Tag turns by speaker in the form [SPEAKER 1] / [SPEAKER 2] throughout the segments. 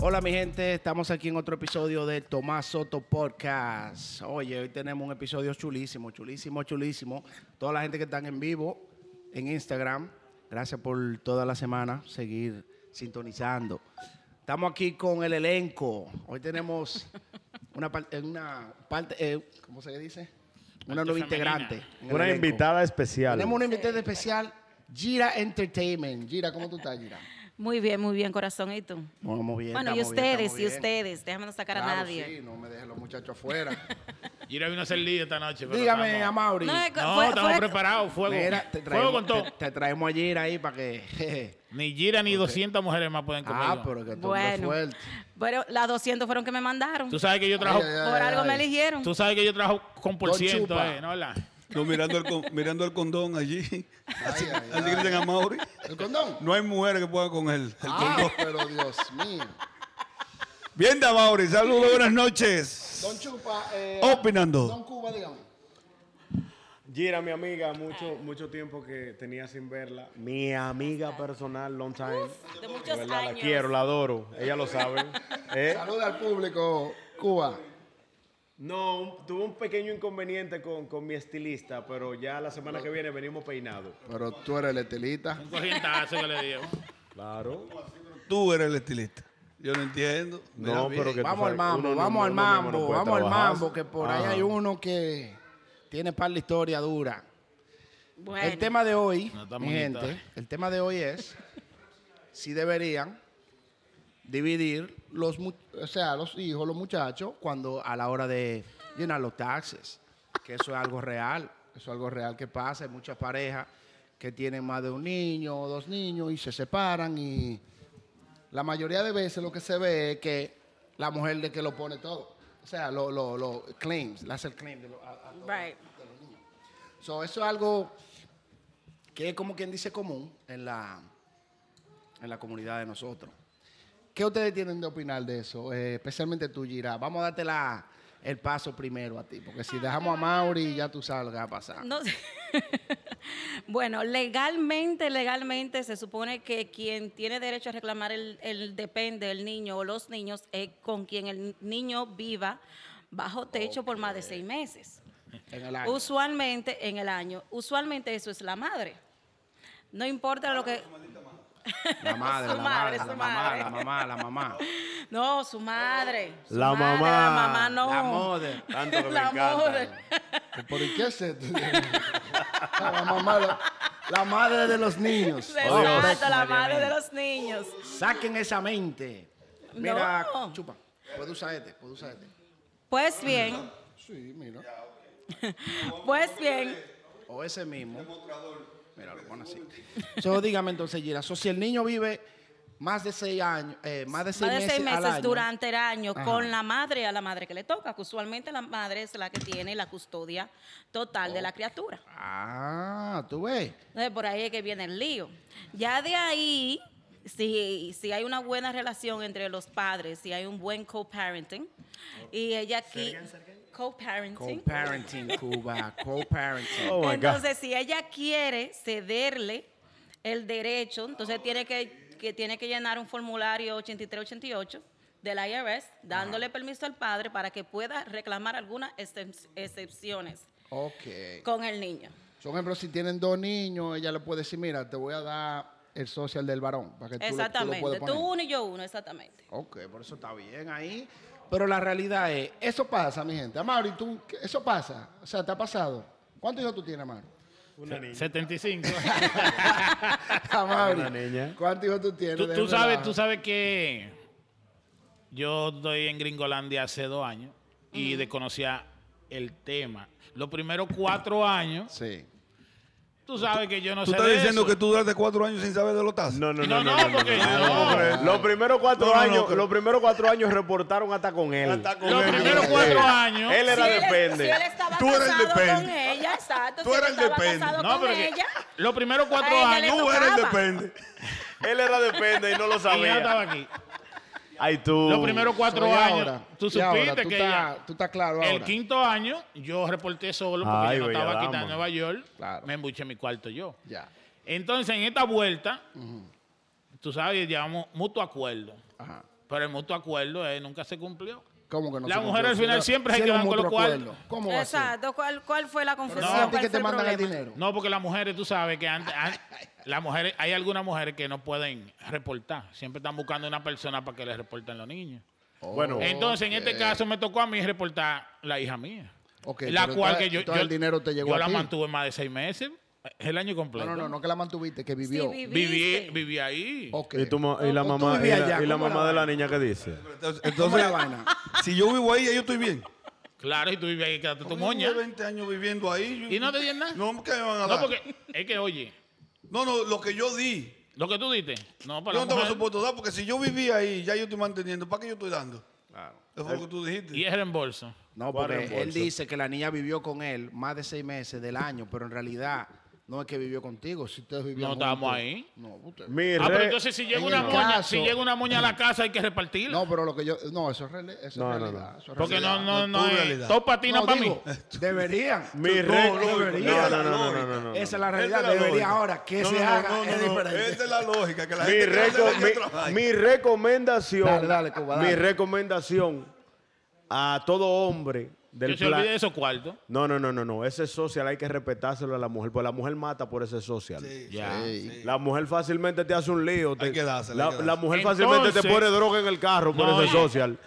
[SPEAKER 1] Hola mi gente, estamos aquí en otro episodio de Tomás Soto Podcast. Oye, hoy tenemos un episodio chulísimo, chulísimo, chulísimo. Toda la gente que están en vivo en Instagram, gracias por toda la semana seguir sintonizando. Estamos aquí con el elenco. Hoy tenemos una, par- eh, una parte, eh, ¿cómo se dice? Una nueva
[SPEAKER 2] femenina.
[SPEAKER 1] integrante. en el
[SPEAKER 3] Una
[SPEAKER 1] elenco.
[SPEAKER 3] invitada especial.
[SPEAKER 1] Tenemos una invitada especial, Gira Entertainment. Gira, ¿cómo tú estás, Gira?
[SPEAKER 4] Muy bien, muy bien, corazón. ¿Y tú?
[SPEAKER 1] Vamos bien.
[SPEAKER 4] bueno, y
[SPEAKER 1] estamos bien,
[SPEAKER 4] ustedes,
[SPEAKER 1] estamos
[SPEAKER 4] y
[SPEAKER 1] bien.
[SPEAKER 4] ustedes. Déjame no sacar a
[SPEAKER 1] Claro,
[SPEAKER 4] nadie.
[SPEAKER 1] Sí, no me dejen los muchachos afuera.
[SPEAKER 2] Gira vino a ser líder esta noche. pero
[SPEAKER 1] Dígame,
[SPEAKER 2] estamos-
[SPEAKER 1] Amaury.
[SPEAKER 4] No, es-
[SPEAKER 2] No,
[SPEAKER 4] Fue-
[SPEAKER 2] estamos
[SPEAKER 4] fue-
[SPEAKER 2] preparados. Fuego.
[SPEAKER 1] Mira, te
[SPEAKER 2] fuego
[SPEAKER 1] traemos,
[SPEAKER 2] con todo.
[SPEAKER 1] te, te traemos a Gira ahí para que. jeje.
[SPEAKER 2] Ni Gira ni 200 mujeres más pueden comer.
[SPEAKER 1] ah, pero que tú eres
[SPEAKER 4] Bueno,
[SPEAKER 1] fuerte.
[SPEAKER 4] bueno, las 200 fueron que me mandaron.
[SPEAKER 2] Tú sabes que yo trabajo.
[SPEAKER 1] Ay, ay,
[SPEAKER 4] Por algo me eligieron.
[SPEAKER 2] Tú sabes que yo trabajo con por
[SPEAKER 1] Don
[SPEAKER 2] ciento,
[SPEAKER 1] Chupa.
[SPEAKER 2] eh, ¿no? ¿verdad?
[SPEAKER 5] No, mirando el, con- mirando el condón allí.
[SPEAKER 1] Ay, ay,
[SPEAKER 5] Así que le dicen a Mauri.
[SPEAKER 1] ¿El condón?
[SPEAKER 5] No hay mujer que pueda con él. El
[SPEAKER 1] ah,
[SPEAKER 5] condón.
[SPEAKER 1] pero Dios mío.
[SPEAKER 5] Bien, da, Mauri. Saludos, buenas noches.
[SPEAKER 1] Don Chupa. Eh,
[SPEAKER 5] Opinando.
[SPEAKER 1] Don Cuba, dígame.
[SPEAKER 3] Gira, mi amiga, mucho, mucho tiempo que tenía sin verla. Mi amiga personal, long time.
[SPEAKER 4] de muchos
[SPEAKER 3] verdad, La
[SPEAKER 4] años.
[SPEAKER 3] quiero, la adoro. Ella lo sabe. ¿Eh?
[SPEAKER 1] Saluda al público, Cuba.
[SPEAKER 3] No, un- tuve un pequeño inconveniente con, con mi estilista, pero ya la semana que viene venimos peinados.
[SPEAKER 1] Pero tú eres el estilita.
[SPEAKER 2] Un corrientazo que le dio.
[SPEAKER 3] Claro.
[SPEAKER 5] Tú eres el estilista. Yo no entiendo. Mira,
[SPEAKER 3] No,
[SPEAKER 5] bien.
[SPEAKER 3] pero que tú
[SPEAKER 1] Vamos al
[SPEAKER 3] sabes,
[SPEAKER 1] mambo,
[SPEAKER 3] uno no-
[SPEAKER 1] vamos al
[SPEAKER 3] uno mismo no
[SPEAKER 1] mambo,
[SPEAKER 3] puede
[SPEAKER 1] vamos al
[SPEAKER 3] trabajar.
[SPEAKER 1] mambo, que por ahí
[SPEAKER 3] Ajá.
[SPEAKER 1] hay uno que tiene par de historia dura.
[SPEAKER 4] Bueno,
[SPEAKER 1] El tema de hoy,
[SPEAKER 2] No está
[SPEAKER 1] mi
[SPEAKER 2] bonita.
[SPEAKER 1] gente, el tema de hoy es si deberían dividir los, mu- o sea, los hijos, los muchachos, cuando a la hora de llenar los taxes, que eso es algo real, eso es algo real que pasa, hay muchas parejas que tienen más de un niño o dos niños y se separan y la mayoría de veces lo que se ve es que la mujer de que lo pone todo, o sea, lo, lo, lo claims, le hace el claim de lo- a- a todo.
[SPEAKER 4] right.
[SPEAKER 1] So, eso es algo que es como quien dice común en la, en la comunidad de nosotros. ¿Qué ustedes tienen de opinar de eso? Eh, especialmente tú, Gira. Vamos a darte la- el paso primero a ti, porque si dejamos a Mauri, ya tú sabes lo que va a pasar.
[SPEAKER 4] Ah, No sé. bueno, legalmente, legalmente se supone que quien tiene derecho a reclamar el, el depende del niño o los niños es con quien el niño viva bajo techo por más de seis meses.
[SPEAKER 1] En el año.
[SPEAKER 4] Usualmente, en el año, usualmente eso es la madre. No importa lo que...
[SPEAKER 1] La madre,
[SPEAKER 4] su
[SPEAKER 1] la madre,
[SPEAKER 4] madre,
[SPEAKER 1] la
[SPEAKER 4] su
[SPEAKER 1] mamá,
[SPEAKER 4] madre.
[SPEAKER 1] la mamá, la mamá.
[SPEAKER 4] No, su madre. su
[SPEAKER 3] La
[SPEAKER 4] madre,
[SPEAKER 3] mamá.
[SPEAKER 4] La mamá Ah, no.
[SPEAKER 1] La madre.
[SPEAKER 3] Tanto que me
[SPEAKER 4] La
[SPEAKER 3] encanta.
[SPEAKER 4] madre.
[SPEAKER 1] ¿Pero y qué es esto? la mamá, la, la madre de los niños.
[SPEAKER 3] Oh,
[SPEAKER 4] Exacto, la madre de los niños.
[SPEAKER 1] Saquen esa mente. Mira,
[SPEAKER 4] No.
[SPEAKER 1] chupa. Puedo usar este, puedo usar este.
[SPEAKER 4] Pues bien,
[SPEAKER 1] Sí, mira.
[SPEAKER 4] pues bien.
[SPEAKER 1] O ese mismo. Mira, lo pone así. So, dígame entonces, Gira, so, si el niño vive más de seis años, eh, más de seis
[SPEAKER 4] Más de
[SPEAKER 1] meses,
[SPEAKER 4] seis
[SPEAKER 1] al
[SPEAKER 4] meses
[SPEAKER 1] año,
[SPEAKER 4] durante el año
[SPEAKER 1] Ajá.
[SPEAKER 4] con la madre a la madre que le toca. que Usualmente la madre es la que tiene la custodia total de la
[SPEAKER 3] Oh.
[SPEAKER 4] criatura.
[SPEAKER 1] Ah, tú ves.
[SPEAKER 4] Entonces, por ahí es que viene el lío. Ya de ahí, si, si hay una buena relación entre los padres, si hay un buen co-parenting, y ella aquí... Co-parenting.
[SPEAKER 1] Co-parenting, Cuba, co-parenting.
[SPEAKER 3] Oh my God.
[SPEAKER 4] entonces, si ella quiere cederle el derecho, entonces tiene que, que tiene que llenar un formulario 8388 del IRS, dándole permiso al padre para que pueda reclamar algunas excep- excepciones
[SPEAKER 1] Ok.
[SPEAKER 4] con el niño.
[SPEAKER 1] So, por ejemplo, si tienen dos niños, ella le puede decir, mira, te voy a dar el social del varón. Para que tú lo- tú lo
[SPEAKER 4] Exactamente.
[SPEAKER 1] puedas
[SPEAKER 4] Tú,
[SPEAKER 1] poner.
[SPEAKER 4] uno y yo uno, exactamente.
[SPEAKER 1] Ok, por eso está bien ahí. Pero la realidad es, eso pasa, mi gente. Amaro, ¿y tú? qué- Eso pasa. O sea, ¿te ha pasado? ¿Cuántos hijos tú tienes, Amaro?
[SPEAKER 3] Una niña.
[SPEAKER 2] 75.
[SPEAKER 1] Amaro,
[SPEAKER 3] Una niña.
[SPEAKER 1] ¿cuántos hijos tú tienes?
[SPEAKER 2] tú,
[SPEAKER 1] De
[SPEAKER 2] tú sabes,
[SPEAKER 1] relajo.
[SPEAKER 2] tú sabes que yo estoy en Gringolandia hace dos años y desconocía el tema. Los primeros cuatro años,
[SPEAKER 1] Sí.
[SPEAKER 2] tú sabes que yo no
[SPEAKER 5] ¿Tú
[SPEAKER 2] sé
[SPEAKER 5] estás
[SPEAKER 2] de
[SPEAKER 5] diciendo
[SPEAKER 2] eso.
[SPEAKER 5] que tú duraste cuatro años sin saber de los tazos?
[SPEAKER 3] No, no,
[SPEAKER 2] No,
[SPEAKER 3] no,
[SPEAKER 2] no,
[SPEAKER 3] no,
[SPEAKER 2] porque yo
[SPEAKER 1] no.
[SPEAKER 3] pero Los primeros cuatro
[SPEAKER 5] No, no, no,
[SPEAKER 3] años,
[SPEAKER 5] pero-
[SPEAKER 3] los primeros cuatro años reportaron hasta con él.
[SPEAKER 5] Hasta con
[SPEAKER 2] Los
[SPEAKER 5] él.
[SPEAKER 2] primeros cuatro
[SPEAKER 3] Sí.
[SPEAKER 2] años.
[SPEAKER 3] Él era
[SPEAKER 4] si él es-
[SPEAKER 3] depende.
[SPEAKER 4] si él estaba
[SPEAKER 5] Tú eres el
[SPEAKER 4] casado con
[SPEAKER 5] depende.
[SPEAKER 4] ella, exacto.
[SPEAKER 5] Tú
[SPEAKER 4] si él
[SPEAKER 5] eres el
[SPEAKER 4] estaba
[SPEAKER 5] depende.
[SPEAKER 4] casado
[SPEAKER 2] No,
[SPEAKER 4] con
[SPEAKER 2] pero que-
[SPEAKER 4] ella,
[SPEAKER 2] los primeros cuatro
[SPEAKER 4] A ella le
[SPEAKER 2] años.
[SPEAKER 5] Tú eres el
[SPEAKER 4] tocaba.
[SPEAKER 5] depende.
[SPEAKER 3] Él era depende y no lo
[SPEAKER 2] Y ella estaba
[SPEAKER 3] sabía.
[SPEAKER 2] aquí.
[SPEAKER 3] Ay, tú.
[SPEAKER 2] Los primeros cuatro
[SPEAKER 1] So, ¿y
[SPEAKER 2] años.
[SPEAKER 1] ahora?
[SPEAKER 2] Tú
[SPEAKER 1] ¿Y ahora?
[SPEAKER 2] supiste
[SPEAKER 1] ¿Tú
[SPEAKER 2] que
[SPEAKER 1] estás-
[SPEAKER 2] ella-
[SPEAKER 1] tú estás claro
[SPEAKER 2] el
[SPEAKER 1] ahora.
[SPEAKER 2] quinto año yo reporté solo porque
[SPEAKER 3] Ay,
[SPEAKER 2] yo no
[SPEAKER 3] bella
[SPEAKER 2] estaba aquí,
[SPEAKER 3] dama.
[SPEAKER 2] estaba en Nueva York.
[SPEAKER 1] Claro.
[SPEAKER 2] Me embuché en mi cuarto yo.
[SPEAKER 1] Ya.
[SPEAKER 2] Entonces, en esta vuelta, tú sabes, llegamos mutuo acuerdo.
[SPEAKER 1] Ajá.
[SPEAKER 2] Pero el mutuo acuerdo eh, nunca se cumplió.
[SPEAKER 1] ¿Cómo que no
[SPEAKER 2] La
[SPEAKER 1] se
[SPEAKER 2] mujer
[SPEAKER 1] cumplió?
[SPEAKER 2] al final
[SPEAKER 1] Si
[SPEAKER 2] siempre
[SPEAKER 1] era-
[SPEAKER 2] se
[SPEAKER 1] si era
[SPEAKER 2] quedan
[SPEAKER 1] un
[SPEAKER 2] con lo
[SPEAKER 1] mutuo
[SPEAKER 2] cual.
[SPEAKER 1] acuerdo, ¿Cómo va a ser?
[SPEAKER 4] Exacto. ¿Cuál, cuál fue la confusión?
[SPEAKER 1] No, a ti
[SPEAKER 4] ¿Cuál
[SPEAKER 1] que
[SPEAKER 4] fue
[SPEAKER 1] te
[SPEAKER 4] el
[SPEAKER 1] mandan el
[SPEAKER 4] problema?
[SPEAKER 1] dinero.
[SPEAKER 2] No, porque las mujeres, tú sabes que antes, an- las mujeres, hay algunas mujeres que no pueden reportar. Siempre están buscando una persona para que les reporten los niños.
[SPEAKER 1] Oh.
[SPEAKER 3] Bueno,
[SPEAKER 2] Entonces, en este caso me tocó a mí reportar la hija mía.
[SPEAKER 1] Ok,
[SPEAKER 2] la
[SPEAKER 1] pero
[SPEAKER 2] cual
[SPEAKER 1] entonces-
[SPEAKER 2] que yo,
[SPEAKER 1] entonces
[SPEAKER 2] yo-
[SPEAKER 1] el dinero te llegó
[SPEAKER 2] yo
[SPEAKER 1] a
[SPEAKER 2] la
[SPEAKER 1] ti.
[SPEAKER 2] mantuve más de seis meses, el año
[SPEAKER 1] No,
[SPEAKER 2] completo.
[SPEAKER 1] no, no, no que la mantuviste, que vivió.
[SPEAKER 4] viví.
[SPEAKER 2] Viví,
[SPEAKER 4] Viviste.
[SPEAKER 2] viví ahí.
[SPEAKER 1] Ok.
[SPEAKER 3] ¿Y, tu ma- y la
[SPEAKER 1] ¿Tú
[SPEAKER 3] mamá, y
[SPEAKER 1] vivías
[SPEAKER 3] la,
[SPEAKER 1] allá?
[SPEAKER 3] y la
[SPEAKER 1] ¿Cómo era
[SPEAKER 3] mamá de la
[SPEAKER 1] vaina?
[SPEAKER 3] niña que dice?
[SPEAKER 2] Ah,
[SPEAKER 5] Entonces,
[SPEAKER 1] ¿Cómo
[SPEAKER 5] entonces,
[SPEAKER 1] era la vaina?
[SPEAKER 5] si yo vivo ahí, ya yo estoy bien.
[SPEAKER 2] Claro, y tú vivías ahí, quedaste tu
[SPEAKER 5] Yo
[SPEAKER 2] moña.
[SPEAKER 5] llevo 20 años viviendo ahí. yo-
[SPEAKER 2] ¿Y no te dieron nada?
[SPEAKER 5] No, ¿qué me van a
[SPEAKER 2] No,
[SPEAKER 5] dar?
[SPEAKER 2] porque es que, oye,
[SPEAKER 5] No, no, lo que yo di.
[SPEAKER 2] lo que tú diste, no para
[SPEAKER 5] Yo
[SPEAKER 2] la
[SPEAKER 5] no te lo
[SPEAKER 2] mujer,
[SPEAKER 5] soporto dar porque si yo vivía ahí, ya yo estoy manteniendo. ¿Para qué yo estoy dando? Eso fue lo que tú dijiste.
[SPEAKER 2] y es reembolso. Ah,
[SPEAKER 1] No,
[SPEAKER 3] ¿Cuál
[SPEAKER 1] porque él
[SPEAKER 3] reembolso?
[SPEAKER 1] dice que la niña vivió con él más de seis meses del año, pero en realidad no es que vivió contigo, si ustedes vivían
[SPEAKER 2] No estábamos
[SPEAKER 1] juntos.
[SPEAKER 2] ahí.
[SPEAKER 1] No, usted-
[SPEAKER 3] Mi
[SPEAKER 2] Ah, pero
[SPEAKER 3] re-
[SPEAKER 2] entonces si llega
[SPEAKER 1] en
[SPEAKER 2] una
[SPEAKER 1] el
[SPEAKER 2] moña,
[SPEAKER 1] caso-
[SPEAKER 2] si llega una moña a la casa hay que repartirla.
[SPEAKER 1] No, pero lo que yo. No, eso es, rela- eso es
[SPEAKER 3] No, no, no.
[SPEAKER 1] realidad. eso es
[SPEAKER 2] porque no,
[SPEAKER 1] realidad.
[SPEAKER 2] no,
[SPEAKER 5] no,
[SPEAKER 2] no,
[SPEAKER 5] tú
[SPEAKER 2] es
[SPEAKER 5] realidad.
[SPEAKER 2] top patina
[SPEAKER 1] No,
[SPEAKER 2] para mí.
[SPEAKER 1] digo, Deberían.
[SPEAKER 3] Mi
[SPEAKER 1] No,
[SPEAKER 3] re-
[SPEAKER 1] no,
[SPEAKER 3] No,
[SPEAKER 1] deberían.
[SPEAKER 3] no, no, no, no, no, no.
[SPEAKER 1] Esa es la
[SPEAKER 5] Esa es
[SPEAKER 1] realidad.
[SPEAKER 5] la
[SPEAKER 1] Debería
[SPEAKER 5] lógica.
[SPEAKER 1] ahora que
[SPEAKER 5] No,
[SPEAKER 1] se
[SPEAKER 5] no,
[SPEAKER 1] haga.
[SPEAKER 5] no, no,
[SPEAKER 1] es
[SPEAKER 5] no. Eh,
[SPEAKER 1] diferente.
[SPEAKER 5] Esa es la lógica. Que la
[SPEAKER 3] mi,
[SPEAKER 5] gente que hace
[SPEAKER 3] reco-
[SPEAKER 5] lo que trabaja.
[SPEAKER 3] mi- mi recomendación,
[SPEAKER 1] Dale, dale, Cuba, dale.
[SPEAKER 3] mi recomendación a todo hombre
[SPEAKER 2] Que
[SPEAKER 3] del
[SPEAKER 2] se olvide
[SPEAKER 3] plan.
[SPEAKER 2] de esos cuartos.
[SPEAKER 3] No, no, no, no, no. Ese social hay que respetárselo a la mujer, porque la mujer mata por ese social.
[SPEAKER 5] Sí,
[SPEAKER 2] Ya.
[SPEAKER 1] Ey.
[SPEAKER 3] La mujer fácilmente te hace un lío. te-
[SPEAKER 5] Hay que dársela,
[SPEAKER 3] la,
[SPEAKER 5] hay que dársela.
[SPEAKER 3] la mujer
[SPEAKER 2] Entonces-
[SPEAKER 3] fácilmente te pone droga en el carro por
[SPEAKER 2] No, ya.
[SPEAKER 3] ese social.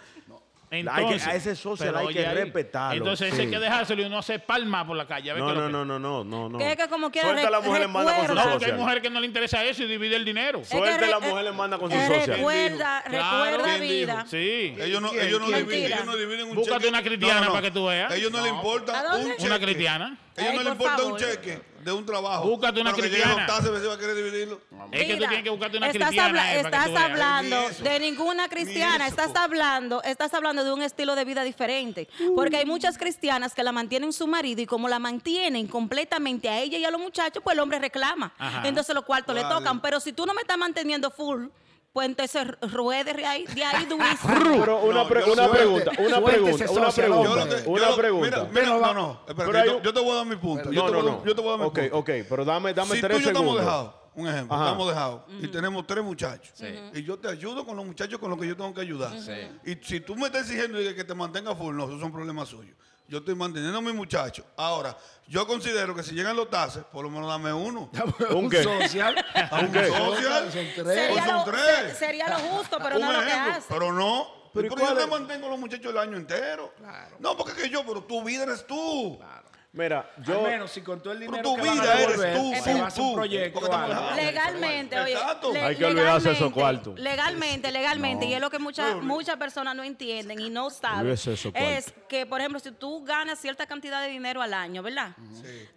[SPEAKER 3] que-
[SPEAKER 2] Entonces,
[SPEAKER 3] a ese social
[SPEAKER 2] pero
[SPEAKER 3] hay que
[SPEAKER 2] oye ahí.
[SPEAKER 3] respetarlo,
[SPEAKER 2] Entonces, ese
[SPEAKER 3] sí.
[SPEAKER 2] hay que dejárselo y uno se palma por la calle. a ver
[SPEAKER 3] No,
[SPEAKER 2] qué es lo
[SPEAKER 3] no,
[SPEAKER 2] que-
[SPEAKER 3] no, no, no, no, no.
[SPEAKER 4] Que es que como quiera
[SPEAKER 3] Suelta a la
[SPEAKER 4] re-
[SPEAKER 3] mujer en manda con su
[SPEAKER 4] recuerda-
[SPEAKER 2] No, porque hay
[SPEAKER 3] social.
[SPEAKER 2] mujeres que no le interesa eso y divide el dinero.
[SPEAKER 4] Es que
[SPEAKER 3] Suelta
[SPEAKER 4] re-
[SPEAKER 3] la mujer le manda con su
[SPEAKER 4] eh,
[SPEAKER 3] social.
[SPEAKER 4] Recuerda,
[SPEAKER 2] Claro.
[SPEAKER 4] Eh, recuerda
[SPEAKER 5] ¿Quién
[SPEAKER 4] vida.
[SPEAKER 2] Sí.
[SPEAKER 5] Ellos no,
[SPEAKER 1] ¿Quién?
[SPEAKER 5] ellos no
[SPEAKER 1] ¿Quién?
[SPEAKER 5] dividen,
[SPEAKER 4] Mentira.
[SPEAKER 5] ellos no dividen un
[SPEAKER 2] Búscate
[SPEAKER 5] cheque.
[SPEAKER 2] una cristiana para que tú veas.
[SPEAKER 5] Ellos no, les importa
[SPEAKER 4] ¿A dónde?
[SPEAKER 5] un cheque.
[SPEAKER 2] Una cristiana.
[SPEAKER 5] Ellos
[SPEAKER 4] Ay,
[SPEAKER 5] no les
[SPEAKER 4] por
[SPEAKER 5] importa
[SPEAKER 4] favor.
[SPEAKER 5] un cheque de un trabajo.
[SPEAKER 2] Búscate una
[SPEAKER 5] Pero que
[SPEAKER 2] cristiana.
[SPEAKER 5] llegue a juntarse, a ver si va a querer dividirlo.
[SPEAKER 2] Es que tú
[SPEAKER 4] Mira,
[SPEAKER 2] tienes que buscarte una
[SPEAKER 4] estás
[SPEAKER 2] cristiana.
[SPEAKER 4] habla-
[SPEAKER 2] eh, para que
[SPEAKER 4] estás
[SPEAKER 2] tú veas.
[SPEAKER 4] hablando
[SPEAKER 5] Ni eso.
[SPEAKER 4] de ninguna cristiana,
[SPEAKER 5] eso,
[SPEAKER 4] estás
[SPEAKER 5] po.
[SPEAKER 4] hablando, estás hablando de un estilo de vida diferente, porque hay muchas cristianas que la mantienen su marido y como la mantienen completamente a ella y a los muchachos, pues el hombre reclama.
[SPEAKER 2] Ajá.
[SPEAKER 4] Entonces los cuartos le
[SPEAKER 5] Vale.
[SPEAKER 4] tocan, pero si tú no me estás manteniendo full, pues entonces ruede de ahí, de ahí durísimo.
[SPEAKER 3] Pero una,
[SPEAKER 5] No,
[SPEAKER 3] pre-
[SPEAKER 5] yo-
[SPEAKER 3] una
[SPEAKER 1] suelte-
[SPEAKER 3] pregunta, una
[SPEAKER 1] suelte
[SPEAKER 3] pregunta,
[SPEAKER 1] ese
[SPEAKER 3] una
[SPEAKER 1] social,
[SPEAKER 3] pregunta,
[SPEAKER 5] Yo no
[SPEAKER 1] hombre.
[SPEAKER 5] te- yo
[SPEAKER 3] una
[SPEAKER 5] no-
[SPEAKER 3] pregunta.
[SPEAKER 5] Mira, mira,
[SPEAKER 1] Pero va-
[SPEAKER 5] no, no. espérate,
[SPEAKER 3] Pero hay
[SPEAKER 5] yo,
[SPEAKER 3] un-
[SPEAKER 5] yo te voy a dar mi punto. yo,
[SPEAKER 3] no,
[SPEAKER 5] te
[SPEAKER 3] no,
[SPEAKER 5] voy, a-
[SPEAKER 3] no.
[SPEAKER 5] yo te voy a dar mi
[SPEAKER 3] Ok,
[SPEAKER 5] punto.
[SPEAKER 3] ok, pero dame, dame
[SPEAKER 5] si tú y
[SPEAKER 3] tres
[SPEAKER 5] yo
[SPEAKER 3] segundos.
[SPEAKER 5] estamos dejados, un ejemplo,
[SPEAKER 3] Ajá.
[SPEAKER 5] estamos dejados y tenemos tres muchachos y yo te ayudo con los muchachos con los que yo tengo que ayudar. Y si tú me estás exigiendo que te mantenga full, no, esos son problemas suyos. Yo estoy manteniendo a mis muchachos. Ahora, yo considero que si llegan los tases, por lo menos dame uno.
[SPEAKER 3] ¿Un qué?
[SPEAKER 1] social.
[SPEAKER 5] ¿Un
[SPEAKER 1] Un
[SPEAKER 5] qué?
[SPEAKER 1] social. Son tres.
[SPEAKER 5] Sería- son tres.
[SPEAKER 4] se- sería lo justo, pero
[SPEAKER 5] Un
[SPEAKER 4] no es lo que
[SPEAKER 5] ejemplo,
[SPEAKER 4] hace.
[SPEAKER 5] Pero no.
[SPEAKER 3] Pero ¿y
[SPEAKER 5] Pero yo
[SPEAKER 3] cuál
[SPEAKER 5] te
[SPEAKER 3] es?
[SPEAKER 5] mantengo a los muchachos el año entero. No, porque es que yo, pero tu vida eres tú.
[SPEAKER 3] Mira,
[SPEAKER 1] Al
[SPEAKER 3] yo
[SPEAKER 1] menos si con todo el
[SPEAKER 5] Pero
[SPEAKER 1] dinero
[SPEAKER 5] tu
[SPEAKER 1] que van a
[SPEAKER 5] vida eres
[SPEAKER 1] devolver,
[SPEAKER 5] tú,
[SPEAKER 1] se va a
[SPEAKER 5] tú,
[SPEAKER 1] hacer un
[SPEAKER 5] tú.
[SPEAKER 1] proyecto
[SPEAKER 5] Porque estamos
[SPEAKER 1] o algo.
[SPEAKER 5] dejados.
[SPEAKER 4] Legalmente, oye.
[SPEAKER 5] Exacto.
[SPEAKER 4] le-
[SPEAKER 3] Hay que olvidarse de esos
[SPEAKER 4] legalmente,
[SPEAKER 3] cuartos.
[SPEAKER 4] Legalmente, legalmente. Y es lo que muchas muchas personas no entienden y no saben.
[SPEAKER 3] Olvídese de esos
[SPEAKER 4] Es que, por ejemplo, si tú ganas cierta cantidad de dinero al año, ¿verdad?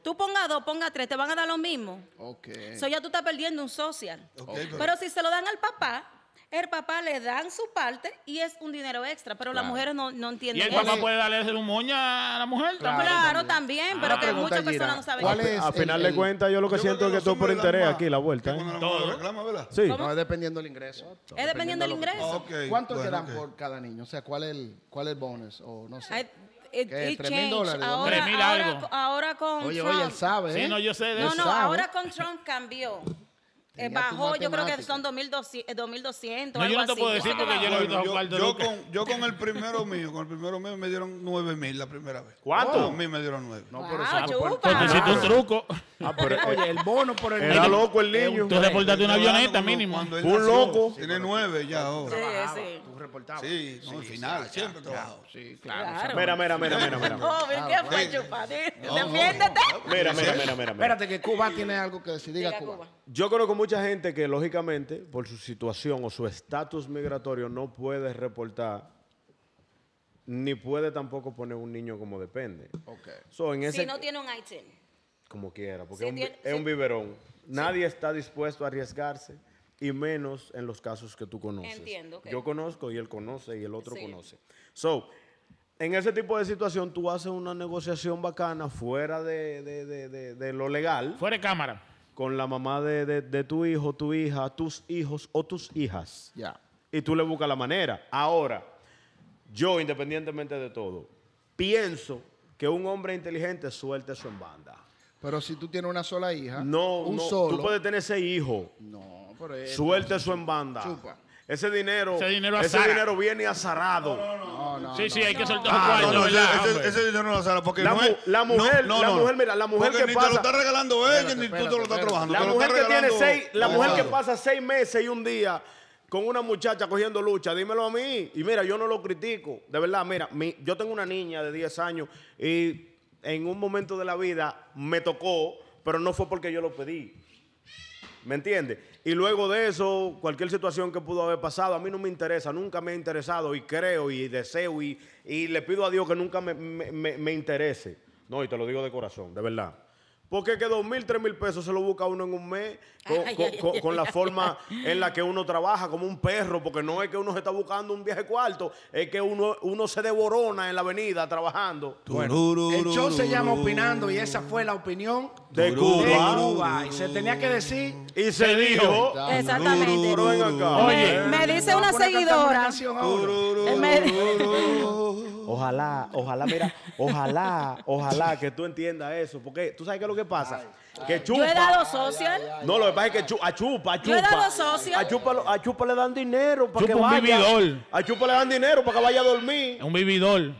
[SPEAKER 4] Tú ponga dos, ponga tres, te van a dar lo mismo.
[SPEAKER 1] Ok.
[SPEAKER 4] Eso ya tú estás perdiendo un social.
[SPEAKER 5] Ok,
[SPEAKER 4] pero...
[SPEAKER 5] pero-
[SPEAKER 4] si se lo dan al papá, el papá le dan su parte y es un dinero extra. Pero las mujeres no, no
[SPEAKER 2] Y
[SPEAKER 4] entienden
[SPEAKER 2] el
[SPEAKER 4] eso.
[SPEAKER 2] papá puede darle un moña a la mujer
[SPEAKER 1] Claro.
[SPEAKER 2] también.
[SPEAKER 4] Claro, también, pero
[SPEAKER 2] Ah.
[SPEAKER 4] que
[SPEAKER 1] Pregunta,
[SPEAKER 4] muchas
[SPEAKER 1] Gira,
[SPEAKER 4] personas no saben
[SPEAKER 1] ¿cuál
[SPEAKER 4] eso.
[SPEAKER 1] es
[SPEAKER 3] a
[SPEAKER 1] el-
[SPEAKER 3] final de
[SPEAKER 1] el-
[SPEAKER 3] cuentas yo lo que
[SPEAKER 5] Yo
[SPEAKER 3] siento
[SPEAKER 5] creo
[SPEAKER 3] es que
[SPEAKER 5] los
[SPEAKER 3] todo por
[SPEAKER 5] hombres dan
[SPEAKER 3] interés
[SPEAKER 5] más
[SPEAKER 3] aquí la vuelta.
[SPEAKER 5] que
[SPEAKER 3] ¿eh?
[SPEAKER 5] cuando la mujer
[SPEAKER 2] Todo.
[SPEAKER 5] reclama, ¿verdad?
[SPEAKER 3] Sí. Ah,
[SPEAKER 1] No, es dependiendo del ingreso.
[SPEAKER 4] Es dependiendo del
[SPEAKER 1] de lo que-
[SPEAKER 4] ingreso.
[SPEAKER 5] Ok,
[SPEAKER 1] ¿Cuánto te
[SPEAKER 5] bueno,
[SPEAKER 1] dan
[SPEAKER 5] ok.
[SPEAKER 1] por cada niño? O sea, ¿cuál es el, cuál es el bonus? O no sé.
[SPEAKER 4] Ay, it-
[SPEAKER 1] ¿Qué?
[SPEAKER 4] it
[SPEAKER 1] ¿Tres mil
[SPEAKER 4] changed.
[SPEAKER 1] dólares, dos
[SPEAKER 4] Ahora,
[SPEAKER 2] mil? Tres mil
[SPEAKER 4] ahora,
[SPEAKER 2] algo.
[SPEAKER 4] co- ahora con
[SPEAKER 1] oye,
[SPEAKER 4] Trump.
[SPEAKER 1] oye, él sabe.
[SPEAKER 2] Sí,
[SPEAKER 1] ¿eh?
[SPEAKER 2] no, yo sé de
[SPEAKER 1] Él
[SPEAKER 4] No, no,
[SPEAKER 1] sabe.
[SPEAKER 4] ahora con Trump cambió. Eh,
[SPEAKER 1] Tenía tu
[SPEAKER 4] bajó, yo creo que
[SPEAKER 1] matemática.
[SPEAKER 4] son 2200, eh, 2200.
[SPEAKER 2] No, yo
[SPEAKER 4] algo
[SPEAKER 2] no te
[SPEAKER 4] así.
[SPEAKER 2] puedo decir porque yo no he visto a
[SPEAKER 5] yo,
[SPEAKER 2] Osvaldo
[SPEAKER 5] yo
[SPEAKER 2] nunca.
[SPEAKER 5] con, yo con el primero mío, con el primero mío me dieron nueve mil la primera vez.
[SPEAKER 3] ¿Cuánto?
[SPEAKER 5] A mí me dieron nueve.
[SPEAKER 1] No,
[SPEAKER 4] Wow,
[SPEAKER 1] pero eso no
[SPEAKER 4] chupa.
[SPEAKER 1] puede-
[SPEAKER 2] Tú hiciste un
[SPEAKER 1] Claro.
[SPEAKER 2] truco.
[SPEAKER 1] Ah, pero, oye, el bono por el
[SPEAKER 3] eh, Era
[SPEAKER 1] niño.
[SPEAKER 3] loco el
[SPEAKER 1] Es un
[SPEAKER 3] niño.
[SPEAKER 2] Tú
[SPEAKER 1] tres.
[SPEAKER 2] reportaste una
[SPEAKER 5] Cuando-
[SPEAKER 2] avioneta
[SPEAKER 5] cuando-
[SPEAKER 2] mínimo.
[SPEAKER 5] cuando él
[SPEAKER 3] Un
[SPEAKER 5] nació,
[SPEAKER 3] loco.
[SPEAKER 5] Tiene nueve ya ahora.
[SPEAKER 1] Trabajaba,
[SPEAKER 4] sí.
[SPEAKER 1] Tú reportabas.
[SPEAKER 5] Sí, no, al final, siempre trabajo.
[SPEAKER 1] Sí, claro.
[SPEAKER 4] Claro.
[SPEAKER 1] o sea,
[SPEAKER 3] Mira, mira, mira, mira, mira.
[SPEAKER 1] Ah,
[SPEAKER 4] Oh, ¿y ¿qué fue,
[SPEAKER 5] Sí.
[SPEAKER 4] chupa? Di-
[SPEAKER 5] No, no,
[SPEAKER 4] Defiéndete.
[SPEAKER 5] no, no.
[SPEAKER 3] Mira, mira, mira, mira, mira.
[SPEAKER 1] Espérate que Cuba tiene algo que decir. Diga
[SPEAKER 4] Diga
[SPEAKER 1] Cuba.
[SPEAKER 4] Cuba.
[SPEAKER 3] Yo conozco mucha gente que lógicamente por su situación o su estatus migratorio no puede reportar ni puede tampoco poner un niño como depende.
[SPEAKER 1] Ok.
[SPEAKER 3] So, en ese
[SPEAKER 4] Si no tiene un E item.
[SPEAKER 3] como quiera, porque
[SPEAKER 4] Si
[SPEAKER 3] es, un, bi-
[SPEAKER 4] tiene-
[SPEAKER 3] es
[SPEAKER 4] si-
[SPEAKER 3] un biberón. Nadie está dispuesto a arriesgarse y menos en los casos que tú conoces.
[SPEAKER 4] Entiendo, ok.
[SPEAKER 3] Yo conozco y él conoce y el otro
[SPEAKER 4] Sí.
[SPEAKER 3] conoce. So, en ese tipo de situación tú haces una negociación bacana fuera de, de- de- de- de lo legal
[SPEAKER 2] Fuera de cámara.
[SPEAKER 3] con la mamá de, de- de tu hijo, tu hija, tus hijos o tus hijas.
[SPEAKER 1] Ya.
[SPEAKER 3] Y tú le buscas la manera. Ahora, yo, independientemente de todo, pienso que un hombre inteligente suelte eso en banda.
[SPEAKER 1] Pero si tú tienes una sola hija,
[SPEAKER 3] No,
[SPEAKER 1] Ah, un
[SPEAKER 3] no,
[SPEAKER 1] solo.
[SPEAKER 3] tú puedes tener ese hijo.
[SPEAKER 1] No, pero es-
[SPEAKER 3] Suelte eso en banda.
[SPEAKER 1] Chupa.
[SPEAKER 3] Ese dinero,
[SPEAKER 2] Ese dinero azara.
[SPEAKER 3] dinero viene azarado.
[SPEAKER 2] sí, sí, hay que soltar
[SPEAKER 3] Ah,
[SPEAKER 2] los
[SPEAKER 5] No,
[SPEAKER 2] cuartos,
[SPEAKER 5] no,
[SPEAKER 2] ¿verdad,
[SPEAKER 5] ese,
[SPEAKER 2] hombre?
[SPEAKER 5] ese dinero no lo sale porque
[SPEAKER 3] La
[SPEAKER 5] no
[SPEAKER 3] mu-
[SPEAKER 5] es-
[SPEAKER 3] la
[SPEAKER 5] no,
[SPEAKER 3] mujer-
[SPEAKER 5] no,
[SPEAKER 3] la
[SPEAKER 5] no.
[SPEAKER 3] mujer, mira, la mujer
[SPEAKER 5] Porque
[SPEAKER 3] que
[SPEAKER 5] ni te
[SPEAKER 3] pasa-
[SPEAKER 5] lo está regalando ella, ni tú te lo estás
[SPEAKER 1] espérate.
[SPEAKER 5] trabajando.
[SPEAKER 3] La
[SPEAKER 5] te lo
[SPEAKER 3] mujer
[SPEAKER 5] está
[SPEAKER 3] que tiene
[SPEAKER 5] regalando
[SPEAKER 3] seis, la
[SPEAKER 5] un
[SPEAKER 3] mujer que
[SPEAKER 5] abogado.
[SPEAKER 3] pasa seis meses y un día con una muchacha cogiendo lucha, dímelo a mí. Y mira, yo no lo critico. De verdad, mira, mi- yo tengo una niña de 10 años y en un momento de la vida me tocó, pero no fue porque yo lo pedí. ¿Me entiendes? Y luego de eso, cualquier situación que pudo haber pasado, a mí no me interesa, nunca me ha interesado y creo y deseo y, y le pido a Dios que nunca me, me- me- me interese. No, y te lo digo de corazón, de verdad. Porque que dos mil, tres mil pesos se lo busca uno en un mes, con,
[SPEAKER 4] Ay,
[SPEAKER 3] con-
[SPEAKER 4] ay,
[SPEAKER 3] con-
[SPEAKER 4] ay,
[SPEAKER 3] con la
[SPEAKER 4] ay,
[SPEAKER 3] forma en la que uno trabaja, como un perro, porque no es que uno se está buscando un viaje cuarto, es que uno, uno se devorona en la avenida trabajando.
[SPEAKER 1] El
[SPEAKER 5] Tururururu.
[SPEAKER 1] show se llama Opinando y esa fue la opinión
[SPEAKER 3] De
[SPEAKER 1] de
[SPEAKER 3] Cuba.
[SPEAKER 1] Cuba. Y se tenía que decir.
[SPEAKER 3] Y se dijo,
[SPEAKER 4] Exactamente.
[SPEAKER 3] pero ven acá.
[SPEAKER 2] Oye.
[SPEAKER 4] Me dice
[SPEAKER 1] Vamos
[SPEAKER 4] una
[SPEAKER 1] a poner a cantar una
[SPEAKER 4] seguidora.
[SPEAKER 1] canción ahora.
[SPEAKER 5] Tururururu.
[SPEAKER 3] Ojalá, ojalá, mira, ojalá, ojalá que tú entiendas eso. Porque tú sabes qué es lo que pasa. que Chupa.
[SPEAKER 4] Yo he dado social.
[SPEAKER 3] no, lo que pasa es que Chu- a Chupa, a Chupa.
[SPEAKER 4] Yo he dado socio.
[SPEAKER 3] A Chupa, lo- a Chupa le dan dinero para
[SPEAKER 2] Chupa
[SPEAKER 3] que
[SPEAKER 2] un
[SPEAKER 3] vaya.
[SPEAKER 2] vividor.
[SPEAKER 3] A Chupa le dan dinero para que vaya a dormir.
[SPEAKER 2] Un vividor.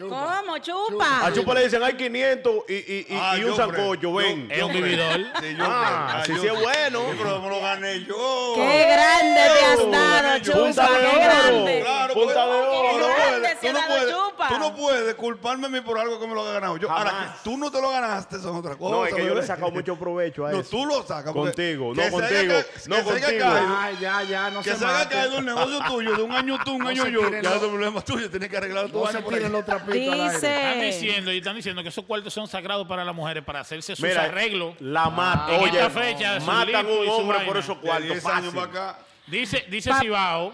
[SPEAKER 4] ¿Cómo?
[SPEAKER 3] A
[SPEAKER 2] Ah,
[SPEAKER 4] Chupa.
[SPEAKER 3] Chupa le dicen, hay 500 y, y, y,
[SPEAKER 5] Ah,
[SPEAKER 3] y
[SPEAKER 5] yo eh,
[SPEAKER 3] un
[SPEAKER 5] creo.
[SPEAKER 3] sancocho,
[SPEAKER 5] Yo-
[SPEAKER 3] ven.
[SPEAKER 2] Es un
[SPEAKER 5] creo.
[SPEAKER 2] vividor.
[SPEAKER 5] Sí, yo
[SPEAKER 3] Ah,
[SPEAKER 5] creo.
[SPEAKER 3] sí,
[SPEAKER 5] yo
[SPEAKER 3] sí es
[SPEAKER 5] creo.
[SPEAKER 3] bueno.
[SPEAKER 5] Sí, Pero me lo gané yo.
[SPEAKER 4] Qué grande te has dado,
[SPEAKER 3] Punta
[SPEAKER 4] Chupa.
[SPEAKER 3] de
[SPEAKER 4] Qué
[SPEAKER 3] oro.
[SPEAKER 4] grande.
[SPEAKER 5] Claro,
[SPEAKER 3] Punta
[SPEAKER 5] porque-
[SPEAKER 3] de oro.
[SPEAKER 5] tú no
[SPEAKER 4] Grande,
[SPEAKER 5] puedes-
[SPEAKER 4] se
[SPEAKER 5] tú no
[SPEAKER 4] la
[SPEAKER 5] puedes-
[SPEAKER 4] chupa.
[SPEAKER 5] Tú no puedes culparme a mí por algo que me lo haya ganado. Yo, ahora,
[SPEAKER 3] Jamás.
[SPEAKER 5] que tú no te lo ganaste, son otras cosas.
[SPEAKER 3] No, es que yo le he
[SPEAKER 5] bebé.
[SPEAKER 3] sacado mucho provecho a
[SPEAKER 5] No,
[SPEAKER 3] eso.
[SPEAKER 5] tú lo sacas. porque
[SPEAKER 3] Contigo,
[SPEAKER 5] que
[SPEAKER 3] no
[SPEAKER 5] se haya
[SPEAKER 3] contigo, no
[SPEAKER 5] ca- que se haya
[SPEAKER 3] contigo.
[SPEAKER 5] caído-
[SPEAKER 1] Ay, ya, ya, no
[SPEAKER 5] que
[SPEAKER 1] se
[SPEAKER 5] se haya caído
[SPEAKER 1] maten.
[SPEAKER 5] el negocio tuyo de un año tú, un
[SPEAKER 1] No
[SPEAKER 5] año
[SPEAKER 1] se
[SPEAKER 5] yo.
[SPEAKER 1] tiren
[SPEAKER 5] Ya
[SPEAKER 1] los-
[SPEAKER 5] ese problema tuyo, tienes que arreglar todo
[SPEAKER 1] No se tiren los trapitos al aire.
[SPEAKER 2] Están
[SPEAKER 4] Dice.
[SPEAKER 2] diciendo, y están diciendo que esos cuartos son sagrados para las mujeres, para hacerse sus
[SPEAKER 3] Mira,
[SPEAKER 2] arreglos.
[SPEAKER 3] la mata.
[SPEAKER 2] Ah, En
[SPEAKER 3] Oye,
[SPEAKER 2] esta fecha, su
[SPEAKER 3] matan
[SPEAKER 2] lipo y
[SPEAKER 3] un
[SPEAKER 2] su
[SPEAKER 3] hombre por
[SPEAKER 2] vaina.
[SPEAKER 3] esos
[SPEAKER 5] cuarto.
[SPEAKER 3] cuartos.
[SPEAKER 5] años
[SPEAKER 3] fácil.
[SPEAKER 5] para acá.
[SPEAKER 2] Dice, dice
[SPEAKER 4] Pap-
[SPEAKER 2] Cibao,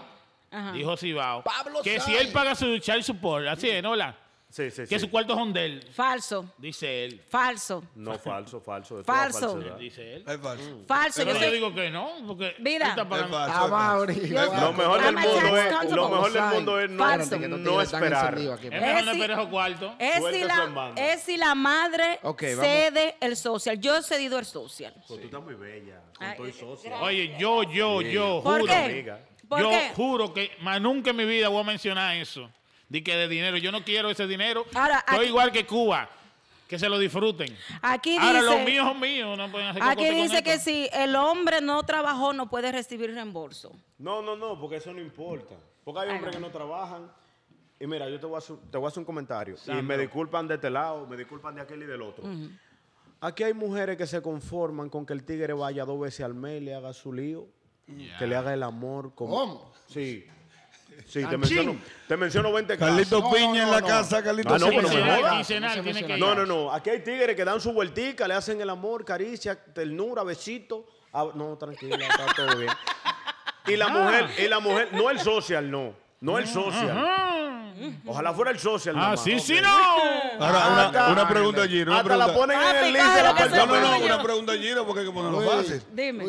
[SPEAKER 4] Ajá.
[SPEAKER 2] dijo Cibao,
[SPEAKER 1] Pablo
[SPEAKER 2] que si
[SPEAKER 1] Sáenz.
[SPEAKER 2] él paga su child support, así es, ¿no? la?
[SPEAKER 3] Sí, sí,
[SPEAKER 2] Que
[SPEAKER 3] sí.
[SPEAKER 2] su cuarto es donde él,
[SPEAKER 4] Falso.
[SPEAKER 2] dice él.
[SPEAKER 4] Falso.
[SPEAKER 3] No, falso, falso. esto
[SPEAKER 4] Falso.
[SPEAKER 3] es falsedad.
[SPEAKER 5] Pues
[SPEAKER 2] Dice él.
[SPEAKER 5] Es falso.
[SPEAKER 4] Falso.
[SPEAKER 2] Pero
[SPEAKER 4] Yo
[SPEAKER 2] yo,
[SPEAKER 4] soy.
[SPEAKER 2] digo que no, porque
[SPEAKER 4] Mira.
[SPEAKER 2] tú estás
[SPEAKER 5] Es
[SPEAKER 2] pagando-
[SPEAKER 5] falso,
[SPEAKER 1] Ah,
[SPEAKER 5] es falso.
[SPEAKER 1] Mauri.
[SPEAKER 3] Lo mejor del
[SPEAKER 4] I'm a tax
[SPEAKER 3] mundo es,
[SPEAKER 4] accountable.
[SPEAKER 3] lo mejor del mundo es no,
[SPEAKER 4] Falso.
[SPEAKER 3] no esperar. ¿Eh?
[SPEAKER 2] Es mejor no
[SPEAKER 4] Ese-
[SPEAKER 2] esperar esos cuartos.
[SPEAKER 4] Es
[SPEAKER 3] Suelta
[SPEAKER 4] si,
[SPEAKER 3] eso en
[SPEAKER 4] la,
[SPEAKER 3] banda.
[SPEAKER 4] es si la madre
[SPEAKER 1] Ok, vamos.
[SPEAKER 4] cede el social. Yo he cedido el social.
[SPEAKER 3] Tú estás muy bella, con
[SPEAKER 4] Ay,
[SPEAKER 3] todo y
[SPEAKER 4] eh,
[SPEAKER 3] socio.
[SPEAKER 4] gracias.
[SPEAKER 2] Oye, yo, yo, yo,
[SPEAKER 4] ¿Por
[SPEAKER 2] juro.
[SPEAKER 4] qué?
[SPEAKER 3] amiga.
[SPEAKER 4] ¿Por
[SPEAKER 2] yo
[SPEAKER 4] qué?
[SPEAKER 2] juro que más nunca en mi vida voy a mencionar eso. Di que de dinero. Yo no quiero ese dinero.
[SPEAKER 4] Ahora,
[SPEAKER 2] Estoy
[SPEAKER 4] aquí-
[SPEAKER 2] igual que Cuba. Que se lo disfruten.
[SPEAKER 4] Aquí
[SPEAKER 2] Ahora,
[SPEAKER 4] dice-
[SPEAKER 2] los míos son míos. No pueden hacer
[SPEAKER 4] Aquí
[SPEAKER 2] cocote con
[SPEAKER 4] dice
[SPEAKER 2] esto.
[SPEAKER 4] que si el hombre no trabajó, no puede recibir reembolso.
[SPEAKER 3] No, no, no, porque eso no importa. Porque hay hombres que no trabajan. Y mira, yo te voy a hacer, te voy a hacer un comentario. Y me disculpan de este lado, me disculpan de aquel y del otro. Aquí hay mujeres que se conforman con que el tigre vaya dos veces al mes y le haga su lío. Que le haga el amor. Como...
[SPEAKER 1] ¿Cómo?
[SPEAKER 3] Sí. Sí, te
[SPEAKER 1] Tanchín.
[SPEAKER 3] menciono, te menciono 20 casos.
[SPEAKER 5] Carlito
[SPEAKER 1] No,
[SPEAKER 5] Piña
[SPEAKER 1] no,
[SPEAKER 5] en
[SPEAKER 1] no,
[SPEAKER 5] la
[SPEAKER 1] no.
[SPEAKER 5] casa, Carlito
[SPEAKER 3] Ah, no,
[SPEAKER 5] Piña.
[SPEAKER 3] pero me
[SPEAKER 2] Quincenal,
[SPEAKER 3] joda.
[SPEAKER 2] quincenal,
[SPEAKER 1] No se
[SPEAKER 2] tiene que
[SPEAKER 1] menciona.
[SPEAKER 2] ir.
[SPEAKER 3] No, no, no. Aquí hay tigres que dan su vueltica, le hacen el amor, caricia, ternura, besito. Ah, no, tranquila, está todo bien. Y
[SPEAKER 2] Ah.
[SPEAKER 3] la mujer, y la mujer, no el social, no. No el social.
[SPEAKER 2] Ah,
[SPEAKER 3] Ojalá fuera el social.
[SPEAKER 2] Mm, ah,
[SPEAKER 3] mamá.
[SPEAKER 2] sí, sí, no.
[SPEAKER 5] Ahora, una-
[SPEAKER 3] Hasta-
[SPEAKER 5] una pregunta, Giro. Una
[SPEAKER 3] Hasta la
[SPEAKER 5] pregunta.
[SPEAKER 3] ponen en
[SPEAKER 4] Ah,
[SPEAKER 3] el
[SPEAKER 4] picada,
[SPEAKER 3] lince la
[SPEAKER 4] que se
[SPEAKER 5] No,
[SPEAKER 3] persona.
[SPEAKER 5] no, no,
[SPEAKER 4] Bueno.
[SPEAKER 5] una pregunta, Giro, porque hay que ponerlo fácil.
[SPEAKER 4] Dime.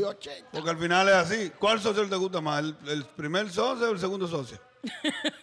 [SPEAKER 5] Porque al final es así. ¿Cuál socio te gusta más? ¿El, el primer socio o el segundo socio?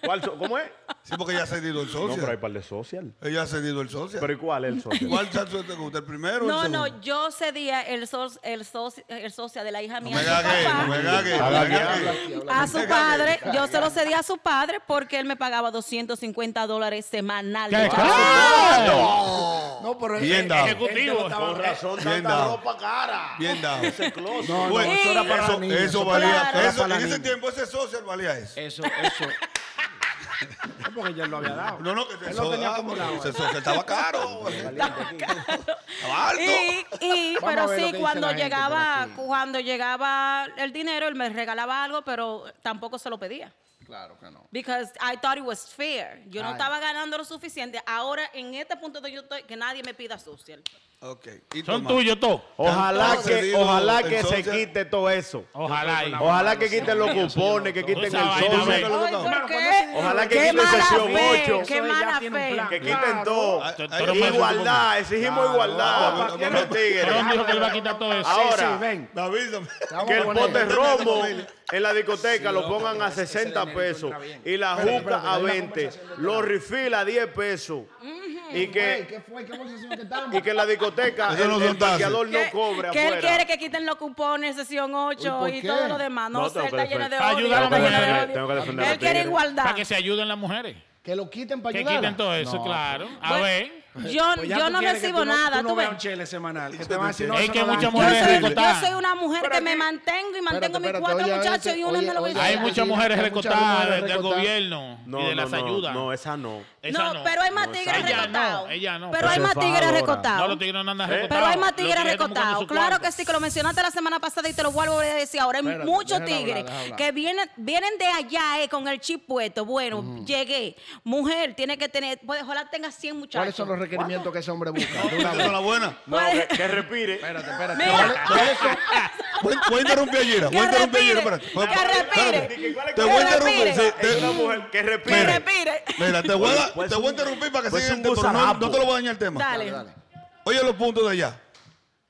[SPEAKER 3] ¿Cuál so- ¿Cómo es?
[SPEAKER 5] Sí, porque ella ha cedido el
[SPEAKER 3] No,
[SPEAKER 5] socio.
[SPEAKER 3] pero hay par de social.
[SPEAKER 5] Ella ha cedido el socio.
[SPEAKER 3] Pero ¿y cuál es el social?
[SPEAKER 5] ¿Cuál socio te gusta? ¿El primero o
[SPEAKER 4] No,
[SPEAKER 5] el segundo?
[SPEAKER 4] no, yo cedía el, soci- el, soci- el social de la hija
[SPEAKER 5] No
[SPEAKER 4] mía
[SPEAKER 5] me
[SPEAKER 4] a su
[SPEAKER 5] gagues,
[SPEAKER 4] papá,
[SPEAKER 5] no me gagues. no
[SPEAKER 3] Habla
[SPEAKER 5] me
[SPEAKER 3] aquí,
[SPEAKER 5] gagues.
[SPEAKER 4] a su padre. Yo se lo cedí a su padre porque él me pagaba 250 dólares semanal.
[SPEAKER 2] ¿Qué?
[SPEAKER 4] Yo-
[SPEAKER 1] No, pero
[SPEAKER 5] Bien
[SPEAKER 1] él-
[SPEAKER 5] dado.
[SPEAKER 1] él- él te lo
[SPEAKER 2] Ejecutivo.
[SPEAKER 1] estaba-
[SPEAKER 3] Con razón,
[SPEAKER 5] Bien
[SPEAKER 3] tanta
[SPEAKER 5] dado.
[SPEAKER 3] ropa cara.
[SPEAKER 5] Bien dado.
[SPEAKER 3] Ese closet.
[SPEAKER 1] No, no,
[SPEAKER 5] Bueno,
[SPEAKER 1] eso era para
[SPEAKER 5] eso,
[SPEAKER 1] la niña,
[SPEAKER 5] eso
[SPEAKER 1] eso
[SPEAKER 5] valía.
[SPEAKER 4] para-
[SPEAKER 5] eso,
[SPEAKER 1] para la
[SPEAKER 5] en ese
[SPEAKER 1] niña.
[SPEAKER 5] tiempo ese social valía eso.
[SPEAKER 1] Eso, eso. No, porque ya él lo había dado.
[SPEAKER 5] No, no, que
[SPEAKER 1] Él
[SPEAKER 5] ese
[SPEAKER 1] lo tenía
[SPEAKER 5] social,
[SPEAKER 1] acumulado.
[SPEAKER 5] ese social estaba caro. estaba alto.
[SPEAKER 4] Y, y,
[SPEAKER 1] Vamos a
[SPEAKER 4] pero
[SPEAKER 1] ver lo que
[SPEAKER 4] sí,
[SPEAKER 1] dice
[SPEAKER 4] cuando
[SPEAKER 1] la gente
[SPEAKER 4] llegaba,
[SPEAKER 1] por aquí.
[SPEAKER 4] cuando llegaba el dinero, él me regalaba algo, pero tampoco se lo pedía.
[SPEAKER 1] Claro que no.
[SPEAKER 4] Because I thought it was fair. Yo no
[SPEAKER 1] Ay.
[SPEAKER 4] estaba ganando lo suficiente. Ahora, en este punto donde yo estoy, que nadie me pida social.
[SPEAKER 5] Ok. y
[SPEAKER 2] Son
[SPEAKER 5] toma.
[SPEAKER 2] tuyos todos.
[SPEAKER 3] Ojalá
[SPEAKER 5] Tanto
[SPEAKER 3] que,
[SPEAKER 5] cedido
[SPEAKER 3] ojalá
[SPEAKER 5] el
[SPEAKER 3] que se
[SPEAKER 5] social.
[SPEAKER 3] quite todo eso.
[SPEAKER 2] Ojalá. y-
[SPEAKER 3] Ojalá que quiten los cupones, que quiten el
[SPEAKER 2] Esa vaina,
[SPEAKER 3] social.
[SPEAKER 2] ve.
[SPEAKER 5] Ay,
[SPEAKER 1] Hermano, cuando
[SPEAKER 4] qué?
[SPEAKER 1] ese dinero-
[SPEAKER 3] Ojalá que
[SPEAKER 4] Qué
[SPEAKER 3] quiten
[SPEAKER 4] mala
[SPEAKER 3] sesión
[SPEAKER 4] fe,
[SPEAKER 3] 8.
[SPEAKER 4] qué mala fe.
[SPEAKER 3] Que quiten
[SPEAKER 1] Claro.
[SPEAKER 3] todo.
[SPEAKER 5] Ah,
[SPEAKER 2] Tú- tú
[SPEAKER 5] ah,
[SPEAKER 2] eres
[SPEAKER 5] más-
[SPEAKER 3] Igualdad, exigimos
[SPEAKER 1] Claro.
[SPEAKER 3] igualdad.
[SPEAKER 5] Ah,
[SPEAKER 3] Para
[SPEAKER 5] bueno,
[SPEAKER 3] los tigres.
[SPEAKER 2] Colón dijo que él va a quitar todo eso.
[SPEAKER 3] Ahora,
[SPEAKER 1] Sí, sí, ven.
[SPEAKER 5] Avísame.
[SPEAKER 1] Vamos
[SPEAKER 3] Que
[SPEAKER 1] a
[SPEAKER 3] el
[SPEAKER 1] poner-
[SPEAKER 3] bote romo
[SPEAKER 5] familia.
[SPEAKER 3] en la discoteca lo pongan a
[SPEAKER 1] ese- ese
[SPEAKER 3] 60
[SPEAKER 1] dinero
[SPEAKER 3] pesos
[SPEAKER 1] entra bien.
[SPEAKER 3] y la
[SPEAKER 1] Espérate,
[SPEAKER 3] juca
[SPEAKER 1] espérate,
[SPEAKER 3] a
[SPEAKER 1] hay una
[SPEAKER 3] 20,
[SPEAKER 1] conversación de
[SPEAKER 3] los refill a 10 pesos. y
[SPEAKER 1] Güey,
[SPEAKER 3] que,
[SPEAKER 1] ¿Qué fue? ¿Qué conversación que estamos?
[SPEAKER 3] y que en la discoteca
[SPEAKER 5] Eso
[SPEAKER 3] el,
[SPEAKER 5] no
[SPEAKER 3] el
[SPEAKER 5] son taxis.
[SPEAKER 3] parqueador no
[SPEAKER 4] Que-
[SPEAKER 3] cobre
[SPEAKER 4] que él
[SPEAKER 3] afuera.
[SPEAKER 4] quiere que quiten los cupones sesión 8
[SPEAKER 1] ¿por
[SPEAKER 4] y
[SPEAKER 1] qué?
[SPEAKER 4] todo lo demás. No,
[SPEAKER 3] No,
[SPEAKER 4] sé,
[SPEAKER 3] tengo
[SPEAKER 4] él está
[SPEAKER 3] que
[SPEAKER 4] lleno de
[SPEAKER 2] defender-
[SPEAKER 4] odio.
[SPEAKER 2] Ayudar a
[SPEAKER 4] está
[SPEAKER 2] la
[SPEAKER 4] lleno de
[SPEAKER 2] mujer.
[SPEAKER 4] odio.
[SPEAKER 3] Tengo que defender a
[SPEAKER 4] Él
[SPEAKER 3] los
[SPEAKER 4] quiere
[SPEAKER 3] tigres.
[SPEAKER 4] igualdad.
[SPEAKER 2] Para que se ayuden las mujeres.
[SPEAKER 1] Que lo quiten para
[SPEAKER 2] Que
[SPEAKER 1] ayudar.
[SPEAKER 2] quiten todo eso, claro. A
[SPEAKER 4] Bueno,
[SPEAKER 2] ver.
[SPEAKER 4] Pues, Yo, yo no recibo nada.
[SPEAKER 1] Pues Tú
[SPEAKER 4] Tú,
[SPEAKER 1] no
[SPEAKER 4] ves.
[SPEAKER 1] veas un chele semanal. Que te van a decir, no,
[SPEAKER 2] Es
[SPEAKER 1] eso
[SPEAKER 2] que
[SPEAKER 1] no da.
[SPEAKER 2] muchas
[SPEAKER 4] Yo
[SPEAKER 2] mujeres
[SPEAKER 4] soy,
[SPEAKER 2] recotadas.
[SPEAKER 4] yo soy una mujer que me mantengo y mantengo mis
[SPEAKER 1] espérate,
[SPEAKER 4] cuatro
[SPEAKER 1] oye,
[SPEAKER 4] muchachos y una
[SPEAKER 1] oye,
[SPEAKER 4] me lo voy
[SPEAKER 1] oye,
[SPEAKER 4] a
[SPEAKER 2] Hay
[SPEAKER 1] sí,
[SPEAKER 4] dar.
[SPEAKER 2] muchas
[SPEAKER 1] sí,
[SPEAKER 2] mujeres
[SPEAKER 1] hay muchas
[SPEAKER 2] recotadas
[SPEAKER 1] mujeres
[SPEAKER 2] del
[SPEAKER 1] recotadas.
[SPEAKER 2] gobierno
[SPEAKER 3] No,
[SPEAKER 2] y de
[SPEAKER 3] no,
[SPEAKER 2] las
[SPEAKER 3] no,
[SPEAKER 2] ayudas.
[SPEAKER 3] No, esa no.
[SPEAKER 2] Esa
[SPEAKER 4] no, pero hay más
[SPEAKER 3] No,
[SPEAKER 4] tigres
[SPEAKER 3] ella no,
[SPEAKER 4] recotados.
[SPEAKER 2] ella no.
[SPEAKER 4] Pero hay
[SPEAKER 3] Eso
[SPEAKER 4] más
[SPEAKER 3] es
[SPEAKER 4] tigres
[SPEAKER 3] ahora.
[SPEAKER 2] No,
[SPEAKER 4] recotados.
[SPEAKER 2] los tigres no andan
[SPEAKER 3] ¿Eh?
[SPEAKER 2] recotados.
[SPEAKER 4] Pero hay más
[SPEAKER 2] Los
[SPEAKER 4] tigres
[SPEAKER 2] están buscando
[SPEAKER 4] recotados.
[SPEAKER 2] su
[SPEAKER 4] Claro
[SPEAKER 2] cuarto.
[SPEAKER 4] que sí, que lo mencionaste la semana pasada y te lo vuelvo a decir ahora. Hay
[SPEAKER 1] Espérate,
[SPEAKER 4] muchos
[SPEAKER 1] déjala hablar,
[SPEAKER 4] tigres
[SPEAKER 1] déjala hablar.
[SPEAKER 4] que vienen, vienen de allá eh, con el chip puesto. Bueno,
[SPEAKER 1] Mm.
[SPEAKER 4] llegué. Mujer, tiene que tener, pues, ojalá tenga 100 muchachos.
[SPEAKER 1] ¿Cuáles son los requerimientos que ese hombre busca? De una
[SPEAKER 5] Esa es
[SPEAKER 1] vez.
[SPEAKER 5] la buena.
[SPEAKER 3] No,
[SPEAKER 4] Puede-
[SPEAKER 3] que, que respire.
[SPEAKER 1] Espérate, espérate.
[SPEAKER 4] Mira.
[SPEAKER 1] ¿Cuáles- cuáles son?
[SPEAKER 5] Voy, voy a interrumpir a Yera. Voy a
[SPEAKER 4] Que
[SPEAKER 5] interrumpir a Yera.
[SPEAKER 4] respire,
[SPEAKER 5] Espérate. Voy a-
[SPEAKER 4] que respire.
[SPEAKER 5] espérate.
[SPEAKER 3] Que
[SPEAKER 5] Te voy a interrumpir.
[SPEAKER 4] respire.
[SPEAKER 5] sí,
[SPEAKER 3] Es
[SPEAKER 5] te-
[SPEAKER 3] una mujer que
[SPEAKER 4] Que
[SPEAKER 3] respire.
[SPEAKER 4] respire.
[SPEAKER 5] Mira, te voy a,
[SPEAKER 3] Pues
[SPEAKER 5] te
[SPEAKER 3] un-
[SPEAKER 5] voy a interrumpir para que
[SPEAKER 3] pues
[SPEAKER 5] siga
[SPEAKER 3] un
[SPEAKER 5] el tema. No,
[SPEAKER 3] gusarapo.
[SPEAKER 5] no te lo voy a dañar el tema.
[SPEAKER 4] Dale.
[SPEAKER 1] Dale.
[SPEAKER 5] Oye los puntos de allá.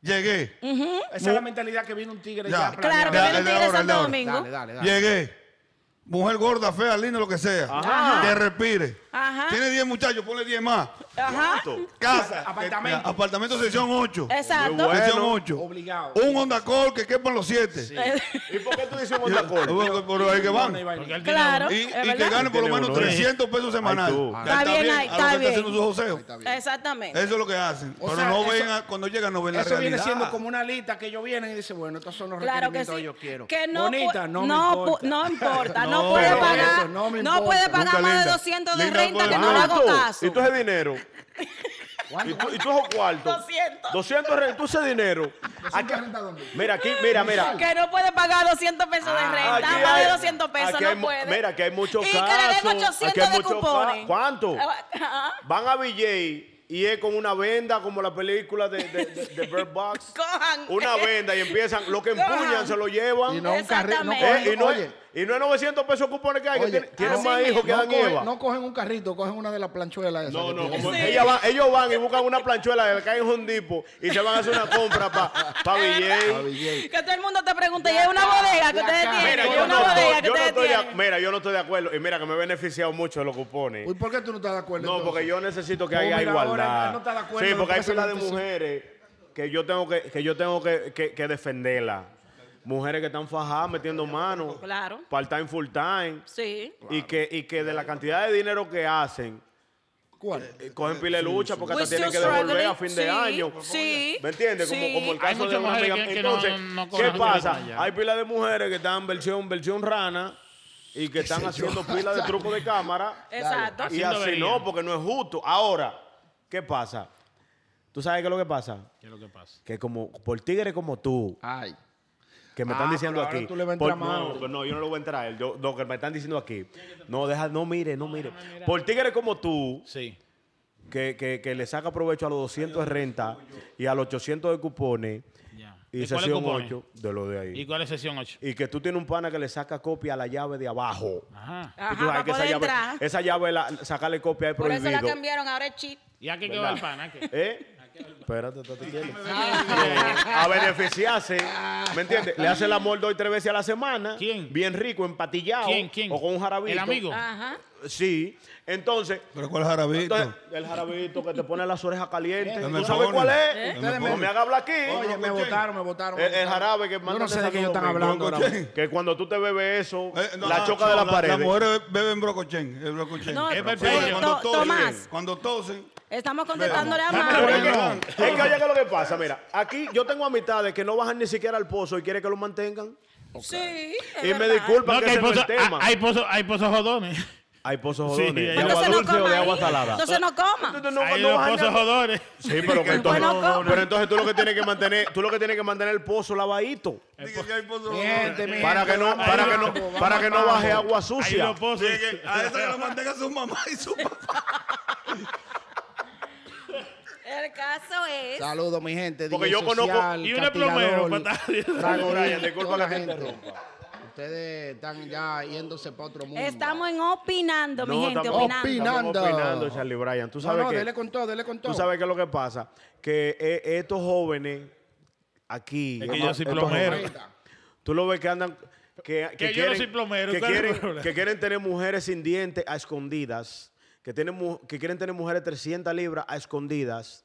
[SPEAKER 5] Llegué.
[SPEAKER 4] Mm.
[SPEAKER 1] Esa es la mentalidad que viene un tigre
[SPEAKER 5] Ya.
[SPEAKER 1] ya.
[SPEAKER 4] Claro,
[SPEAKER 1] planeado.
[SPEAKER 4] que
[SPEAKER 5] Ya,
[SPEAKER 4] viene
[SPEAKER 5] el
[SPEAKER 4] un
[SPEAKER 5] de
[SPEAKER 4] tigre de
[SPEAKER 5] ahora, el
[SPEAKER 4] Santo
[SPEAKER 5] de ahora.
[SPEAKER 4] Domingo.
[SPEAKER 1] Dale, dale, dale.
[SPEAKER 5] Llegué. Mujer gorda, fea, linda, lo que sea.
[SPEAKER 3] Ajá.
[SPEAKER 5] Que respire.
[SPEAKER 4] Ajá.
[SPEAKER 5] Tiene 10 muchachos, ponle 10 más.
[SPEAKER 4] Ajá.
[SPEAKER 3] Punto.
[SPEAKER 5] Casa.
[SPEAKER 1] Apartamento.
[SPEAKER 5] eh, Apartamento sesión 8.
[SPEAKER 4] Exacto.
[SPEAKER 3] Muy bueno.
[SPEAKER 5] Sesión 8.
[SPEAKER 1] Obligado.
[SPEAKER 5] Un Honda Call que quepan los 7.
[SPEAKER 3] ¿Y por qué tú dices un tacón?
[SPEAKER 5] Pero ahí que van.
[SPEAKER 2] Porque él tiene-
[SPEAKER 4] Claro.
[SPEAKER 5] Y, y
[SPEAKER 4] es
[SPEAKER 5] que
[SPEAKER 4] verdad.
[SPEAKER 5] ganen por lo
[SPEAKER 3] Tiene
[SPEAKER 5] menos
[SPEAKER 3] uno, ¿eh?
[SPEAKER 5] 300 pesos semanal.
[SPEAKER 3] Ay, tú.
[SPEAKER 5] Ya
[SPEAKER 4] Está bien ahí,
[SPEAKER 5] a lo
[SPEAKER 4] está
[SPEAKER 5] que
[SPEAKER 4] bien.
[SPEAKER 5] haciendo su joseo.
[SPEAKER 4] Exactamente.
[SPEAKER 5] Eso es lo que hacen.
[SPEAKER 1] O
[SPEAKER 5] pero
[SPEAKER 1] sea,
[SPEAKER 5] no
[SPEAKER 1] eso-
[SPEAKER 5] ven a- cuando llegan no ven la
[SPEAKER 1] Eso viene
[SPEAKER 5] realidad.
[SPEAKER 1] siendo como una lista que ellos vienen y dicen, bueno, estos son los
[SPEAKER 4] Claro que
[SPEAKER 1] requerimientos
[SPEAKER 4] sí.
[SPEAKER 1] que yo quiero.
[SPEAKER 4] Que no
[SPEAKER 1] Bonita,
[SPEAKER 4] pu-
[SPEAKER 1] no, me
[SPEAKER 4] pu-
[SPEAKER 1] importa.
[SPEAKER 4] no importa.
[SPEAKER 5] No,
[SPEAKER 4] No puede
[SPEAKER 5] pero
[SPEAKER 4] pagar,
[SPEAKER 1] eso no me
[SPEAKER 4] no
[SPEAKER 1] importa.
[SPEAKER 4] puede pagar
[SPEAKER 5] Nunca
[SPEAKER 4] más de
[SPEAKER 5] linda.
[SPEAKER 4] 200 de
[SPEAKER 5] Linda
[SPEAKER 4] renta
[SPEAKER 5] puede-
[SPEAKER 4] que no le hago
[SPEAKER 3] Y
[SPEAKER 4] caso.
[SPEAKER 3] tú ese dinero. Y
[SPEAKER 1] ¿Cuánto?
[SPEAKER 3] tú, y tú esos cuartos.
[SPEAKER 4] 200.
[SPEAKER 3] 200 re- tú ese dinero. Aquí-
[SPEAKER 1] renta dónde?
[SPEAKER 3] mira, aquí, mira, mira. Ah,
[SPEAKER 4] Que no puede pagar 200 pesos de renta,
[SPEAKER 3] Aquí
[SPEAKER 4] más
[SPEAKER 3] hay-
[SPEAKER 4] de 200 pesos
[SPEAKER 3] aquí
[SPEAKER 4] no
[SPEAKER 3] hay mu-
[SPEAKER 4] puede.
[SPEAKER 3] Mira, que hay muchos
[SPEAKER 4] y
[SPEAKER 3] casos.
[SPEAKER 4] que le den 800
[SPEAKER 3] aquí hay
[SPEAKER 4] de
[SPEAKER 3] muchos ca-
[SPEAKER 4] cupones. Eh, Ah,
[SPEAKER 3] ¿Cuánto?
[SPEAKER 4] Ajá.
[SPEAKER 3] Van a BJ y es con una venda como la película de, de, de- de Bird Box.
[SPEAKER 4] Cojan.
[SPEAKER 3] Una venda y empiezan, lo que empuñan
[SPEAKER 4] Cojan.
[SPEAKER 3] se lo llevan.
[SPEAKER 1] Y no un carrito. No
[SPEAKER 4] Exactamente. Ah,
[SPEAKER 1] cogen,
[SPEAKER 3] Eh, y, no
[SPEAKER 1] oye,
[SPEAKER 3] es, y no es 900 pesos cupones que hay, que
[SPEAKER 1] Oye, ah,
[SPEAKER 3] tiene- tienen
[SPEAKER 4] así
[SPEAKER 3] más
[SPEAKER 4] mismo.
[SPEAKER 3] hijos que
[SPEAKER 1] no,
[SPEAKER 3] Dan y Eva.
[SPEAKER 1] cogen, no cogen un carrito, cogen una de las planchuelas. esas
[SPEAKER 3] No,
[SPEAKER 1] que
[SPEAKER 3] no,
[SPEAKER 1] tienen.
[SPEAKER 3] como ella va- ellos van y buscan una planchuela de caen en un tipo y se van a hacer una compra para pa
[SPEAKER 1] Ah,
[SPEAKER 3] billete.
[SPEAKER 1] billete.
[SPEAKER 4] Que todo el mundo te pregunte, y es una bodega que
[SPEAKER 1] de
[SPEAKER 4] ustedes
[SPEAKER 1] acá.
[SPEAKER 4] tienen,
[SPEAKER 3] Mira,
[SPEAKER 4] y
[SPEAKER 1] Oye,
[SPEAKER 3] yo
[SPEAKER 4] una
[SPEAKER 3] no,
[SPEAKER 4] bodega que
[SPEAKER 3] yo no
[SPEAKER 4] ustedes
[SPEAKER 3] estoy de,
[SPEAKER 4] tienen.
[SPEAKER 3] mira, yo no estoy de acuerdo. Y mira que me he beneficiado mucho de los cupones.
[SPEAKER 1] Uy, ¿por qué tú no estás de acuerdo?
[SPEAKER 3] No,
[SPEAKER 1] entonces?
[SPEAKER 3] porque yo necesito que
[SPEAKER 1] Oh,
[SPEAKER 3] haya
[SPEAKER 1] mira, ahora
[SPEAKER 3] igualdad.
[SPEAKER 1] él no está de acuerdo,
[SPEAKER 3] sí, porque hay
[SPEAKER 1] entonces
[SPEAKER 3] filas de
[SPEAKER 1] no te-
[SPEAKER 3] mujeres que yo tengo que, que yo tengo que, que- que defenderlas. Mujeres que están fajadas metiendo manos.
[SPEAKER 4] Claro.
[SPEAKER 3] Part time, full time.
[SPEAKER 4] Sí.
[SPEAKER 3] Y, que, y que de la cantidad de dinero que hacen,
[SPEAKER 1] ¿Cuál?
[SPEAKER 3] eh, cogen pile de lucha porque
[SPEAKER 4] We
[SPEAKER 3] hasta tienen
[SPEAKER 4] still
[SPEAKER 3] que devolver a
[SPEAKER 4] struggling.
[SPEAKER 3] fin
[SPEAKER 4] Pues Sí,
[SPEAKER 3] de año.
[SPEAKER 4] sí.
[SPEAKER 3] ¿Me entiendes?
[SPEAKER 4] sí.
[SPEAKER 3] Como, como
[SPEAKER 2] Hay
[SPEAKER 3] el caso de
[SPEAKER 2] muchas
[SPEAKER 3] una
[SPEAKER 2] mujeres
[SPEAKER 3] amiga.
[SPEAKER 2] que- que
[SPEAKER 3] Entonces,
[SPEAKER 2] no- no
[SPEAKER 3] ¿qué
[SPEAKER 2] cobran
[SPEAKER 3] pasa?
[SPEAKER 2] dinero allá.
[SPEAKER 3] Hay pila de mujeres que están versión, versión rana y que están haciendo pila de truco de cámara.
[SPEAKER 4] Exacto.
[SPEAKER 3] Y
[SPEAKER 2] Haciendo
[SPEAKER 3] así
[SPEAKER 2] avería.
[SPEAKER 3] no, porque no es justo. Ahora, ¿qué pasa? ¿Tú sabes qué es lo que pasa?
[SPEAKER 2] ¿Qué es lo que pasa?
[SPEAKER 3] Que como por tigres como tú,
[SPEAKER 1] Ay.
[SPEAKER 3] que me
[SPEAKER 1] Ah,
[SPEAKER 3] están diciendo
[SPEAKER 1] pero ahora
[SPEAKER 3] aquí.
[SPEAKER 1] tú le vas a
[SPEAKER 3] por-
[SPEAKER 1] entrar más
[SPEAKER 3] no,
[SPEAKER 1] ahora.
[SPEAKER 3] pero no, yo no lo voy a entrar. a él, Yo, lo que me están diciendo aquí. No, deja, no mire, no mire. Por tigres como tú,
[SPEAKER 2] Sí.
[SPEAKER 3] que, que, que le saca provecho a los 200 de renta y a los 800 de cupones
[SPEAKER 2] Ya.
[SPEAKER 3] y
[SPEAKER 2] ¿De cuáles
[SPEAKER 3] sesión
[SPEAKER 2] cupones?
[SPEAKER 3] 8 de lo de
[SPEAKER 2] ¿Y
[SPEAKER 3] ahí.
[SPEAKER 2] cuál es sesión 8?
[SPEAKER 3] Y que tú tienes un pana que le saca copia a la llave de abajo.
[SPEAKER 2] Ajá.
[SPEAKER 3] Y tú sabes
[SPEAKER 4] Ajá, para
[SPEAKER 3] que esa
[SPEAKER 4] poder
[SPEAKER 3] llave,
[SPEAKER 4] entrar.
[SPEAKER 3] esa llave la- sacarle copia es
[SPEAKER 4] Por
[SPEAKER 3] prohibido.
[SPEAKER 4] eso la cambiaron, ahora es chip.
[SPEAKER 2] ¿Y a qué quedó
[SPEAKER 3] ¿Verdad?
[SPEAKER 2] el pana? ¿Qué?
[SPEAKER 3] ¿Eh? Espérate, ¿tú entiendes?
[SPEAKER 4] Ah.
[SPEAKER 3] A beneficiarse, ¿me entiendes? Le hace el amor dos y tres veces a la semana.
[SPEAKER 2] ¿Quién?
[SPEAKER 3] Bien rico, empatillado.
[SPEAKER 2] ¿Quién? ¿Quién?
[SPEAKER 3] Ah, O con un jarabito. Ah,
[SPEAKER 2] ¿El amigo?
[SPEAKER 4] Ajá.
[SPEAKER 3] Sí. Entonces,
[SPEAKER 5] Pero ¿cuál jarabito?
[SPEAKER 3] entonces, el jarabito que te pone las orejas calientes.
[SPEAKER 5] Dame
[SPEAKER 3] ¿Tú
[SPEAKER 5] el
[SPEAKER 3] sabes
[SPEAKER 5] favor.
[SPEAKER 3] cuál es?
[SPEAKER 5] ¿Eh?
[SPEAKER 3] No
[SPEAKER 5] Ustedes
[SPEAKER 3] me,
[SPEAKER 5] me-
[SPEAKER 3] haga hablar aquí.
[SPEAKER 1] Oye, me votaron, me votaron.
[SPEAKER 3] el, el jarabe que
[SPEAKER 1] Yo
[SPEAKER 3] mandan
[SPEAKER 1] no sé de qué
[SPEAKER 3] Santo
[SPEAKER 1] ellos están
[SPEAKER 3] Domingo.
[SPEAKER 1] hablando ahora.
[SPEAKER 5] Coche.
[SPEAKER 3] Que cuando tú te bebes eso,
[SPEAKER 5] Eh, no,
[SPEAKER 3] la
[SPEAKER 5] no,
[SPEAKER 3] choca
[SPEAKER 5] no,
[SPEAKER 3] de las
[SPEAKER 5] la-
[SPEAKER 3] paredes.
[SPEAKER 5] Las mujeres beben brocochen. El brocochen.
[SPEAKER 4] No,
[SPEAKER 2] Es
[SPEAKER 4] pero- eh,
[SPEAKER 2] perfecto.
[SPEAKER 5] Cuando
[SPEAKER 4] To-
[SPEAKER 5] tosen,
[SPEAKER 4] Tomás,
[SPEAKER 5] Cuando tosen.
[SPEAKER 4] estamos contestándole a
[SPEAKER 5] Vamos.
[SPEAKER 3] Pero
[SPEAKER 4] Mauro.
[SPEAKER 3] es que-
[SPEAKER 5] No.
[SPEAKER 3] es que oye, ¿qué es lo que pasa? Mira, aquí yo tengo amistades que no bajan ni siquiera al pozo y quieren que lo mantengan.
[SPEAKER 4] Sí. es
[SPEAKER 3] Y me
[SPEAKER 4] verdad.
[SPEAKER 3] disculpan
[SPEAKER 2] No,
[SPEAKER 3] que,
[SPEAKER 2] que hay
[SPEAKER 3] ese no es
[SPEAKER 2] pozos
[SPEAKER 3] el tema.
[SPEAKER 2] hay pozos- hay pozos jodones.
[SPEAKER 3] Hay pozos
[SPEAKER 2] Sí,
[SPEAKER 3] jodones.
[SPEAKER 2] hay
[SPEAKER 3] de
[SPEAKER 2] pozos.
[SPEAKER 3] agua
[SPEAKER 4] Entonces no
[SPEAKER 3] dulce o de
[SPEAKER 4] coma
[SPEAKER 3] agua
[SPEAKER 4] ahí.
[SPEAKER 3] salada.
[SPEAKER 4] Entonces no coma.
[SPEAKER 3] Entonces no-
[SPEAKER 2] hay
[SPEAKER 3] no
[SPEAKER 2] dos
[SPEAKER 3] bajan
[SPEAKER 2] pozos
[SPEAKER 3] nada.
[SPEAKER 2] jodones.
[SPEAKER 3] Sí, pero que entonces,
[SPEAKER 4] Bueno, ¿cómo?
[SPEAKER 3] pero entonces tú lo que tienes que mantener, tú lo que tienes que mantener el pozo lavadito.
[SPEAKER 5] Dije que hay pozos.
[SPEAKER 1] Mi gente, mi
[SPEAKER 3] Para
[SPEAKER 1] gente,
[SPEAKER 3] que no,
[SPEAKER 1] vamos,
[SPEAKER 3] para que
[SPEAKER 1] vamos,
[SPEAKER 3] no,
[SPEAKER 1] vamos,
[SPEAKER 3] para que no
[SPEAKER 1] vamos.
[SPEAKER 3] baje agua
[SPEAKER 2] Hay
[SPEAKER 3] sucia.
[SPEAKER 2] dos pozos.
[SPEAKER 5] Dije que a esa que lo mantenga su mamá y su papá.
[SPEAKER 4] El caso es.
[SPEAKER 1] Saludos, mi gente.
[SPEAKER 3] Porque
[SPEAKER 1] DJ
[SPEAKER 3] yo conozco-
[SPEAKER 1] Social,
[SPEAKER 2] y un plomero,
[SPEAKER 1] Castigador,
[SPEAKER 2] patadero.
[SPEAKER 1] Dragorín,
[SPEAKER 3] Brian, disculpa
[SPEAKER 1] toda la
[SPEAKER 3] que te
[SPEAKER 1] gente.
[SPEAKER 3] interrumpa.
[SPEAKER 1] Ustedes están ya yéndose para otro mundo.
[SPEAKER 4] Estamos en opinando, mi gente,
[SPEAKER 3] estamos-
[SPEAKER 4] opinando.
[SPEAKER 1] Opina.
[SPEAKER 3] estamos
[SPEAKER 1] Opinando.
[SPEAKER 3] opinando, Charlie Bryan. Tú
[SPEAKER 1] No,
[SPEAKER 3] sabes
[SPEAKER 1] no,
[SPEAKER 3] que
[SPEAKER 1] dele con todo, dele con todo.
[SPEAKER 3] tú sabes qué es lo que pasa, que eh, estos jóvenes aquí,
[SPEAKER 2] Es que yo
[SPEAKER 3] estos-
[SPEAKER 2] soy
[SPEAKER 3] estos
[SPEAKER 2] plomero.
[SPEAKER 3] jóvenes, Tú lo ves que andan. Que, que
[SPEAKER 2] Que yo no
[SPEAKER 3] quieren,
[SPEAKER 2] soy plomero,
[SPEAKER 3] que
[SPEAKER 2] ¿cuál es el
[SPEAKER 3] quieren,
[SPEAKER 2] problema?
[SPEAKER 3] que quieren tener mujeres sin dientes a escondidas que, tienen, mu- que quieren tener mujeres 300 libras a escondidas,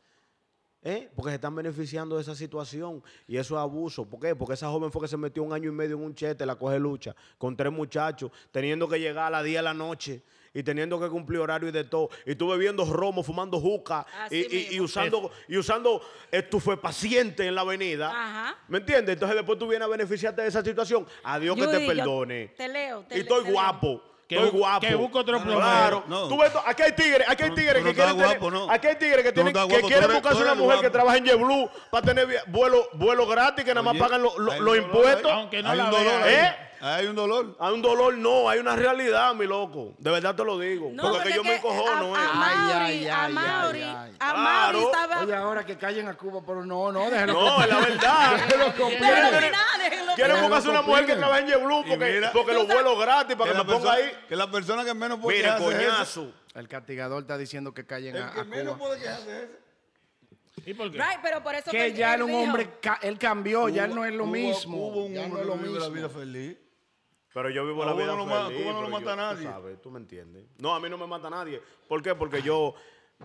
[SPEAKER 3] ¿eh? porque se están beneficiando de esa situación y eso es abuso. ¿Por qué? Porque esa joven fue que se metió un año y medio en un chete, la coge lucha, con tres muchachos, teniendo que llegar a las 10 de la noche. Y teniendo que cumplir horario y de todo. Y tú bebiendo romo, fumando juca y,
[SPEAKER 4] Así
[SPEAKER 3] y- y
[SPEAKER 4] mismo.
[SPEAKER 3] usando, y usando estupefaciente en la avenida.
[SPEAKER 4] Ajá.
[SPEAKER 3] ¿Me entiendes? Entonces después tú vienes a beneficiarte de esa situación. Adiós que te
[SPEAKER 4] Judy, yo
[SPEAKER 3] perdone.
[SPEAKER 4] te leo, te
[SPEAKER 3] y
[SPEAKER 4] le-
[SPEAKER 3] estoy
[SPEAKER 4] te leo.
[SPEAKER 3] guapo.
[SPEAKER 2] Que
[SPEAKER 3] estoy
[SPEAKER 2] bu-
[SPEAKER 3] guapo.
[SPEAKER 2] que busque otro No, no,
[SPEAKER 3] Claro.
[SPEAKER 5] no.
[SPEAKER 3] Tú ves, to- aquí hay tigres, aquí hay
[SPEAKER 5] Tú-
[SPEAKER 3] tigres
[SPEAKER 5] tú no
[SPEAKER 3] que quieren
[SPEAKER 5] estás
[SPEAKER 3] tener-
[SPEAKER 5] guapo, no.
[SPEAKER 3] Aquí hay tigres que
[SPEAKER 5] Tú no
[SPEAKER 3] tienen-
[SPEAKER 5] estás
[SPEAKER 3] que
[SPEAKER 5] guapo, tú
[SPEAKER 3] quieren
[SPEAKER 5] eres-
[SPEAKER 3] buscarse
[SPEAKER 5] tú
[SPEAKER 3] una
[SPEAKER 5] eres
[SPEAKER 3] mujer que
[SPEAKER 5] guapo.
[SPEAKER 3] trabaja en JetBlue para tener vi- vuelo, vuelo gratis que nada más
[SPEAKER 5] Oye,
[SPEAKER 3] pagan lo- lo-
[SPEAKER 5] hay un
[SPEAKER 3] los
[SPEAKER 5] dolor
[SPEAKER 3] impuestos.
[SPEAKER 5] ahí.
[SPEAKER 2] Aunque no
[SPEAKER 5] Hay un
[SPEAKER 2] la
[SPEAKER 5] dolor
[SPEAKER 2] vea.
[SPEAKER 3] ¿Eh?
[SPEAKER 5] ahí. Hay un dolor.
[SPEAKER 3] Hay un dolor, no, hay una realidad, mi loco. De verdad te lo digo.
[SPEAKER 4] No,
[SPEAKER 3] porque,
[SPEAKER 4] porque
[SPEAKER 3] que yo me
[SPEAKER 4] es que ah,
[SPEAKER 3] encojono,
[SPEAKER 4] a-
[SPEAKER 3] eh.
[SPEAKER 4] a
[SPEAKER 1] Ay, ay,
[SPEAKER 4] Mauri, a
[SPEAKER 1] ay,
[SPEAKER 4] Mauri,
[SPEAKER 1] ay, ay.
[SPEAKER 4] a
[SPEAKER 3] Claro.
[SPEAKER 4] Mauri estaba-
[SPEAKER 1] Oye, ahora que callen a Cuba, pero no, no, déjenlo.
[SPEAKER 3] No, es la verdad.
[SPEAKER 1] Déjenlo
[SPEAKER 4] Déjenlo
[SPEAKER 1] completo.
[SPEAKER 3] Quieren-
[SPEAKER 4] opinar, déjenlo
[SPEAKER 3] Quieren
[SPEAKER 4] opinar.
[SPEAKER 3] buscarse una mujer que
[SPEAKER 1] Opinen.
[SPEAKER 3] trabaje en JetBlue
[SPEAKER 5] Y
[SPEAKER 3] porque,
[SPEAKER 5] mira-
[SPEAKER 3] porque los vuelos gratis para que me ponga ahí.
[SPEAKER 5] que la persona que menos puede
[SPEAKER 3] Mira,
[SPEAKER 5] quejarse es esa.
[SPEAKER 3] coñazo.
[SPEAKER 1] El castigador está diciendo que callen a,
[SPEAKER 5] El que
[SPEAKER 1] a
[SPEAKER 5] menos
[SPEAKER 1] Cuba.
[SPEAKER 5] puede quejarse es ese.
[SPEAKER 2] ¿Y por qué?
[SPEAKER 4] Right, pero por eso
[SPEAKER 1] Que
[SPEAKER 4] él-
[SPEAKER 1] ya
[SPEAKER 4] él
[SPEAKER 1] era un
[SPEAKER 4] dijo.
[SPEAKER 1] hombre, ca- él cambió, ya él no es lo
[SPEAKER 5] Cuba-
[SPEAKER 1] mismo.
[SPEAKER 5] Cuba un
[SPEAKER 1] ya no
[SPEAKER 5] hombre
[SPEAKER 1] es lo
[SPEAKER 5] que vive la
[SPEAKER 1] mismo.
[SPEAKER 5] vida feliz.
[SPEAKER 3] Pero yo vivo
[SPEAKER 5] A
[SPEAKER 3] la
[SPEAKER 5] Cuba
[SPEAKER 3] vida
[SPEAKER 5] no lo ma-
[SPEAKER 3] feliz.
[SPEAKER 5] Cuba no lo
[SPEAKER 3] pero
[SPEAKER 5] mata
[SPEAKER 3] yo- tú
[SPEAKER 5] nadie.
[SPEAKER 3] sabes, tú me entiendes. No, a mí no me mata nadie. ¿Por qué? Porque yo,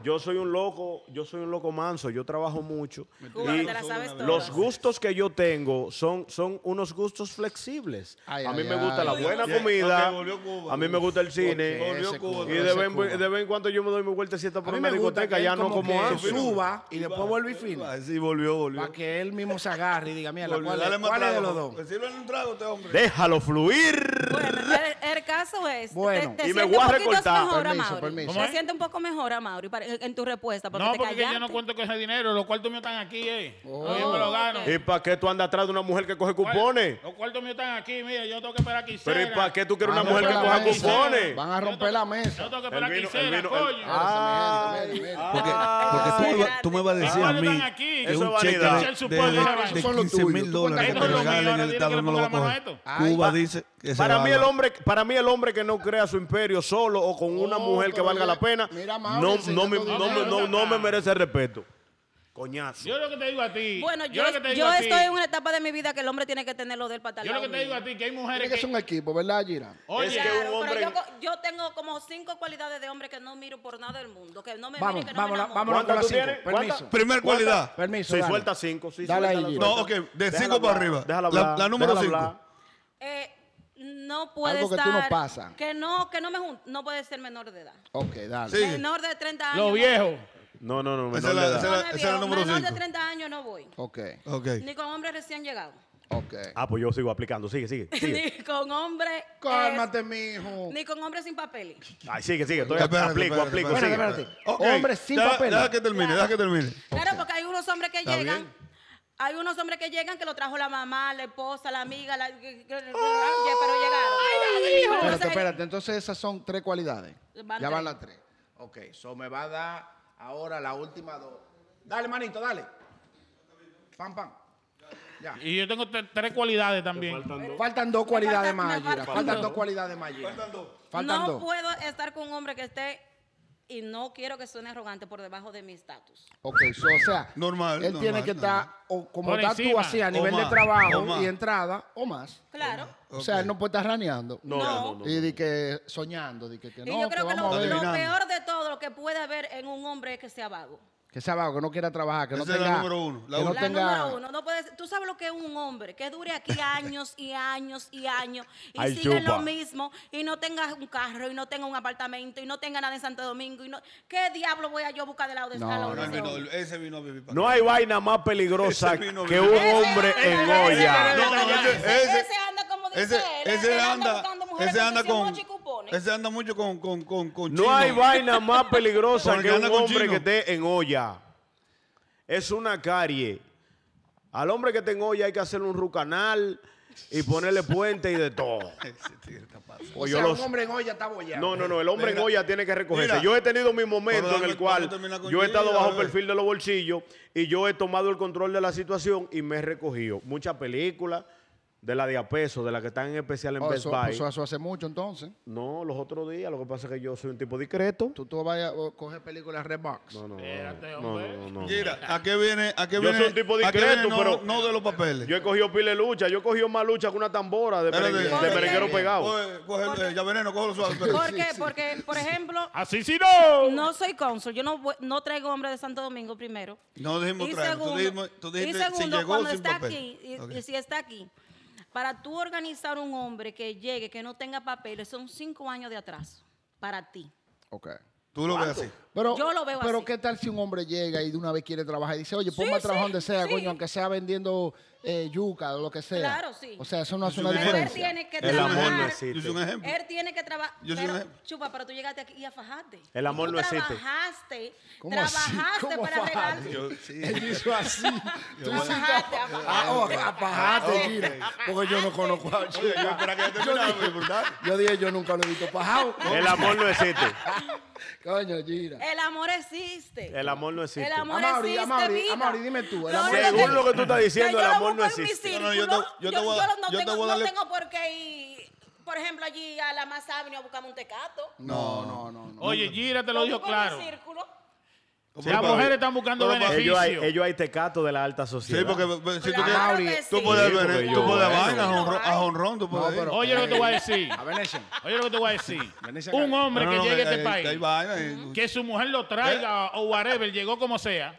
[SPEAKER 3] yo soy un loco, yo soy un loco manso, yo trabajo mucho.
[SPEAKER 4] Cuba,
[SPEAKER 3] Y
[SPEAKER 4] te la sabes
[SPEAKER 5] los
[SPEAKER 4] todas.
[SPEAKER 3] los gustos que yo tengo son, son unos gustos flexibles.
[SPEAKER 1] Ay,
[SPEAKER 3] a mí
[SPEAKER 1] ay,
[SPEAKER 3] me gusta
[SPEAKER 1] ay.
[SPEAKER 3] la buena
[SPEAKER 5] Oye,
[SPEAKER 3] comida,
[SPEAKER 5] ok, volvió Cuba.
[SPEAKER 3] a mí me gusta el cine.
[SPEAKER 5] Volvió
[SPEAKER 1] Ese
[SPEAKER 5] Cuba,
[SPEAKER 1] Cuba,
[SPEAKER 3] Y de
[SPEAKER 1] ese
[SPEAKER 3] vez, en-
[SPEAKER 1] Cuba.
[SPEAKER 3] de vez en cuando yo me doy mi vueltecita
[SPEAKER 1] A
[SPEAKER 3] por
[SPEAKER 1] mí
[SPEAKER 3] una
[SPEAKER 1] me gusta
[SPEAKER 3] discoteca,
[SPEAKER 1] que
[SPEAKER 3] ya
[SPEAKER 1] él
[SPEAKER 3] no
[SPEAKER 1] como
[SPEAKER 3] como
[SPEAKER 1] que
[SPEAKER 3] antes.
[SPEAKER 1] suba y después vuelve y
[SPEAKER 5] Ah,
[SPEAKER 1] fina.
[SPEAKER 5] Sí, volvió, volvió.
[SPEAKER 1] Para que él mismo se agarre y diga, mira,
[SPEAKER 5] Volvió.
[SPEAKER 1] ¿cuál,
[SPEAKER 5] Dale
[SPEAKER 1] es,
[SPEAKER 5] más
[SPEAKER 1] cuál es de
[SPEAKER 5] trago.
[SPEAKER 1] los dos?
[SPEAKER 5] Pues sírvele un trago a este hombre.
[SPEAKER 3] Déjalo fluir.
[SPEAKER 4] Bueno, el, el caso es.
[SPEAKER 1] Bueno.
[SPEAKER 4] te, te
[SPEAKER 3] Y me
[SPEAKER 4] sientes
[SPEAKER 3] voy a
[SPEAKER 4] un poquito
[SPEAKER 3] recortar.
[SPEAKER 4] Mejor,
[SPEAKER 1] Permiso,
[SPEAKER 4] Amaury.
[SPEAKER 1] permiso.
[SPEAKER 2] ¿Cómo
[SPEAKER 4] Te
[SPEAKER 2] es?
[SPEAKER 4] sientes un poco mejor, Amaury, para- en tu respuesta. Porque
[SPEAKER 2] no,
[SPEAKER 4] te
[SPEAKER 2] porque yo no
[SPEAKER 4] callaste. Oh,
[SPEAKER 2] cuento con ese dinero, lo cuartos míos están aquí, eh. Oye, me lo gano.
[SPEAKER 3] ¿Y para qué tú andas atrás de una mujer que coge cupones?
[SPEAKER 2] Los cuartos míos están aquí, mira, yo tengo que esperar a
[SPEAKER 3] Pero ¿y
[SPEAKER 2] quincena.
[SPEAKER 3] para qué tú quieres una
[SPEAKER 1] Van a
[SPEAKER 3] mujer que
[SPEAKER 1] romper la
[SPEAKER 3] coja
[SPEAKER 1] mesa.
[SPEAKER 3] cupones?
[SPEAKER 1] Van a romper la mesa.
[SPEAKER 2] Yo tengo que
[SPEAKER 3] El
[SPEAKER 2] esperar a
[SPEAKER 3] vino, el
[SPEAKER 2] quincena,
[SPEAKER 3] vino, el-
[SPEAKER 2] coño.
[SPEAKER 1] Ah, mira, mira, mira.
[SPEAKER 5] Porque,
[SPEAKER 4] Ah,
[SPEAKER 5] porque tú, me
[SPEAKER 4] sí.
[SPEAKER 5] va- tú me vas a decir a
[SPEAKER 2] Ahora
[SPEAKER 5] mí
[SPEAKER 2] están aquí.
[SPEAKER 5] que
[SPEAKER 3] Eso
[SPEAKER 5] un
[SPEAKER 3] es
[SPEAKER 5] cheque
[SPEAKER 3] vanidad.
[SPEAKER 2] Eso
[SPEAKER 5] de,
[SPEAKER 2] es
[SPEAKER 5] de,
[SPEAKER 2] supuesto,
[SPEAKER 5] de-
[SPEAKER 2] eso
[SPEAKER 5] de
[SPEAKER 1] son los
[SPEAKER 5] 15 mil
[SPEAKER 1] tuyos. Tú
[SPEAKER 5] dólares que
[SPEAKER 1] cuentas con
[SPEAKER 5] te
[SPEAKER 1] los
[SPEAKER 2] míos,
[SPEAKER 5] regalen
[SPEAKER 2] ahora dile
[SPEAKER 5] el
[SPEAKER 2] que le
[SPEAKER 5] Estado no
[SPEAKER 2] ponga
[SPEAKER 5] lo
[SPEAKER 2] la mano
[SPEAKER 5] coge.
[SPEAKER 2] a esto.
[SPEAKER 5] Cuba dice que se
[SPEAKER 3] Para
[SPEAKER 5] va
[SPEAKER 3] mí,
[SPEAKER 5] a-
[SPEAKER 3] el hombre, para mí el hombre que no crea su imperio solo o con una
[SPEAKER 1] Oh,
[SPEAKER 3] mujer que
[SPEAKER 1] pero
[SPEAKER 3] valga la
[SPEAKER 1] mira-
[SPEAKER 3] pena,
[SPEAKER 1] mira, Mauri,
[SPEAKER 3] no,
[SPEAKER 1] sí,
[SPEAKER 3] no,
[SPEAKER 1] yo
[SPEAKER 3] me,
[SPEAKER 1] te
[SPEAKER 3] no,
[SPEAKER 1] digo.
[SPEAKER 3] me, no, no me merece respeto. Coñazo.
[SPEAKER 2] Yo lo que te digo a ti.
[SPEAKER 4] Bueno, yo,
[SPEAKER 2] lo que te digo
[SPEAKER 4] yo
[SPEAKER 2] a ti-
[SPEAKER 4] estoy en una etapa de mi vida que el hombre tiene que tener lo del pantalón.
[SPEAKER 2] Yo lo que te digo a ti, que hay mujeres
[SPEAKER 1] Tiene que
[SPEAKER 2] que.
[SPEAKER 1] ser un equipo, ¿verdad, Gira?
[SPEAKER 2] Oye,
[SPEAKER 3] Es que-
[SPEAKER 4] Claro,
[SPEAKER 3] un hombre-
[SPEAKER 4] pero yo, co- yo tengo como cinco cualidades de hombre que no miro por nada del mundo. Que no me
[SPEAKER 1] Vamos,
[SPEAKER 4] miren, que no
[SPEAKER 1] vamos,
[SPEAKER 4] me
[SPEAKER 1] vamos
[SPEAKER 4] enamoren.
[SPEAKER 1] con
[SPEAKER 3] ¿Cuántas
[SPEAKER 1] la
[SPEAKER 3] tú
[SPEAKER 1] cinco.
[SPEAKER 3] tienes?
[SPEAKER 1] Permiso.
[SPEAKER 3] ¿Cuántas?
[SPEAKER 5] Primer cualidad.
[SPEAKER 1] Permiso.
[SPEAKER 3] Sí,
[SPEAKER 1] dale.
[SPEAKER 3] suelta cinco. Sí,
[SPEAKER 1] Dale
[SPEAKER 3] suéltala,
[SPEAKER 1] ahí, Gino.
[SPEAKER 5] No,
[SPEAKER 3] suéltala.
[SPEAKER 5] ok, de
[SPEAKER 3] Déjala
[SPEAKER 5] 5 para
[SPEAKER 3] hablar,
[SPEAKER 5] arriba.
[SPEAKER 3] déjala
[SPEAKER 5] La-
[SPEAKER 3] hablar,
[SPEAKER 5] la número
[SPEAKER 3] déjala
[SPEAKER 5] 5.
[SPEAKER 3] hablar.
[SPEAKER 4] Eh, no puede
[SPEAKER 1] Algo que tú
[SPEAKER 4] estar.
[SPEAKER 1] no pasas.
[SPEAKER 4] Que no, que no me jun- no puede ser menor de edad.
[SPEAKER 1] Ok, dale.
[SPEAKER 5] Sí.
[SPEAKER 4] Menor de 30 años.
[SPEAKER 2] Los viejos.
[SPEAKER 3] No, no, no.
[SPEAKER 5] Esa
[SPEAKER 3] menor
[SPEAKER 5] es la-
[SPEAKER 3] de edad.
[SPEAKER 4] No,
[SPEAKER 5] esa es
[SPEAKER 4] no,
[SPEAKER 5] la-
[SPEAKER 4] no es
[SPEAKER 5] esa es
[SPEAKER 4] viejo.
[SPEAKER 5] la número
[SPEAKER 4] menor de
[SPEAKER 5] 5.
[SPEAKER 4] 30 años no voy.
[SPEAKER 1] Ok,
[SPEAKER 5] Ok.
[SPEAKER 4] Ni con hombres recién llegados.
[SPEAKER 1] ok.
[SPEAKER 3] Ah, pues yo sigo aplicando. Sigue, sigue. sigue.
[SPEAKER 4] Ni con hombres. eh,
[SPEAKER 1] Cálmate, mijo.
[SPEAKER 4] Ni con hombres sin papeles.
[SPEAKER 3] Ay, sigue, sigue. Estoy,
[SPEAKER 5] Espérate,
[SPEAKER 3] aplico,
[SPEAKER 5] espérate,
[SPEAKER 3] aplico.
[SPEAKER 5] espérate,
[SPEAKER 3] sigue.
[SPEAKER 1] Espérate,
[SPEAKER 5] espérate.
[SPEAKER 1] espérate.
[SPEAKER 5] Ok,
[SPEAKER 1] Hombre sin
[SPEAKER 5] deja-
[SPEAKER 1] papel.
[SPEAKER 5] Deja que termine, deja que termine.
[SPEAKER 4] Claro, porque hay unos hombres que
[SPEAKER 5] Está
[SPEAKER 4] llegan.
[SPEAKER 5] bien.
[SPEAKER 4] Hay unos hombres que llegan que lo trajo la mamá, la esposa, la amiga, la... que- que-
[SPEAKER 1] ¡Oh!
[SPEAKER 4] ya, pero llegaron.
[SPEAKER 1] Espérate,
[SPEAKER 4] Entonces,
[SPEAKER 1] espérate. Entonces esas son tres cualidades.
[SPEAKER 4] Van
[SPEAKER 1] ya
[SPEAKER 4] tres.
[SPEAKER 1] van las tres. Ok, so me va a dar ahora la última dos. Dale, manito, dale. Pam, pam. Ya.
[SPEAKER 2] Y yo tengo tre- tres cualidades también.
[SPEAKER 1] Faltan dos cualidades
[SPEAKER 4] faltan-
[SPEAKER 1] más,
[SPEAKER 4] me
[SPEAKER 1] Gira.
[SPEAKER 4] faltan
[SPEAKER 1] Faltan
[SPEAKER 4] dos.
[SPEAKER 1] dos cualidades más, Gira. Faltan dos. Faltan
[SPEAKER 4] no
[SPEAKER 1] dos.
[SPEAKER 4] puedo estar con un hombre que esté, y no quiero que suene arrogante, por debajo de mi estatus.
[SPEAKER 1] Ok, so, o sea,
[SPEAKER 5] Normal,
[SPEAKER 1] él tiene
[SPEAKER 5] normal,
[SPEAKER 1] que estar, o como
[SPEAKER 2] Por
[SPEAKER 1] estás tú
[SPEAKER 2] encima,
[SPEAKER 1] así, a
[SPEAKER 5] o
[SPEAKER 1] nivel de
[SPEAKER 5] más, o
[SPEAKER 1] trabajo
[SPEAKER 5] más.
[SPEAKER 1] y entrada, o más.
[SPEAKER 4] Claro.
[SPEAKER 1] O sea, él no puede estar raneando.
[SPEAKER 3] No, no, no. no.
[SPEAKER 1] Y de que soñando, de que, que
[SPEAKER 4] Y
[SPEAKER 1] no,
[SPEAKER 4] yo
[SPEAKER 1] que
[SPEAKER 4] creo que
[SPEAKER 1] vamos
[SPEAKER 4] lo,
[SPEAKER 1] a ver.
[SPEAKER 4] lo
[SPEAKER 5] adivinando.
[SPEAKER 4] peor de todo lo que puede haber en un hombre es que sea vago.
[SPEAKER 1] Que sea vago, que no quiera trabajar, que no
[SPEAKER 5] Esa es la
[SPEAKER 1] tenga...
[SPEAKER 5] número uno, la
[SPEAKER 1] que no
[SPEAKER 4] la
[SPEAKER 1] tenga-
[SPEAKER 4] número uno, no puede ser- Tú sabes lo que es un hombre, que dure aquí años y años y años y
[SPEAKER 3] Ay,
[SPEAKER 4] siga en lo
[SPEAKER 3] chupa.
[SPEAKER 4] mismo y no tenga un carro y no tenga un apartamento y no tenga nada en Santo Domingo y no. ¿Qué diablo voy a yo buscar del lado de
[SPEAKER 1] No,
[SPEAKER 4] esta
[SPEAKER 1] no,
[SPEAKER 4] lora,
[SPEAKER 5] No,
[SPEAKER 4] ese
[SPEAKER 5] él vino-
[SPEAKER 4] hombre?
[SPEAKER 5] ese vino a vivir para
[SPEAKER 3] No
[SPEAKER 5] acá.
[SPEAKER 3] hay vaina más peligrosa
[SPEAKER 5] Ese vino
[SPEAKER 3] que
[SPEAKER 5] vino.
[SPEAKER 3] un
[SPEAKER 4] Ese
[SPEAKER 3] hombre
[SPEAKER 4] anda,
[SPEAKER 3] en
[SPEAKER 4] ese
[SPEAKER 3] Goya.
[SPEAKER 4] anda,
[SPEAKER 5] No, no,
[SPEAKER 4] ese,
[SPEAKER 5] ese-
[SPEAKER 4] ese anda como dice
[SPEAKER 5] Ese,
[SPEAKER 4] ¿eh? él,
[SPEAKER 5] ese anda,
[SPEAKER 4] buscando mujeres
[SPEAKER 5] ese
[SPEAKER 4] con
[SPEAKER 5] anda con,
[SPEAKER 4] 18 cupones.
[SPEAKER 5] ese anda mucho con, con, con, con
[SPEAKER 3] No hay
[SPEAKER 5] chino.
[SPEAKER 3] vaina más peligrosa
[SPEAKER 5] Porque
[SPEAKER 3] que un
[SPEAKER 5] anda con
[SPEAKER 3] hombre
[SPEAKER 5] chino.
[SPEAKER 3] que esté en olla. Es una carie. Al hombre que esté en olla hay que hacerle un rucanal y ponerle puente y de todo.
[SPEAKER 5] Ese tigre está pasado.
[SPEAKER 1] O
[SPEAKER 3] Oye,
[SPEAKER 1] sea,
[SPEAKER 3] yo
[SPEAKER 1] un
[SPEAKER 3] los-
[SPEAKER 1] hombre en hoy ya eh, está bollado.
[SPEAKER 3] No, no, no, el hombre en
[SPEAKER 5] Mira,
[SPEAKER 3] olla tiene que recogerse.
[SPEAKER 5] mira.
[SPEAKER 3] yo he tenido mi momento
[SPEAKER 5] Pero
[SPEAKER 3] en el
[SPEAKER 5] dame-
[SPEAKER 3] cual
[SPEAKER 5] vamos a terminar con
[SPEAKER 3] yo he estado
[SPEAKER 5] Gina,
[SPEAKER 3] bajo
[SPEAKER 5] bebé.
[SPEAKER 3] perfil de los bolsillos y yo he tomado el control de la situación y me he recogido. Muchas películas, de la de a peso, de la que están en especial en
[SPEAKER 1] Oh,
[SPEAKER 3] Best
[SPEAKER 1] eso,
[SPEAKER 3] Buy.
[SPEAKER 1] pues, eso hace mucho entonces.
[SPEAKER 3] No, los otros días, lo que pasa es que yo soy un tipo discreto.
[SPEAKER 1] Tú, tú vayas a oh, coger películas Redbox.
[SPEAKER 3] No, no, no,
[SPEAKER 2] Espérate,
[SPEAKER 3] no,
[SPEAKER 2] hombre.
[SPEAKER 3] no, no, no.
[SPEAKER 5] Mira, ¿a qué viene? ¿A qué
[SPEAKER 3] Yo
[SPEAKER 5] viene?
[SPEAKER 3] soy un tipo
[SPEAKER 5] a qué
[SPEAKER 3] discreto,
[SPEAKER 5] viene? no,
[SPEAKER 3] pero-
[SPEAKER 5] no de los papeles.
[SPEAKER 3] Yo he cogido pile de lucha, yo he cogido más lucha que una tambora de,
[SPEAKER 5] Espérate.
[SPEAKER 3] merengue-
[SPEAKER 4] Oye.
[SPEAKER 3] de merenguero pegado.
[SPEAKER 5] Coge- coge- eh, ya veneno, cógelo suave. espérate.
[SPEAKER 4] ¿Por qué? Porque, por ejemplo,
[SPEAKER 2] Así sí no.
[SPEAKER 4] no soy cónsul, yo no, voy- no traigo hombre de Santo Domingo primero.
[SPEAKER 5] No dijimos
[SPEAKER 4] Y
[SPEAKER 5] traer. Tú
[SPEAKER 4] segundo-
[SPEAKER 5] dijimos- tú
[SPEAKER 4] y
[SPEAKER 5] dijiste si
[SPEAKER 4] segundo,
[SPEAKER 5] llegó
[SPEAKER 4] cuando
[SPEAKER 5] sin
[SPEAKER 4] está
[SPEAKER 5] papel.
[SPEAKER 4] aquí, y,
[SPEAKER 5] Ok.
[SPEAKER 4] y si está aquí, para tú organizar un hombre que llegue, que no tenga papeles, son cinco años de atraso para ti.
[SPEAKER 1] Ok.
[SPEAKER 5] Tú lo ves así.
[SPEAKER 1] Pero,
[SPEAKER 4] Yo lo veo
[SPEAKER 1] pero
[SPEAKER 4] así.
[SPEAKER 1] ¿qué tal si un hombre llega y de una vez quiere trabajar y dice, oye, ponme a trabajar donde sea, coño, aunque sea vendiendo eh, yuca o lo que sea?
[SPEAKER 4] Claro, sí.
[SPEAKER 1] O sea, eso no hace
[SPEAKER 5] Yo
[SPEAKER 1] una
[SPEAKER 5] soy
[SPEAKER 4] Pero él
[SPEAKER 1] diferencia.
[SPEAKER 5] diferencia.
[SPEAKER 4] tiene que
[SPEAKER 3] El amor
[SPEAKER 4] trabajar.
[SPEAKER 3] no existe.
[SPEAKER 5] Yo soy un ejemplo.
[SPEAKER 4] Él tiene que trabajar.
[SPEAKER 5] Yo soy un
[SPEAKER 4] Pero,
[SPEAKER 5] ejemplo.
[SPEAKER 4] chupa, pero tú llegaste aquí y a fajarte.
[SPEAKER 3] El amor
[SPEAKER 4] Tú
[SPEAKER 3] no existe.
[SPEAKER 4] Trabajaste,
[SPEAKER 1] ¿Cómo así?
[SPEAKER 4] trabajaste
[SPEAKER 1] ¿Cómo
[SPEAKER 4] para
[SPEAKER 1] fajarte?
[SPEAKER 4] regalar.
[SPEAKER 5] Yo, sí.
[SPEAKER 1] Él hizo así. Tú hiciste-
[SPEAKER 4] Afajaste,
[SPEAKER 1] Ah, oh, apajaste,
[SPEAKER 5] ok.
[SPEAKER 1] Gina, porque yo no conozco a
[SPEAKER 5] Oye, yo esperaba que ya terminara, ¿verdad?
[SPEAKER 1] Yo dije, yo nunca lo he visto pajado.
[SPEAKER 3] El amor no existe.
[SPEAKER 1] Coño, Gira.
[SPEAKER 4] El amor existe.
[SPEAKER 3] El amor no existe.
[SPEAKER 4] El amor
[SPEAKER 1] Amaury,
[SPEAKER 4] existe.
[SPEAKER 1] Amaury,
[SPEAKER 4] vida.
[SPEAKER 1] Amaury, dime tú, el amor
[SPEAKER 4] único
[SPEAKER 3] Según lo que tú estás
[SPEAKER 4] que
[SPEAKER 3] diciendo,
[SPEAKER 4] yo
[SPEAKER 3] el
[SPEAKER 4] lo
[SPEAKER 3] amor no
[SPEAKER 4] busco en mi
[SPEAKER 3] existe.
[SPEAKER 5] No, no, yo te-
[SPEAKER 4] círculo,
[SPEAKER 5] yo te voy a-
[SPEAKER 4] yo no
[SPEAKER 5] yo te
[SPEAKER 4] tengo-
[SPEAKER 5] voy a
[SPEAKER 4] no
[SPEAKER 5] darle-
[SPEAKER 4] tengo por qué ir, por ejemplo, allí a la más avenida a buscarme un tecato.
[SPEAKER 1] No, no, no. no.
[SPEAKER 2] Oye, Gira te lo dijo
[SPEAKER 4] busco en mi
[SPEAKER 2] claro.
[SPEAKER 4] círculo.
[SPEAKER 2] Las mujeres están buscando
[SPEAKER 5] Pero para-
[SPEAKER 2] beneficio.
[SPEAKER 3] Ellos hay, ellos hay tecato de la alta
[SPEAKER 5] Sí,
[SPEAKER 3] sociedad.
[SPEAKER 5] porque eh, si tú
[SPEAKER 4] Claro
[SPEAKER 5] quieres.
[SPEAKER 1] Mauri,
[SPEAKER 4] que
[SPEAKER 5] Tú
[SPEAKER 4] sí.
[SPEAKER 5] puedes
[SPEAKER 3] Sí, porque
[SPEAKER 5] ver, tú
[SPEAKER 3] yo-
[SPEAKER 5] puedes
[SPEAKER 3] Bueno.
[SPEAKER 5] vaina, a honrón- a honrón, tú puedes
[SPEAKER 1] No,
[SPEAKER 5] ir.
[SPEAKER 1] pero-
[SPEAKER 2] Oye lo que te voy a decir.
[SPEAKER 1] A Venetian.
[SPEAKER 2] Oye lo que te voy a decir.
[SPEAKER 1] Venecia
[SPEAKER 2] Un
[SPEAKER 1] Calle.
[SPEAKER 2] hombre
[SPEAKER 5] No,
[SPEAKER 2] que
[SPEAKER 5] no, no,
[SPEAKER 2] llegue a
[SPEAKER 5] hay-
[SPEAKER 2] este
[SPEAKER 5] hay- hay
[SPEAKER 2] país,
[SPEAKER 5] vaina, eh,
[SPEAKER 2] que su mujer lo traiga o whatever, llegó como sea.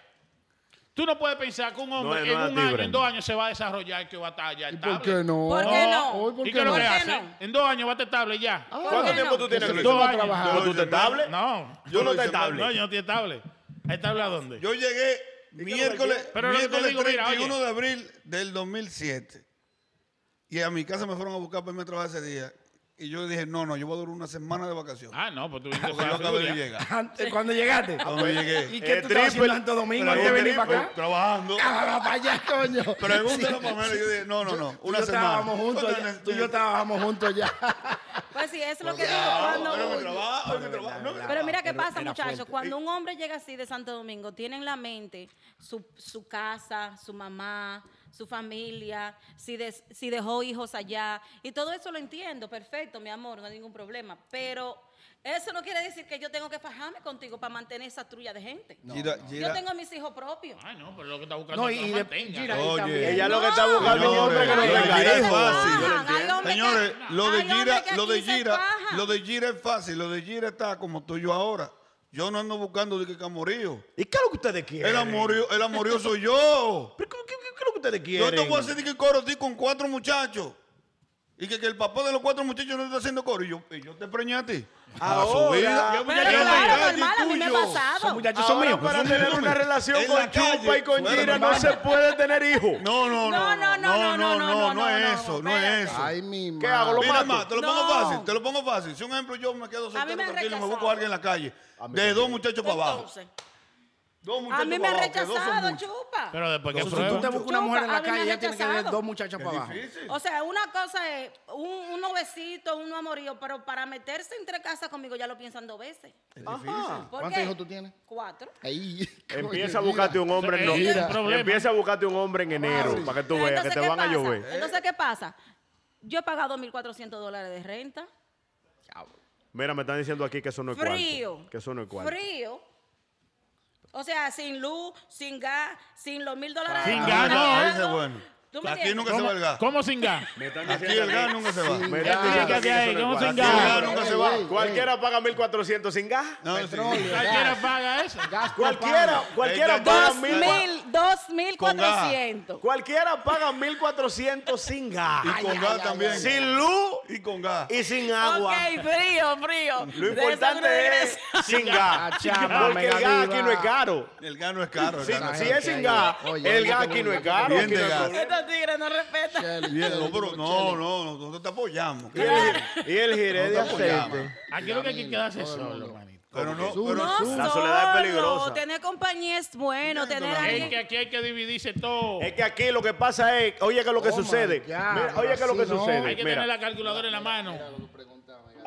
[SPEAKER 2] Tú no puedes pensar que un hombre
[SPEAKER 3] No es
[SPEAKER 2] en
[SPEAKER 3] nada
[SPEAKER 2] un
[SPEAKER 3] a ti,
[SPEAKER 2] año, en
[SPEAKER 3] Brenda.
[SPEAKER 2] dos años se va a desarrollar y que va a estar ya
[SPEAKER 1] ¿Y
[SPEAKER 2] estable.
[SPEAKER 1] por qué no?
[SPEAKER 4] ¿Por qué no?
[SPEAKER 1] Hoy, ¿por
[SPEAKER 2] ¿Y
[SPEAKER 1] qué
[SPEAKER 2] qué es lo
[SPEAKER 1] no? Oh.
[SPEAKER 2] que
[SPEAKER 4] ¿Por qué
[SPEAKER 2] hace?
[SPEAKER 4] no?
[SPEAKER 2] En dos años va a estar estable ya.
[SPEAKER 3] ¿Cuánto
[SPEAKER 4] Bueno,
[SPEAKER 3] tiempo tú tienes
[SPEAKER 1] que se
[SPEAKER 3] Luis?
[SPEAKER 1] lo
[SPEAKER 2] años.
[SPEAKER 1] trabajar.
[SPEAKER 3] ¿Tú estás estable?
[SPEAKER 2] No.
[SPEAKER 3] ¿Tú no
[SPEAKER 5] Yo lo
[SPEAKER 3] estás
[SPEAKER 5] hice mal.
[SPEAKER 3] estable?
[SPEAKER 2] No, yo no estoy estable. ¿Estable a dónde?
[SPEAKER 5] Yo llegué miércoles,
[SPEAKER 2] Pero lo que te
[SPEAKER 5] miércoles
[SPEAKER 2] digo, mira,
[SPEAKER 5] 31
[SPEAKER 2] oye.
[SPEAKER 5] de abril del 2007. Y a mi casa me fueron a buscar para irme a trabajar ese día. Y yo dije, no, no, yo voy a durar una semana de vacaciones.
[SPEAKER 2] Ah, no, pues tú
[SPEAKER 5] Porque yo acabé de llegar.
[SPEAKER 1] Antes, cuando llegaste.
[SPEAKER 5] Cuando
[SPEAKER 1] ¿Y
[SPEAKER 5] llegué.
[SPEAKER 1] qué
[SPEAKER 3] Eh,
[SPEAKER 1] tú estabas
[SPEAKER 3] triple. Eh,
[SPEAKER 1] haciendo Santo Domingo antes de
[SPEAKER 5] Pregúntale,
[SPEAKER 1] venir para acá?
[SPEAKER 5] Trabajando.
[SPEAKER 1] Ah, para allá, coño.
[SPEAKER 5] Pregúntale a
[SPEAKER 1] Sí.
[SPEAKER 5] Pamela. Yo dije, no, no, no,
[SPEAKER 1] Tú y
[SPEAKER 5] una
[SPEAKER 1] yo
[SPEAKER 5] semana.
[SPEAKER 1] estábamos juntos
[SPEAKER 5] Otra Ah,
[SPEAKER 1] allá.
[SPEAKER 5] vez.
[SPEAKER 1] Tú y yo estábamos juntos allá.
[SPEAKER 4] Pues sí, es lo que digo.
[SPEAKER 5] Ah,
[SPEAKER 4] cuando-
[SPEAKER 5] pero me trabaja, hoy me trabaja. No,
[SPEAKER 4] Pero mira qué
[SPEAKER 1] Ah, Era-
[SPEAKER 4] pasa,
[SPEAKER 1] era
[SPEAKER 4] muchachos.
[SPEAKER 1] fuerte.
[SPEAKER 4] Cuando un hombre llega así de Santo Domingo, tiene en la mente su, su casa, su mamá, su familia, si, des- si dejó hijos allá. Y todo eso lo entiendo, perfecto, mi amor, no hay ningún problema. Pero eso no quiere decir que yo tengo que fajarme contigo para mantener esa trulla de gente.
[SPEAKER 5] Gira-
[SPEAKER 4] Yo
[SPEAKER 5] gira-
[SPEAKER 4] tengo a mis hijos propios.
[SPEAKER 2] Ah, no, pero lo que está buscando
[SPEAKER 1] No,
[SPEAKER 2] es
[SPEAKER 1] y,
[SPEAKER 2] que lo
[SPEAKER 1] y de,
[SPEAKER 2] mantenga.
[SPEAKER 1] Gira, y
[SPEAKER 5] Oye.
[SPEAKER 1] también.
[SPEAKER 3] Ella lo que está
[SPEAKER 4] No.
[SPEAKER 3] buscando es un hombre que no
[SPEAKER 5] Señores,
[SPEAKER 3] tenga
[SPEAKER 5] lo de Gira es
[SPEAKER 3] hijos.
[SPEAKER 5] fácil.
[SPEAKER 4] Yo lo
[SPEAKER 3] Yo
[SPEAKER 4] entiendo. Ay, hombre,
[SPEAKER 5] Señores,
[SPEAKER 4] que-
[SPEAKER 5] lo de
[SPEAKER 4] ay, hombre,
[SPEAKER 5] Gira,
[SPEAKER 4] que
[SPEAKER 5] lo de
[SPEAKER 4] aquí se
[SPEAKER 5] Gira,
[SPEAKER 4] faja.
[SPEAKER 5] lo de Gira es fácil, lo de Gira está como tú y yo ahora. Yo no ando buscando de que camorío.
[SPEAKER 3] ¿Y qué es lo que ustedes quieren?
[SPEAKER 5] El amorío, el amorío soy yo.
[SPEAKER 3] ¿Pero ¿Qué, qué- qué- qué es lo que ustedes
[SPEAKER 5] Yo
[SPEAKER 3] quieren?
[SPEAKER 5] te voy a hacer de que coro a ti con cuatro muchachos. Y que, que el papá de los cuatro muchachos no está haciendo coro. Y yo, y yo te preñé a ti.
[SPEAKER 3] Ahora.
[SPEAKER 5] vida.
[SPEAKER 4] Pero claro, normal, a mí me ha pasado.
[SPEAKER 1] muchachos
[SPEAKER 3] Ahora, para tener una relación
[SPEAKER 5] En
[SPEAKER 3] con
[SPEAKER 5] la calle.
[SPEAKER 3] Chupa y con
[SPEAKER 5] Bueno,
[SPEAKER 3] Gira no
[SPEAKER 5] vamos.
[SPEAKER 3] se puede tener hijos.
[SPEAKER 5] No, no, no. No, no, no, no, no, es eso, no es eso.
[SPEAKER 1] Ay, mi madre.
[SPEAKER 3] ¿Qué hago? Lo
[SPEAKER 5] Mira,
[SPEAKER 3] mato.
[SPEAKER 5] más, te lo
[SPEAKER 4] No.
[SPEAKER 5] pongo fácil, te lo pongo fácil. Si un ejemplo yo me quedo
[SPEAKER 4] A mí
[SPEAKER 5] soltero
[SPEAKER 4] me han
[SPEAKER 5] tranquilo y me
[SPEAKER 4] rechazado.
[SPEAKER 5] busco a alguien en la calle. De dos muchachos para abajo.
[SPEAKER 4] Entonces,
[SPEAKER 5] Dos
[SPEAKER 4] a
[SPEAKER 5] muchachos
[SPEAKER 4] mí me
[SPEAKER 5] para
[SPEAKER 4] han
[SPEAKER 5] abajo, que dos son
[SPEAKER 4] rechazado,
[SPEAKER 5] muchos.
[SPEAKER 4] chupa.
[SPEAKER 2] Pero después que
[SPEAKER 1] Si tú te
[SPEAKER 2] prueba.
[SPEAKER 1] buscas una mujer en
[SPEAKER 4] Chupa,
[SPEAKER 1] la
[SPEAKER 4] a mí me
[SPEAKER 1] calle,
[SPEAKER 4] han
[SPEAKER 1] ella tiene que tener
[SPEAKER 4] rechazado.
[SPEAKER 1] dos muchachas para abajo.
[SPEAKER 5] Difícil.
[SPEAKER 4] O sea, una cosa es un, un novecito, un amorío, pero para meterse entre casa conmigo ya lo piensan dos veces.
[SPEAKER 3] Ajá.
[SPEAKER 4] ¿Por
[SPEAKER 1] ¿Cuántos
[SPEAKER 4] qué?
[SPEAKER 1] hijos tú tienes?
[SPEAKER 4] Cuatro.
[SPEAKER 1] Ahí.
[SPEAKER 3] Empieza a buscarte un hombre en
[SPEAKER 2] Ey,
[SPEAKER 1] mira.
[SPEAKER 3] noviembre.
[SPEAKER 2] Problema.
[SPEAKER 3] Empieza a buscarte un hombre en enero para que tú veas que
[SPEAKER 4] Entonces,
[SPEAKER 3] te
[SPEAKER 4] ¿qué
[SPEAKER 3] van a
[SPEAKER 4] pasa?
[SPEAKER 3] llover.
[SPEAKER 4] Entonces, ¿qué pasa? Yo he pagado 2.400 dólares de renta.
[SPEAKER 3] Mira, me están diciendo aquí que eso no es
[SPEAKER 4] Frío.
[SPEAKER 3] cuarto. Que eso no es cuarto.
[SPEAKER 4] Frío. O sea, sin luz, sin gas, sin los mil dólares.
[SPEAKER 2] Sin
[SPEAKER 4] de
[SPEAKER 2] gas, no.
[SPEAKER 4] ganado.
[SPEAKER 5] Ese es bueno.
[SPEAKER 4] ¿Tú me
[SPEAKER 5] Aquí nunca
[SPEAKER 4] entiendes?
[SPEAKER 5] se va el gas.
[SPEAKER 2] ¿Cómo sin gas?
[SPEAKER 3] Me están
[SPEAKER 5] Aquí el gas nunca se va.
[SPEAKER 3] Me están diciendo aquí
[SPEAKER 2] Explícate
[SPEAKER 3] que
[SPEAKER 2] ahí,
[SPEAKER 3] eso no
[SPEAKER 2] ¿cómo
[SPEAKER 3] es
[SPEAKER 2] sin
[SPEAKER 3] cuarto.
[SPEAKER 5] Aquí el
[SPEAKER 2] gas?
[SPEAKER 5] gas nunca se
[SPEAKER 1] Ey,
[SPEAKER 5] va.
[SPEAKER 1] ey.
[SPEAKER 3] Cualquiera paga 1400 sin gas.
[SPEAKER 5] No, sí.
[SPEAKER 1] Petróleo.
[SPEAKER 2] Cualquiera paga eso.
[SPEAKER 1] Gas por
[SPEAKER 3] Cualquiera,
[SPEAKER 1] pan.
[SPEAKER 3] cualquiera
[SPEAKER 5] Ey,
[SPEAKER 3] paga
[SPEAKER 4] Dos
[SPEAKER 3] mil-
[SPEAKER 4] mil, dos mil
[SPEAKER 5] Con gas.
[SPEAKER 4] cuatrocientos.
[SPEAKER 3] Cualquiera paga 1400 sin gas.
[SPEAKER 5] Y con gas también.
[SPEAKER 3] Sin luz
[SPEAKER 5] Y con gas.
[SPEAKER 3] y sin agua.
[SPEAKER 4] Ok, frío, frío.
[SPEAKER 3] Lo
[SPEAKER 4] De eso no
[SPEAKER 3] importante es
[SPEAKER 4] regreso.
[SPEAKER 3] sin gas.
[SPEAKER 1] Achama,
[SPEAKER 3] Porque el
[SPEAKER 1] mega
[SPEAKER 3] gas
[SPEAKER 1] diva.
[SPEAKER 3] aquí no es caro.
[SPEAKER 5] El gas no es caro. el
[SPEAKER 3] Si,
[SPEAKER 5] gas no
[SPEAKER 3] si
[SPEAKER 1] gente
[SPEAKER 5] caro.
[SPEAKER 3] es sin
[SPEAKER 1] ahí.
[SPEAKER 3] gas,
[SPEAKER 1] Oye,
[SPEAKER 3] el
[SPEAKER 1] yo
[SPEAKER 3] gas
[SPEAKER 1] tengo
[SPEAKER 3] aquí no
[SPEAKER 1] una
[SPEAKER 3] es caro.
[SPEAKER 5] Bien
[SPEAKER 3] aquí no
[SPEAKER 5] de
[SPEAKER 3] hay
[SPEAKER 5] gas.
[SPEAKER 3] problema.
[SPEAKER 4] Estos tigres no respetan.
[SPEAKER 1] Shelly,
[SPEAKER 5] Bien,
[SPEAKER 1] Shelly,
[SPEAKER 5] no, pero no, no, no, nosotros te apoyamos.
[SPEAKER 3] Y el- Y el jiré de
[SPEAKER 5] No te apoyamos.
[SPEAKER 1] este,
[SPEAKER 3] aceite.
[SPEAKER 2] Aquí lo que hay que quedarse es
[SPEAKER 1] Todo el
[SPEAKER 2] solo,
[SPEAKER 1] mundo.
[SPEAKER 2] manito.
[SPEAKER 5] Pero no,
[SPEAKER 1] Jesús.
[SPEAKER 5] pero
[SPEAKER 4] No
[SPEAKER 5] tú-
[SPEAKER 4] solo,
[SPEAKER 3] La soledad es peligrosa.
[SPEAKER 4] Tener compañía es bueno,
[SPEAKER 5] Entiendo,
[SPEAKER 4] tener
[SPEAKER 5] la
[SPEAKER 2] Es
[SPEAKER 4] alguien.
[SPEAKER 2] que aquí hay que dividirse todo.
[SPEAKER 3] Es que aquí lo que pasa es, oye, que lo que
[SPEAKER 1] Oh my
[SPEAKER 3] sucede.
[SPEAKER 1] God,
[SPEAKER 3] Mira, oye, que lo
[SPEAKER 1] así
[SPEAKER 3] que
[SPEAKER 1] no.
[SPEAKER 2] Hay
[SPEAKER 3] sucede.
[SPEAKER 2] que
[SPEAKER 3] Mira.
[SPEAKER 2] tener la calculadora en la mano.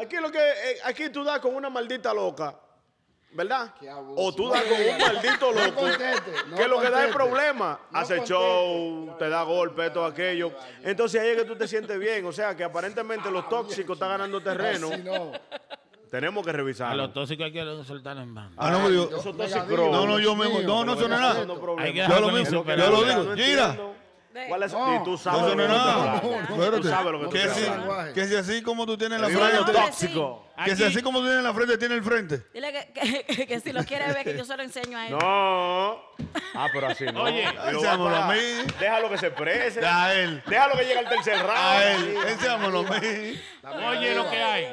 [SPEAKER 3] Aquí lo que eh, aquí tú das con una maldita loca ¿Verdad?
[SPEAKER 1] Qué abuso.
[SPEAKER 3] O tú das con un maldito
[SPEAKER 1] No
[SPEAKER 3] loco.
[SPEAKER 1] conteste, no
[SPEAKER 3] que lo que da es
[SPEAKER 1] conteste.
[SPEAKER 3] problema.
[SPEAKER 1] No
[SPEAKER 3] Hace
[SPEAKER 1] conteste.
[SPEAKER 3] show, te da golpe, esto, aquello. Entonces ahí es que tú te sientes bien. O sea que aparentemente
[SPEAKER 1] Ah,
[SPEAKER 3] los tóxicos están ganando terreno.
[SPEAKER 1] Así no.
[SPEAKER 3] Tenemos que
[SPEAKER 2] A los
[SPEAKER 3] revisarlo.
[SPEAKER 2] tóxicos hay que soltarlos en banda.
[SPEAKER 5] Ah, no, pero yo-
[SPEAKER 3] Esos
[SPEAKER 1] Venga,
[SPEAKER 3] tóxicos.
[SPEAKER 1] dilo.
[SPEAKER 5] No, no, yo me-
[SPEAKER 1] Dios
[SPEAKER 5] no, no
[SPEAKER 1] mío,
[SPEAKER 5] suena nada.
[SPEAKER 1] no,
[SPEAKER 3] problema.
[SPEAKER 2] Hay que
[SPEAKER 5] Yo
[SPEAKER 2] dejar
[SPEAKER 5] lo
[SPEAKER 2] con
[SPEAKER 5] mismo,
[SPEAKER 2] el
[SPEAKER 5] yo lo
[SPEAKER 2] superado.
[SPEAKER 5] digo. Gira.
[SPEAKER 3] ¿Cuál es?
[SPEAKER 1] No.
[SPEAKER 3] y tú sabes.
[SPEAKER 5] No
[SPEAKER 3] lo
[SPEAKER 5] suena
[SPEAKER 3] que tú
[SPEAKER 5] nada.
[SPEAKER 3] hablas.
[SPEAKER 5] Espérate.
[SPEAKER 3] Tú sabes lo que tú
[SPEAKER 5] Que si-
[SPEAKER 3] hablas.
[SPEAKER 5] Que si así como tú tienes la
[SPEAKER 3] Viva
[SPEAKER 4] Bueno,
[SPEAKER 3] los
[SPEAKER 5] frente,
[SPEAKER 4] hombre, sí.
[SPEAKER 3] tóxicos.
[SPEAKER 5] que si
[SPEAKER 2] Aquí-
[SPEAKER 5] así como tú tienes la frente, tiene el frente.
[SPEAKER 4] Dile que, que- que- que si lo quiere ver, que yo se lo enseño a él.
[SPEAKER 3] No. Ah, pero así no.
[SPEAKER 2] Oye.
[SPEAKER 3] Y lo va a
[SPEAKER 5] Echámoslo a
[SPEAKER 3] pagar.
[SPEAKER 5] mí.
[SPEAKER 3] Déjalo que se prese.
[SPEAKER 5] A él.
[SPEAKER 3] Déjalo que llegue al tercer
[SPEAKER 5] A él.
[SPEAKER 3] round.
[SPEAKER 5] Enseñámoslo a mí.
[SPEAKER 2] Oye lo que hay.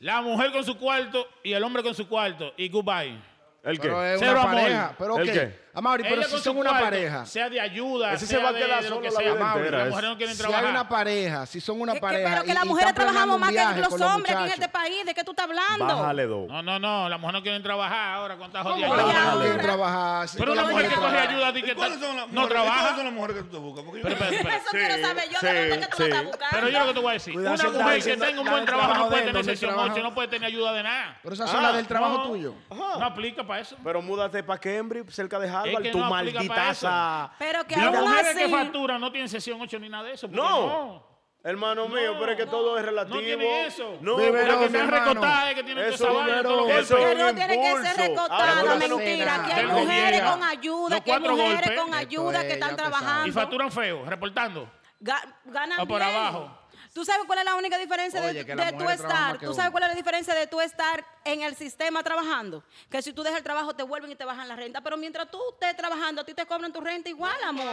[SPEAKER 2] La mujer con su cuarto y el hombre con su cuarto. Y goodbye.
[SPEAKER 3] ¿El
[SPEAKER 1] Pero
[SPEAKER 3] qué?
[SPEAKER 1] es
[SPEAKER 2] Cero
[SPEAKER 1] una
[SPEAKER 2] amor.
[SPEAKER 1] pareja. Pero ok.
[SPEAKER 3] ¿El qué?
[SPEAKER 1] Amaury, pero
[SPEAKER 2] Ella
[SPEAKER 1] si
[SPEAKER 2] con
[SPEAKER 1] son
[SPEAKER 2] su
[SPEAKER 1] una
[SPEAKER 2] cuarto,
[SPEAKER 1] pareja.
[SPEAKER 2] Sea de ayuda,
[SPEAKER 3] Ese se
[SPEAKER 2] sea
[SPEAKER 3] va a
[SPEAKER 2] de,
[SPEAKER 3] quedar
[SPEAKER 2] de lo
[SPEAKER 3] solo
[SPEAKER 2] que
[SPEAKER 3] la
[SPEAKER 2] sea.
[SPEAKER 3] vida
[SPEAKER 2] Amable,
[SPEAKER 3] entera,
[SPEAKER 2] Las
[SPEAKER 3] ese.
[SPEAKER 2] mujeres no quieren
[SPEAKER 1] Si hay una
[SPEAKER 2] trabajar.
[SPEAKER 1] pareja, si son una
[SPEAKER 4] Es que-
[SPEAKER 1] pareja.
[SPEAKER 4] pero que
[SPEAKER 1] y-
[SPEAKER 4] las
[SPEAKER 1] y
[SPEAKER 4] mujeres
[SPEAKER 1] están planeando
[SPEAKER 4] trabajamos
[SPEAKER 1] un
[SPEAKER 4] más que
[SPEAKER 1] viaje
[SPEAKER 4] los
[SPEAKER 1] con
[SPEAKER 4] hombres aquí en
[SPEAKER 1] muchachos.
[SPEAKER 4] este país. ¿De qué tú estás hablando?
[SPEAKER 3] Bájale dos.
[SPEAKER 2] No, no, no. Las mujeres no quieren trabajar ahora con estas jodidas.
[SPEAKER 4] ¿Cómo
[SPEAKER 1] Pero
[SPEAKER 4] Oye,
[SPEAKER 1] no
[SPEAKER 4] ahora.
[SPEAKER 1] quieren trabajar, si
[SPEAKER 2] Pero
[SPEAKER 1] todas
[SPEAKER 2] una
[SPEAKER 1] las
[SPEAKER 2] mujer que
[SPEAKER 1] mujeres
[SPEAKER 2] coge
[SPEAKER 1] trabajan.
[SPEAKER 2] ayuda a ti
[SPEAKER 5] ¿Y
[SPEAKER 2] que
[SPEAKER 5] cuáles
[SPEAKER 2] está-
[SPEAKER 5] son las
[SPEAKER 2] no
[SPEAKER 5] mujeres? ¿Y ¿Cuáles
[SPEAKER 2] trabaja.
[SPEAKER 5] son las mujeres que tú te buscas? Porque yo-
[SPEAKER 2] Pero, pero, pero,
[SPEAKER 4] Eso quiero saber yo, de
[SPEAKER 3] sí,
[SPEAKER 4] dónde es que tú lo
[SPEAKER 3] sí.
[SPEAKER 4] estás buscando.
[SPEAKER 2] pero yo lo que te voy a decir.
[SPEAKER 1] Cuidado,
[SPEAKER 2] una
[SPEAKER 1] si está
[SPEAKER 2] mujer que
[SPEAKER 1] diciendo-
[SPEAKER 2] tenga un
[SPEAKER 1] está
[SPEAKER 2] buen
[SPEAKER 1] en
[SPEAKER 2] trabajo no
[SPEAKER 1] trabajo
[SPEAKER 2] puede
[SPEAKER 1] de él,
[SPEAKER 2] tener
[SPEAKER 1] donde
[SPEAKER 2] sesión
[SPEAKER 1] trabaja.
[SPEAKER 2] 8, no puede tener ayuda de nada.
[SPEAKER 1] Pero esas son las del trabajo tuyo.
[SPEAKER 2] Ah, No aplica para eso.
[SPEAKER 3] Pero múdate para Cambridge, cerca de Harvard,
[SPEAKER 2] que
[SPEAKER 3] tu
[SPEAKER 2] no aplica
[SPEAKER 3] maldita
[SPEAKER 2] para eso.
[SPEAKER 3] asa.
[SPEAKER 4] Pero que
[SPEAKER 2] Las
[SPEAKER 4] aún
[SPEAKER 2] mujeres
[SPEAKER 4] así...
[SPEAKER 2] que facturan no tienen sesión 8 ni nada de eso. porque
[SPEAKER 3] No.
[SPEAKER 2] no.
[SPEAKER 3] Hermano mío, pero es que todo es relativo.
[SPEAKER 2] No tiene eso.
[SPEAKER 3] No,
[SPEAKER 1] Vive
[SPEAKER 2] Las
[SPEAKER 3] porque
[SPEAKER 1] Pero,
[SPEAKER 2] que
[SPEAKER 1] mi
[SPEAKER 2] se han
[SPEAKER 1] hermano,
[SPEAKER 2] recotado es que tienen
[SPEAKER 3] eso
[SPEAKER 2] esa vaina,
[SPEAKER 3] primero,
[SPEAKER 2] todos los
[SPEAKER 3] eso
[SPEAKER 2] golpes.
[SPEAKER 3] es
[SPEAKER 4] Pero tiene que
[SPEAKER 3] impulso.
[SPEAKER 4] ser
[SPEAKER 3] Ahora
[SPEAKER 4] recotada,
[SPEAKER 1] no
[SPEAKER 4] mentira.
[SPEAKER 1] cena.
[SPEAKER 4] Aquí hay
[SPEAKER 2] Del
[SPEAKER 4] mujeres
[SPEAKER 2] gobierno.
[SPEAKER 4] con ayuda,
[SPEAKER 2] Los
[SPEAKER 4] aquí hay
[SPEAKER 2] cuatro
[SPEAKER 4] mujeres
[SPEAKER 2] golpes.
[SPEAKER 4] con ayuda
[SPEAKER 1] Esto
[SPEAKER 4] que
[SPEAKER 1] es,
[SPEAKER 4] están
[SPEAKER 1] ya te
[SPEAKER 4] trabajando.
[SPEAKER 2] Y facturan feo, reportando.
[SPEAKER 4] Ga- ganan
[SPEAKER 2] O por
[SPEAKER 4] bien.
[SPEAKER 2] abajo.
[SPEAKER 4] ¿Tú sabes cuál es la única diferencia
[SPEAKER 1] Oye,
[SPEAKER 4] de,
[SPEAKER 1] que las
[SPEAKER 4] de tú
[SPEAKER 1] mujeres trabajan
[SPEAKER 4] estar?
[SPEAKER 1] más que
[SPEAKER 4] ¿Tú sabes
[SPEAKER 1] uno.
[SPEAKER 4] cuál es la diferencia de tú estar en el sistema trabajando? Que si tú dejas el trabajo te vuelven y te bajan la renta, pero mientras tú estés trabajando a ti te cobran tu renta igual, amor.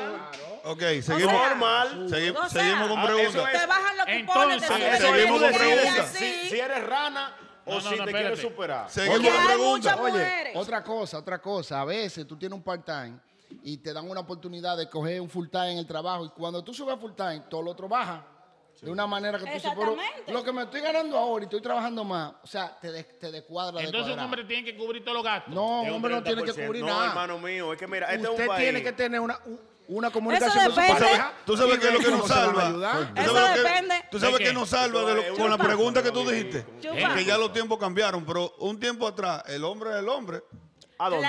[SPEAKER 5] Ok, seguimos.
[SPEAKER 4] sea,
[SPEAKER 3] Normal.
[SPEAKER 5] Segui-
[SPEAKER 4] o sea,
[SPEAKER 5] seguimos con
[SPEAKER 3] ah,
[SPEAKER 5] preguntas.
[SPEAKER 3] eso
[SPEAKER 4] Te bajan los cupones
[SPEAKER 2] Entonces,
[SPEAKER 3] Eso
[SPEAKER 4] de
[SPEAKER 5] Seguimos
[SPEAKER 3] es, tú
[SPEAKER 5] con
[SPEAKER 4] Sí,
[SPEAKER 3] decides
[SPEAKER 5] preguntas.
[SPEAKER 4] sí.
[SPEAKER 3] si, si eres rana o
[SPEAKER 2] No, no,
[SPEAKER 3] si
[SPEAKER 2] no,
[SPEAKER 3] te
[SPEAKER 2] espérate.
[SPEAKER 3] quieres superar.
[SPEAKER 5] Seguimos
[SPEAKER 4] Oye,
[SPEAKER 5] con
[SPEAKER 4] hay
[SPEAKER 5] preguntas.
[SPEAKER 4] muchas-
[SPEAKER 1] Oye,
[SPEAKER 4] mujeres.
[SPEAKER 1] otra cosa, otra cosa. A veces tú tienes un part-time y te dan una oportunidad de coger un full-time en el trabajo. Y cuando tú subes a full-time, todo lo otro baja. De una manera que tú dices, pero
[SPEAKER 4] Exactamente.
[SPEAKER 1] lo que me estoy ganando ahora y estoy trabajando más, o sea, te, des- te descuadra de
[SPEAKER 2] Entonces un
[SPEAKER 1] cuadrado.
[SPEAKER 2] hombre tiene que cubrir todos los gastos.
[SPEAKER 1] No,
[SPEAKER 3] Es
[SPEAKER 1] un
[SPEAKER 3] un
[SPEAKER 1] hombre no tiene que
[SPEAKER 3] 30%.
[SPEAKER 1] cubrir
[SPEAKER 3] No,
[SPEAKER 1] nada.
[SPEAKER 3] hermano mío, es que mira, este es
[SPEAKER 1] Usted
[SPEAKER 3] un país.
[SPEAKER 1] tiene que tener una, u- una comunicación con su
[SPEAKER 4] depende.
[SPEAKER 1] pareja.
[SPEAKER 5] Tú sabes
[SPEAKER 1] y
[SPEAKER 5] que es
[SPEAKER 1] ver
[SPEAKER 5] lo que
[SPEAKER 1] cómo
[SPEAKER 5] nos
[SPEAKER 1] se van a
[SPEAKER 5] salva.
[SPEAKER 1] ayudar.
[SPEAKER 5] Tú
[SPEAKER 4] Eso
[SPEAKER 5] sabes lo que-
[SPEAKER 4] depende.
[SPEAKER 5] Tú sabes
[SPEAKER 2] ¿De
[SPEAKER 5] que
[SPEAKER 2] qué?
[SPEAKER 5] nos salva de lo- con la
[SPEAKER 3] Chupa.
[SPEAKER 5] pregunta que tú dijiste.
[SPEAKER 4] Chupa.
[SPEAKER 5] Que ya los tiempos cambiaron, pero un tiempo atrás, el hombre es el hombre.
[SPEAKER 3] ¿A dónde?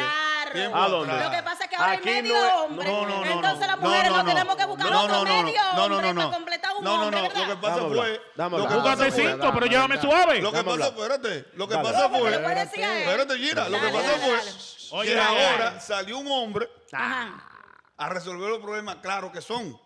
[SPEAKER 4] Claro.
[SPEAKER 5] ¿A dónde?
[SPEAKER 4] Lo que pasa es que ahora
[SPEAKER 3] Aquí
[SPEAKER 4] hay medio
[SPEAKER 3] no es-
[SPEAKER 4] hombre.
[SPEAKER 5] No, no, no.
[SPEAKER 4] Entonces las
[SPEAKER 5] no,
[SPEAKER 4] mujeres
[SPEAKER 5] no,
[SPEAKER 4] no,
[SPEAKER 5] no.
[SPEAKER 4] tenemos que buscar
[SPEAKER 5] No,
[SPEAKER 4] otro
[SPEAKER 5] no, no, no.
[SPEAKER 4] medio
[SPEAKER 5] No, no,
[SPEAKER 4] hombre
[SPEAKER 5] no, no.
[SPEAKER 4] para completar un
[SPEAKER 5] No, no,
[SPEAKER 4] hombre,
[SPEAKER 5] no.
[SPEAKER 4] ¿verdad?
[SPEAKER 5] Lo que pasa
[SPEAKER 3] Dame
[SPEAKER 5] fue.
[SPEAKER 3] hablar. Dame hablar.
[SPEAKER 5] lo que pasa
[SPEAKER 2] Búscate
[SPEAKER 5] fue-
[SPEAKER 1] Dame
[SPEAKER 2] cinco, pero
[SPEAKER 1] hablar.
[SPEAKER 2] llévame suave.
[SPEAKER 5] Lo que
[SPEAKER 3] Dame
[SPEAKER 5] pasa
[SPEAKER 3] hablar.
[SPEAKER 5] fue, espérate, lo que
[SPEAKER 3] Dale.
[SPEAKER 5] pasa
[SPEAKER 4] Porque le voy a
[SPEAKER 5] fue,
[SPEAKER 4] decir a él.
[SPEAKER 5] espérate, Gira, lo que
[SPEAKER 4] Dale,
[SPEAKER 5] pasa
[SPEAKER 4] dale,
[SPEAKER 5] fue
[SPEAKER 4] dale.
[SPEAKER 2] Oye,
[SPEAKER 5] que
[SPEAKER 2] dale,
[SPEAKER 5] ahora
[SPEAKER 2] dale.
[SPEAKER 5] salió un hombre
[SPEAKER 4] Ajá.
[SPEAKER 5] a resolver los problemas claro que son.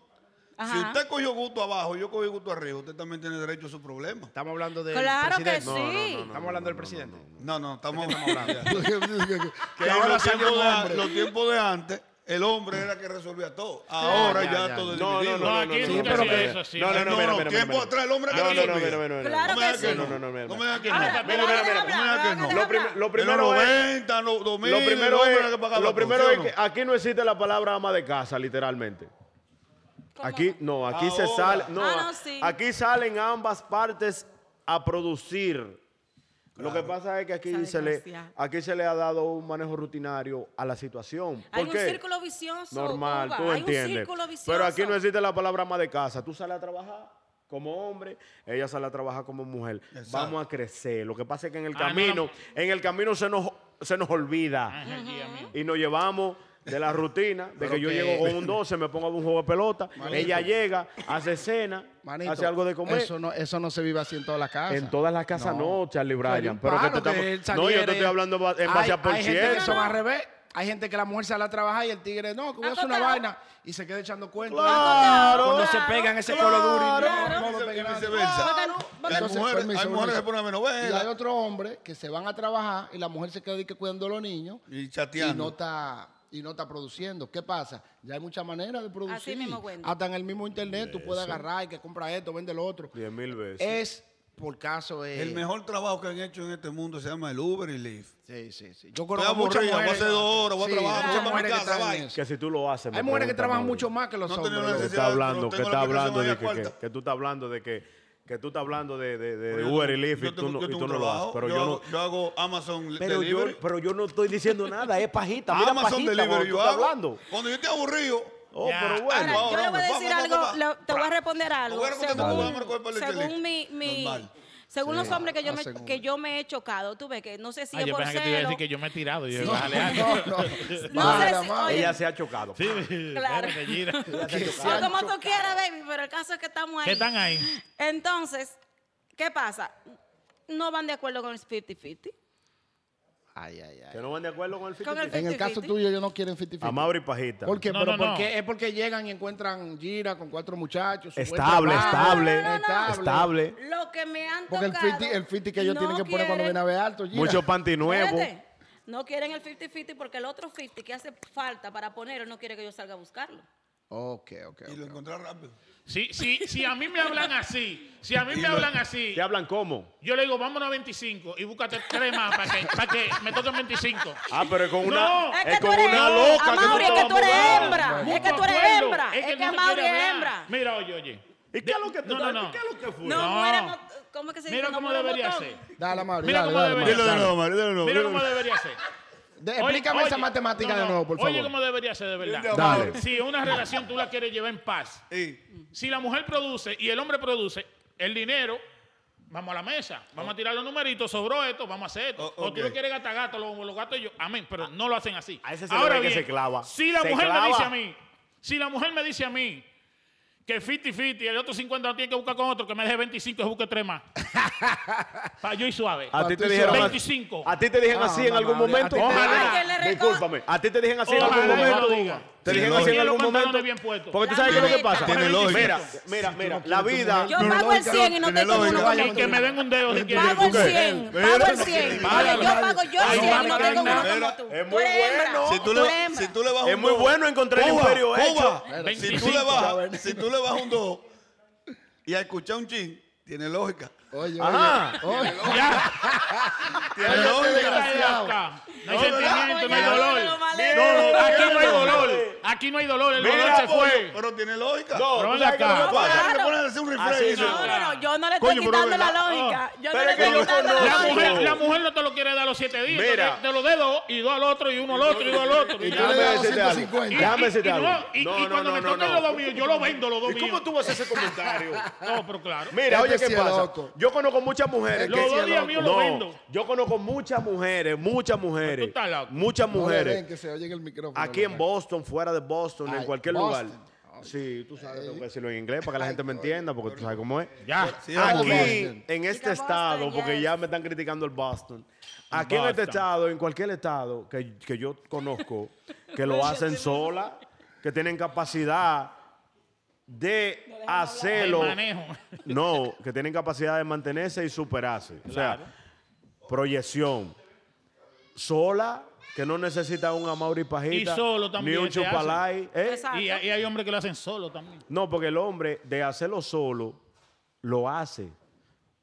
[SPEAKER 5] Si
[SPEAKER 4] Ajá.
[SPEAKER 5] usted cogió gusto abajo, yo cogí gusto arriba, usted también tiene derecho a su problema.
[SPEAKER 1] Estamos hablando del
[SPEAKER 4] Claro que
[SPEAKER 1] presidente.
[SPEAKER 4] sí.
[SPEAKER 1] Estamos hablando del presidente.
[SPEAKER 5] No, no, estamos hablando. ya. Que
[SPEAKER 1] Que ahora
[SPEAKER 5] los,
[SPEAKER 1] salió
[SPEAKER 5] tiempos
[SPEAKER 1] un
[SPEAKER 5] de,
[SPEAKER 1] hombre.
[SPEAKER 5] los tiempos de antes, el hombre era que resolvía todo. Ahora
[SPEAKER 1] Ya,
[SPEAKER 5] ya,
[SPEAKER 1] ya,
[SPEAKER 5] todo
[SPEAKER 1] ya.
[SPEAKER 5] es
[SPEAKER 3] No, no,
[SPEAKER 5] dividido.
[SPEAKER 2] No,
[SPEAKER 3] no, no,
[SPEAKER 2] aquí
[SPEAKER 3] no,
[SPEAKER 2] nunca
[SPEAKER 3] no,
[SPEAKER 2] se
[SPEAKER 3] no,
[SPEAKER 2] hizo así.
[SPEAKER 3] No, no, no,
[SPEAKER 5] No,
[SPEAKER 3] mira,
[SPEAKER 5] no,
[SPEAKER 3] mira,
[SPEAKER 5] tiempo
[SPEAKER 3] mira.
[SPEAKER 5] atrás el hombre
[SPEAKER 3] No,
[SPEAKER 5] era que
[SPEAKER 3] no, no, mira,
[SPEAKER 5] resolvía.
[SPEAKER 3] mira, mira.
[SPEAKER 4] Claro
[SPEAKER 5] No me
[SPEAKER 4] que
[SPEAKER 5] digas que
[SPEAKER 4] sí.
[SPEAKER 5] no.
[SPEAKER 3] No, no, no,
[SPEAKER 5] No me
[SPEAKER 3] mira.
[SPEAKER 5] digas que
[SPEAKER 4] Ahora,
[SPEAKER 5] no.
[SPEAKER 4] pero
[SPEAKER 3] Mira, mira, mira.
[SPEAKER 4] déjame hablar,
[SPEAKER 5] No me digas que
[SPEAKER 4] déjame
[SPEAKER 5] no.
[SPEAKER 3] Lo, prim-
[SPEAKER 4] hablar.
[SPEAKER 5] En
[SPEAKER 3] lo
[SPEAKER 5] los
[SPEAKER 3] primero es
[SPEAKER 5] 90, los 2000,
[SPEAKER 3] Lo primero,
[SPEAKER 5] el hombre
[SPEAKER 3] es,
[SPEAKER 5] era que pagaba
[SPEAKER 3] lo
[SPEAKER 5] todo,
[SPEAKER 3] primero
[SPEAKER 5] ¿sí
[SPEAKER 3] es
[SPEAKER 5] o
[SPEAKER 3] que ah,
[SPEAKER 5] no?
[SPEAKER 3] aquí no existe la palabra ama de casa, literalmente.
[SPEAKER 4] ¿Cómo
[SPEAKER 3] Aquí
[SPEAKER 4] no?
[SPEAKER 3] no, aquí se
[SPEAKER 5] Ahora.
[SPEAKER 3] sale. No,
[SPEAKER 4] Ah, no, sí.
[SPEAKER 3] Aquí salen ambas partes a producir. Lo que pasa es que aquí
[SPEAKER 4] Esa
[SPEAKER 3] se, le,
[SPEAKER 4] desgracia.
[SPEAKER 3] aquí se le ha dado un manejo rutinario a la situación.
[SPEAKER 4] Hay
[SPEAKER 3] ¿Por
[SPEAKER 4] un
[SPEAKER 3] qué?
[SPEAKER 4] círculo vicioso.
[SPEAKER 3] Normal,
[SPEAKER 4] Cuba.
[SPEAKER 3] tú
[SPEAKER 4] Hay un
[SPEAKER 3] entiendes.
[SPEAKER 4] círculo vicioso.
[SPEAKER 3] Pero aquí no existe la palabra ama de casa. Tú sales a trabajar como hombre, ella sale a trabajar como mujer. Vamos a crecer. Lo que pasa es que en el
[SPEAKER 2] Ah, no,
[SPEAKER 3] camino, en el camino se nos, se nos olvida
[SPEAKER 2] Ajá, guía mía.
[SPEAKER 3] y nos llevamos de la rutina de
[SPEAKER 1] Pero
[SPEAKER 3] que yo
[SPEAKER 1] que-
[SPEAKER 3] llego con un 12, me pongo a un juego de pelota,
[SPEAKER 1] Manito.
[SPEAKER 3] ella llega, hace cena,
[SPEAKER 1] Manito,
[SPEAKER 3] hace algo de comer.
[SPEAKER 1] Eso no, eso no se vive así en todas las casas.
[SPEAKER 3] En todas las casas no, Charlie Bryan.
[SPEAKER 1] Sería un
[SPEAKER 3] Pero que te
[SPEAKER 1] palo
[SPEAKER 3] estamos-
[SPEAKER 1] que él
[SPEAKER 3] No, yo
[SPEAKER 1] saliera.
[SPEAKER 3] te estoy hablando ba- en base
[SPEAKER 1] hay,
[SPEAKER 3] a por
[SPEAKER 1] Hay gente que
[SPEAKER 3] ciento.
[SPEAKER 1] son al revés. Hay gente que la mujer sale a trabajar y el tigre, no, que voy a hacer una
[SPEAKER 4] Acotado.
[SPEAKER 1] vaina. Y se queda echando cuentas.
[SPEAKER 3] Claro.
[SPEAKER 1] Cuando se pegan ese colo duro. y no,
[SPEAKER 4] Claro.
[SPEAKER 1] no, no,
[SPEAKER 5] Y
[SPEAKER 1] pegan nada.
[SPEAKER 5] viceversa.
[SPEAKER 4] Claro.
[SPEAKER 5] Hay
[SPEAKER 1] Entonces,
[SPEAKER 5] mujeres,
[SPEAKER 1] permiso,
[SPEAKER 5] hay mujeres que
[SPEAKER 1] permiso.
[SPEAKER 5] se ponen a menos
[SPEAKER 1] Y hay
[SPEAKER 5] vela
[SPEAKER 1] otros hombres que se van a trabajar y la mujer se queda ahí que cuidando a los niños
[SPEAKER 5] y
[SPEAKER 1] y no
[SPEAKER 5] chateando.
[SPEAKER 1] está y no está produciendo. ¿Qué pasa? Ya hay muchas maneras de producir.
[SPEAKER 4] Así mismo, Wendy.
[SPEAKER 1] Hasta en el mismo internet tú puedes agarrar y que compra esto, vende lo otro.
[SPEAKER 3] Diez mil veces.
[SPEAKER 1] Es por caso es.
[SPEAKER 5] El mejor trabajo que han hecho en este mundo se llama el Uber y Lyft.
[SPEAKER 1] Sí, sí, sí. Yo conozco
[SPEAKER 5] Estoy
[SPEAKER 1] muchas
[SPEAKER 5] aburrido, voy a
[SPEAKER 1] mujeres-
[SPEAKER 5] hacer dos horas, voy a
[SPEAKER 1] Sí,
[SPEAKER 5] trabajar, voy
[SPEAKER 1] muchas
[SPEAKER 5] a mi
[SPEAKER 1] mujeres que
[SPEAKER 5] casa,
[SPEAKER 1] están en
[SPEAKER 5] bye.
[SPEAKER 1] eso.
[SPEAKER 3] Que si tú lo haces. me
[SPEAKER 1] Hay mujeres que
[SPEAKER 3] preguntan,
[SPEAKER 1] trabajan
[SPEAKER 3] Mauri.
[SPEAKER 1] mucho más que los
[SPEAKER 5] No
[SPEAKER 1] hombres.
[SPEAKER 5] tenía
[SPEAKER 1] loco.
[SPEAKER 3] que
[SPEAKER 5] necesidad.
[SPEAKER 3] está hablando,
[SPEAKER 5] pero
[SPEAKER 3] que
[SPEAKER 5] tengo
[SPEAKER 3] está
[SPEAKER 5] la presión
[SPEAKER 3] hablando
[SPEAKER 5] ahí
[SPEAKER 3] de
[SPEAKER 5] a
[SPEAKER 3] que, que-
[SPEAKER 5] cuarta.
[SPEAKER 3] que tú estás hablando de que, que tú estás hablando de, de- de- de
[SPEAKER 5] Yo
[SPEAKER 3] Uber y
[SPEAKER 5] tengo-
[SPEAKER 3] Lyft y
[SPEAKER 5] yo
[SPEAKER 3] tú
[SPEAKER 5] tengo-
[SPEAKER 3] no,
[SPEAKER 5] yo
[SPEAKER 3] y
[SPEAKER 5] tengo
[SPEAKER 3] tú
[SPEAKER 5] un
[SPEAKER 3] no lo haces,
[SPEAKER 5] trabajo,
[SPEAKER 3] pero yo,
[SPEAKER 5] yo
[SPEAKER 3] no.
[SPEAKER 5] hago- yo hago Amazon
[SPEAKER 3] Pero yo,
[SPEAKER 5] Delivery.
[SPEAKER 3] pero yo no estoy diciendo nada, es pajita. Mira
[SPEAKER 5] Amazon
[SPEAKER 3] pajita cuando
[SPEAKER 5] Delivery
[SPEAKER 3] tú
[SPEAKER 5] yo
[SPEAKER 3] estás
[SPEAKER 5] hago.
[SPEAKER 3] hablando.
[SPEAKER 5] Cuando yo esté aburrido,
[SPEAKER 3] Oh,
[SPEAKER 2] Ya.
[SPEAKER 3] pero
[SPEAKER 4] Ahora,
[SPEAKER 3] bueno.
[SPEAKER 5] Vamos,
[SPEAKER 4] yo le voy
[SPEAKER 5] vamos,
[SPEAKER 4] a decir
[SPEAKER 5] vamos,
[SPEAKER 4] algo,
[SPEAKER 5] vamos.
[SPEAKER 4] le- te voy a responder algo.
[SPEAKER 5] Te voy a responder, te voy a
[SPEAKER 4] según
[SPEAKER 5] marcar para el
[SPEAKER 4] según
[SPEAKER 5] teléfono.
[SPEAKER 4] mi, mi-
[SPEAKER 5] Normal.
[SPEAKER 4] Según
[SPEAKER 1] Sí.
[SPEAKER 4] los hombres que yo, me,
[SPEAKER 1] Hacen un-
[SPEAKER 4] que yo me he chocado, tú ves que no sé si
[SPEAKER 2] Ah,
[SPEAKER 4] es
[SPEAKER 2] yo
[SPEAKER 4] por
[SPEAKER 2] pensaba que te iba a
[SPEAKER 4] celo.
[SPEAKER 2] decir que yo me he tirado. y yo,
[SPEAKER 4] Sí.
[SPEAKER 2] bájale algo.
[SPEAKER 1] No, no.
[SPEAKER 4] sé
[SPEAKER 1] Bájala,
[SPEAKER 4] si-
[SPEAKER 1] mano.
[SPEAKER 4] oye,
[SPEAKER 3] Ella se ha chocado.
[SPEAKER 2] Sí,
[SPEAKER 4] Claro.
[SPEAKER 2] espérate, gira.
[SPEAKER 1] Que se
[SPEAKER 4] o
[SPEAKER 1] han
[SPEAKER 4] como
[SPEAKER 1] chocado.
[SPEAKER 4] tú quieras, baby, pero el caso es que estamos ahí.
[SPEAKER 2] ¿Qué están ahí?
[SPEAKER 4] Entonces, ¿qué pasa? No van de acuerdo con el 50-50.
[SPEAKER 1] Ay, ay, ay.
[SPEAKER 3] Que no van de acuerdo con el
[SPEAKER 4] Con el
[SPEAKER 3] fifty-fifty.
[SPEAKER 1] En el caso
[SPEAKER 4] 50-50.
[SPEAKER 1] tuyo, ellos no quieren 50
[SPEAKER 3] A Mauri Pajita.
[SPEAKER 1] ¿Por qué?
[SPEAKER 2] No,
[SPEAKER 1] Pero
[SPEAKER 2] no, no.
[SPEAKER 1] ¿por qué? Es porque llegan y encuentran gira con cuatro muchachos. su buen
[SPEAKER 4] Ah,
[SPEAKER 3] Estable,
[SPEAKER 1] trabajo,
[SPEAKER 3] estable,
[SPEAKER 1] estable.
[SPEAKER 3] estable.
[SPEAKER 4] Lo que me han
[SPEAKER 1] Porque el
[SPEAKER 4] tocado.
[SPEAKER 1] 50, el 50 que ellos tienen que poner cuando
[SPEAKER 4] quieren-
[SPEAKER 1] vienen a ver alto. gira.
[SPEAKER 3] Mucho panty nuevo.
[SPEAKER 4] Espérate. No quieren el 50-50 porque el otro 50 que hace falta para ponerlo no quiere que yo salga a buscarlo.
[SPEAKER 1] Ok, ok.
[SPEAKER 5] Y lo
[SPEAKER 1] ok.
[SPEAKER 5] encontré rápido.
[SPEAKER 2] Si, si, si a mí me hablan así, si a mí me hablan así,
[SPEAKER 3] ¿Te hablan cómo?
[SPEAKER 2] yo le digo, vámonos a 25 y búscate tres más para que, para que me toquen 25.
[SPEAKER 3] Ah, pero es con una,
[SPEAKER 2] No.
[SPEAKER 4] Es
[SPEAKER 3] es
[SPEAKER 4] que tú
[SPEAKER 3] con
[SPEAKER 4] eres
[SPEAKER 3] una loca. que
[SPEAKER 4] Amaury,
[SPEAKER 3] tú
[SPEAKER 4] es
[SPEAKER 3] te
[SPEAKER 4] que tú
[SPEAKER 3] vas a
[SPEAKER 4] eres
[SPEAKER 3] mudar.
[SPEAKER 4] hembra. Es que tú eres
[SPEAKER 2] Acuerdo.
[SPEAKER 4] hembra. Es que
[SPEAKER 2] no se
[SPEAKER 4] Amaury
[SPEAKER 2] quiere
[SPEAKER 4] es
[SPEAKER 2] hablar.
[SPEAKER 4] hembra.
[SPEAKER 2] Mira, oye, oye.
[SPEAKER 3] ¿Y qué es lo que tú
[SPEAKER 2] No, no, no.
[SPEAKER 3] ¿Qué es lo que fue?
[SPEAKER 4] No,
[SPEAKER 2] No.
[SPEAKER 4] muere mo- ¿Cómo que se dice?
[SPEAKER 2] Mira
[SPEAKER 4] No
[SPEAKER 2] cómo
[SPEAKER 4] muere
[SPEAKER 2] debería
[SPEAKER 4] botón.
[SPEAKER 2] ser.
[SPEAKER 1] Dale, Mauri.
[SPEAKER 2] Mira
[SPEAKER 1] dale,
[SPEAKER 2] cómo
[SPEAKER 1] dale,
[SPEAKER 2] debería
[SPEAKER 1] Mauri,
[SPEAKER 5] Dilo de
[SPEAKER 1] dale.
[SPEAKER 5] nuevo, Mauri, dilo de nuevo.
[SPEAKER 2] Mira
[SPEAKER 5] dilo de
[SPEAKER 2] cómo
[SPEAKER 5] nuevo.
[SPEAKER 2] debería ser.
[SPEAKER 1] De-
[SPEAKER 2] Oye,
[SPEAKER 1] explícame esa
[SPEAKER 2] oye,
[SPEAKER 1] matemática
[SPEAKER 2] no,
[SPEAKER 1] de
[SPEAKER 2] no,
[SPEAKER 1] nuevo, por favor.
[SPEAKER 2] Oye, cómo debería ser de verdad.
[SPEAKER 1] Dale.
[SPEAKER 2] Si una relación tú la quieres llevar en paz,
[SPEAKER 5] Sí.
[SPEAKER 2] si la mujer produce y el hombre produce el dinero, vamos a la mesa,
[SPEAKER 3] Oh.
[SPEAKER 2] vamos a tirar los numeritos, sobró esto, vamos a hacer esto.
[SPEAKER 5] O-
[SPEAKER 2] O tú lo
[SPEAKER 5] ok.
[SPEAKER 2] quieres gastar gato, lo, lo gato y yo, amén, pero no lo hacen así.
[SPEAKER 3] Ah, A ese se le ve que se clava.
[SPEAKER 2] Si la
[SPEAKER 3] Se
[SPEAKER 2] mujer
[SPEAKER 3] clava.
[SPEAKER 2] me dice a mí, si la mujer me dice a mí que 50-50 y el otro 50 no tiene que buscar con otro, que me deje 25 y busque 3 más. Pa' yo y suave.
[SPEAKER 3] A ti
[SPEAKER 1] Patricio,
[SPEAKER 3] te dijeron
[SPEAKER 2] 25.
[SPEAKER 3] A ti te dijeron
[SPEAKER 1] No,
[SPEAKER 3] así
[SPEAKER 1] no,
[SPEAKER 3] en algún
[SPEAKER 1] no, a
[SPEAKER 3] momento.
[SPEAKER 1] ti te-
[SPEAKER 4] Ojalá. Ay, que le reco-
[SPEAKER 3] Discúlpame. A ti te dijeron así en
[SPEAKER 2] Ojalá,
[SPEAKER 3] algún
[SPEAKER 2] no lo
[SPEAKER 3] momento.
[SPEAKER 2] diga.
[SPEAKER 3] Te
[SPEAKER 5] Sí,
[SPEAKER 3] dijeron
[SPEAKER 5] no.
[SPEAKER 3] así en
[SPEAKER 2] Tiene los
[SPEAKER 3] algún
[SPEAKER 2] pantalones
[SPEAKER 3] momento.
[SPEAKER 2] bien puestos.
[SPEAKER 3] Porque tú
[SPEAKER 4] La
[SPEAKER 3] sabes qué es lo que
[SPEAKER 4] muñeca.
[SPEAKER 3] pasa.
[SPEAKER 5] Tiene lógica.
[SPEAKER 3] Mira,
[SPEAKER 1] Si
[SPEAKER 3] mira,
[SPEAKER 1] tú
[SPEAKER 3] mira.
[SPEAKER 1] no
[SPEAKER 3] La
[SPEAKER 1] quieres
[SPEAKER 3] vida.
[SPEAKER 1] tu
[SPEAKER 4] Yo
[SPEAKER 1] Pero
[SPEAKER 4] pago el
[SPEAKER 1] lógica,
[SPEAKER 4] 100 y no
[SPEAKER 5] tiene
[SPEAKER 4] te con
[SPEAKER 5] lógica.
[SPEAKER 4] uno para
[SPEAKER 2] Y que me den un dedo si quieren.
[SPEAKER 4] Pago el
[SPEAKER 5] ¿Qué?
[SPEAKER 4] 100,
[SPEAKER 5] Mira,
[SPEAKER 4] pago el
[SPEAKER 5] no,
[SPEAKER 4] 100.
[SPEAKER 5] mira,
[SPEAKER 4] Mira,
[SPEAKER 5] mira,
[SPEAKER 4] yo pago yo
[SPEAKER 2] ahí
[SPEAKER 4] 100, no
[SPEAKER 2] vale
[SPEAKER 4] tengo uno
[SPEAKER 2] que
[SPEAKER 4] como
[SPEAKER 5] nada.
[SPEAKER 4] tú.
[SPEAKER 3] Es
[SPEAKER 4] Tú
[SPEAKER 3] muy
[SPEAKER 4] eres
[SPEAKER 3] bueno.
[SPEAKER 4] hembra,
[SPEAKER 5] Si tú,
[SPEAKER 4] tú eres
[SPEAKER 5] le,
[SPEAKER 4] hembra.
[SPEAKER 5] si tú le bajas
[SPEAKER 3] Es
[SPEAKER 5] un
[SPEAKER 3] muy
[SPEAKER 5] dos,
[SPEAKER 3] bueno encontrar el
[SPEAKER 5] Cuba,
[SPEAKER 3] imperio
[SPEAKER 5] Cuba,
[SPEAKER 2] hecho.
[SPEAKER 5] Si tú, le
[SPEAKER 2] 25,
[SPEAKER 5] bajas, si tú le bajas un 2 y a escuchar un chin, tiene lógica.
[SPEAKER 1] Oye,
[SPEAKER 3] Ajá.
[SPEAKER 1] oye. oye.
[SPEAKER 2] Ya.
[SPEAKER 5] Tiene
[SPEAKER 1] Ay,
[SPEAKER 2] No,
[SPEAKER 1] no,
[SPEAKER 5] lógica.
[SPEAKER 2] está
[SPEAKER 1] desgraciado.
[SPEAKER 2] loca. No hay
[SPEAKER 5] No, ¿verdad?
[SPEAKER 2] sentimiento, no hay
[SPEAKER 4] Coño,
[SPEAKER 2] dolor.
[SPEAKER 4] no, vale.
[SPEAKER 2] No, no, aquí no hay
[SPEAKER 3] Mira,
[SPEAKER 2] dolor. Aquí no hay dolor. El dolor
[SPEAKER 3] Mira,
[SPEAKER 2] se fue.
[SPEAKER 5] Pero tiene lógica.
[SPEAKER 3] No,
[SPEAKER 2] Pero
[SPEAKER 3] tú
[SPEAKER 2] ven
[SPEAKER 3] sabes que no
[SPEAKER 2] acá.
[SPEAKER 3] me
[SPEAKER 5] Tú agarras y
[SPEAKER 4] claro.
[SPEAKER 5] le pones a hacer un refresh.
[SPEAKER 3] Así
[SPEAKER 4] No, no, no, yo no le estoy
[SPEAKER 3] Coño, pero
[SPEAKER 4] quitando la
[SPEAKER 3] ¿verdad?
[SPEAKER 4] lógica. Yo no
[SPEAKER 3] Pero
[SPEAKER 4] le
[SPEAKER 3] es que
[SPEAKER 4] estoy
[SPEAKER 3] yo
[SPEAKER 4] quitando la
[SPEAKER 2] La
[SPEAKER 3] conozco. Eh,
[SPEAKER 4] lógica.
[SPEAKER 2] mujer, la mujer no te lo quiere dar los siete días.
[SPEAKER 3] Mira.
[SPEAKER 2] Te, te lo de dos y dos al otro y uno al otro y dos al otro.
[SPEAKER 1] Y tú
[SPEAKER 2] ya.
[SPEAKER 1] le das
[SPEAKER 3] decirte algo.
[SPEAKER 1] 250.
[SPEAKER 3] Déjame
[SPEAKER 2] y, y,
[SPEAKER 3] decirte
[SPEAKER 2] y,
[SPEAKER 3] algo.
[SPEAKER 2] no, y- y cuando me toquen los dos míos, yo lo vendo los dos
[SPEAKER 3] ¿Y cómo
[SPEAKER 2] míos.
[SPEAKER 3] tú vas a hacer ese comentario?
[SPEAKER 2] No, pero claro.
[SPEAKER 3] Mira, oye,
[SPEAKER 1] Este
[SPEAKER 3] ¿qué
[SPEAKER 1] sí es
[SPEAKER 3] pasa?
[SPEAKER 1] loco.
[SPEAKER 3] Yo conozco muchas mujeres.
[SPEAKER 2] Los
[SPEAKER 3] que-
[SPEAKER 2] dos días míos los
[SPEAKER 3] No,
[SPEAKER 2] vendo.
[SPEAKER 3] Yo conozco muchas mujeres, muchas mujeres.
[SPEAKER 2] Tú estás loco.
[SPEAKER 3] Muchas
[SPEAKER 1] No le den
[SPEAKER 3] mujeres.
[SPEAKER 1] que se oye en el micrófono.
[SPEAKER 3] Aquí en
[SPEAKER 1] loco.
[SPEAKER 3] Boston, fuera de Boston, en
[SPEAKER 1] Ay,
[SPEAKER 3] cualquier
[SPEAKER 1] Boston.
[SPEAKER 3] lugar. Sí, tú sabes, tengo que decirlo en inglés para que la gente me entienda, porque tú sabes cómo es.
[SPEAKER 2] Ya.
[SPEAKER 5] Sí, vamos,
[SPEAKER 3] Aquí,
[SPEAKER 1] Boston.
[SPEAKER 3] en este
[SPEAKER 4] Diga Boston,
[SPEAKER 3] estado, porque
[SPEAKER 4] yes.
[SPEAKER 3] ya me están criticando el Boston. Aquí en este
[SPEAKER 2] Boston.
[SPEAKER 3] estado, en cualquier estado que, que yo conozco, que lo hacen sola, que tienen capacidad de
[SPEAKER 2] El
[SPEAKER 3] hacerlo.
[SPEAKER 2] manejo.
[SPEAKER 3] No, que tienen capacidad de mantenerse y superarse. O sea, proyección. Sola, que no necesita un Amaury Pajita.
[SPEAKER 2] Y solo también
[SPEAKER 3] Ni un
[SPEAKER 2] se hace.
[SPEAKER 3] Chupalay. ¿eh?
[SPEAKER 4] Exacto.
[SPEAKER 2] Y, y hay hombres que lo hacen solo también.
[SPEAKER 3] No, porque el hombre de hacerlo solo, lo hace.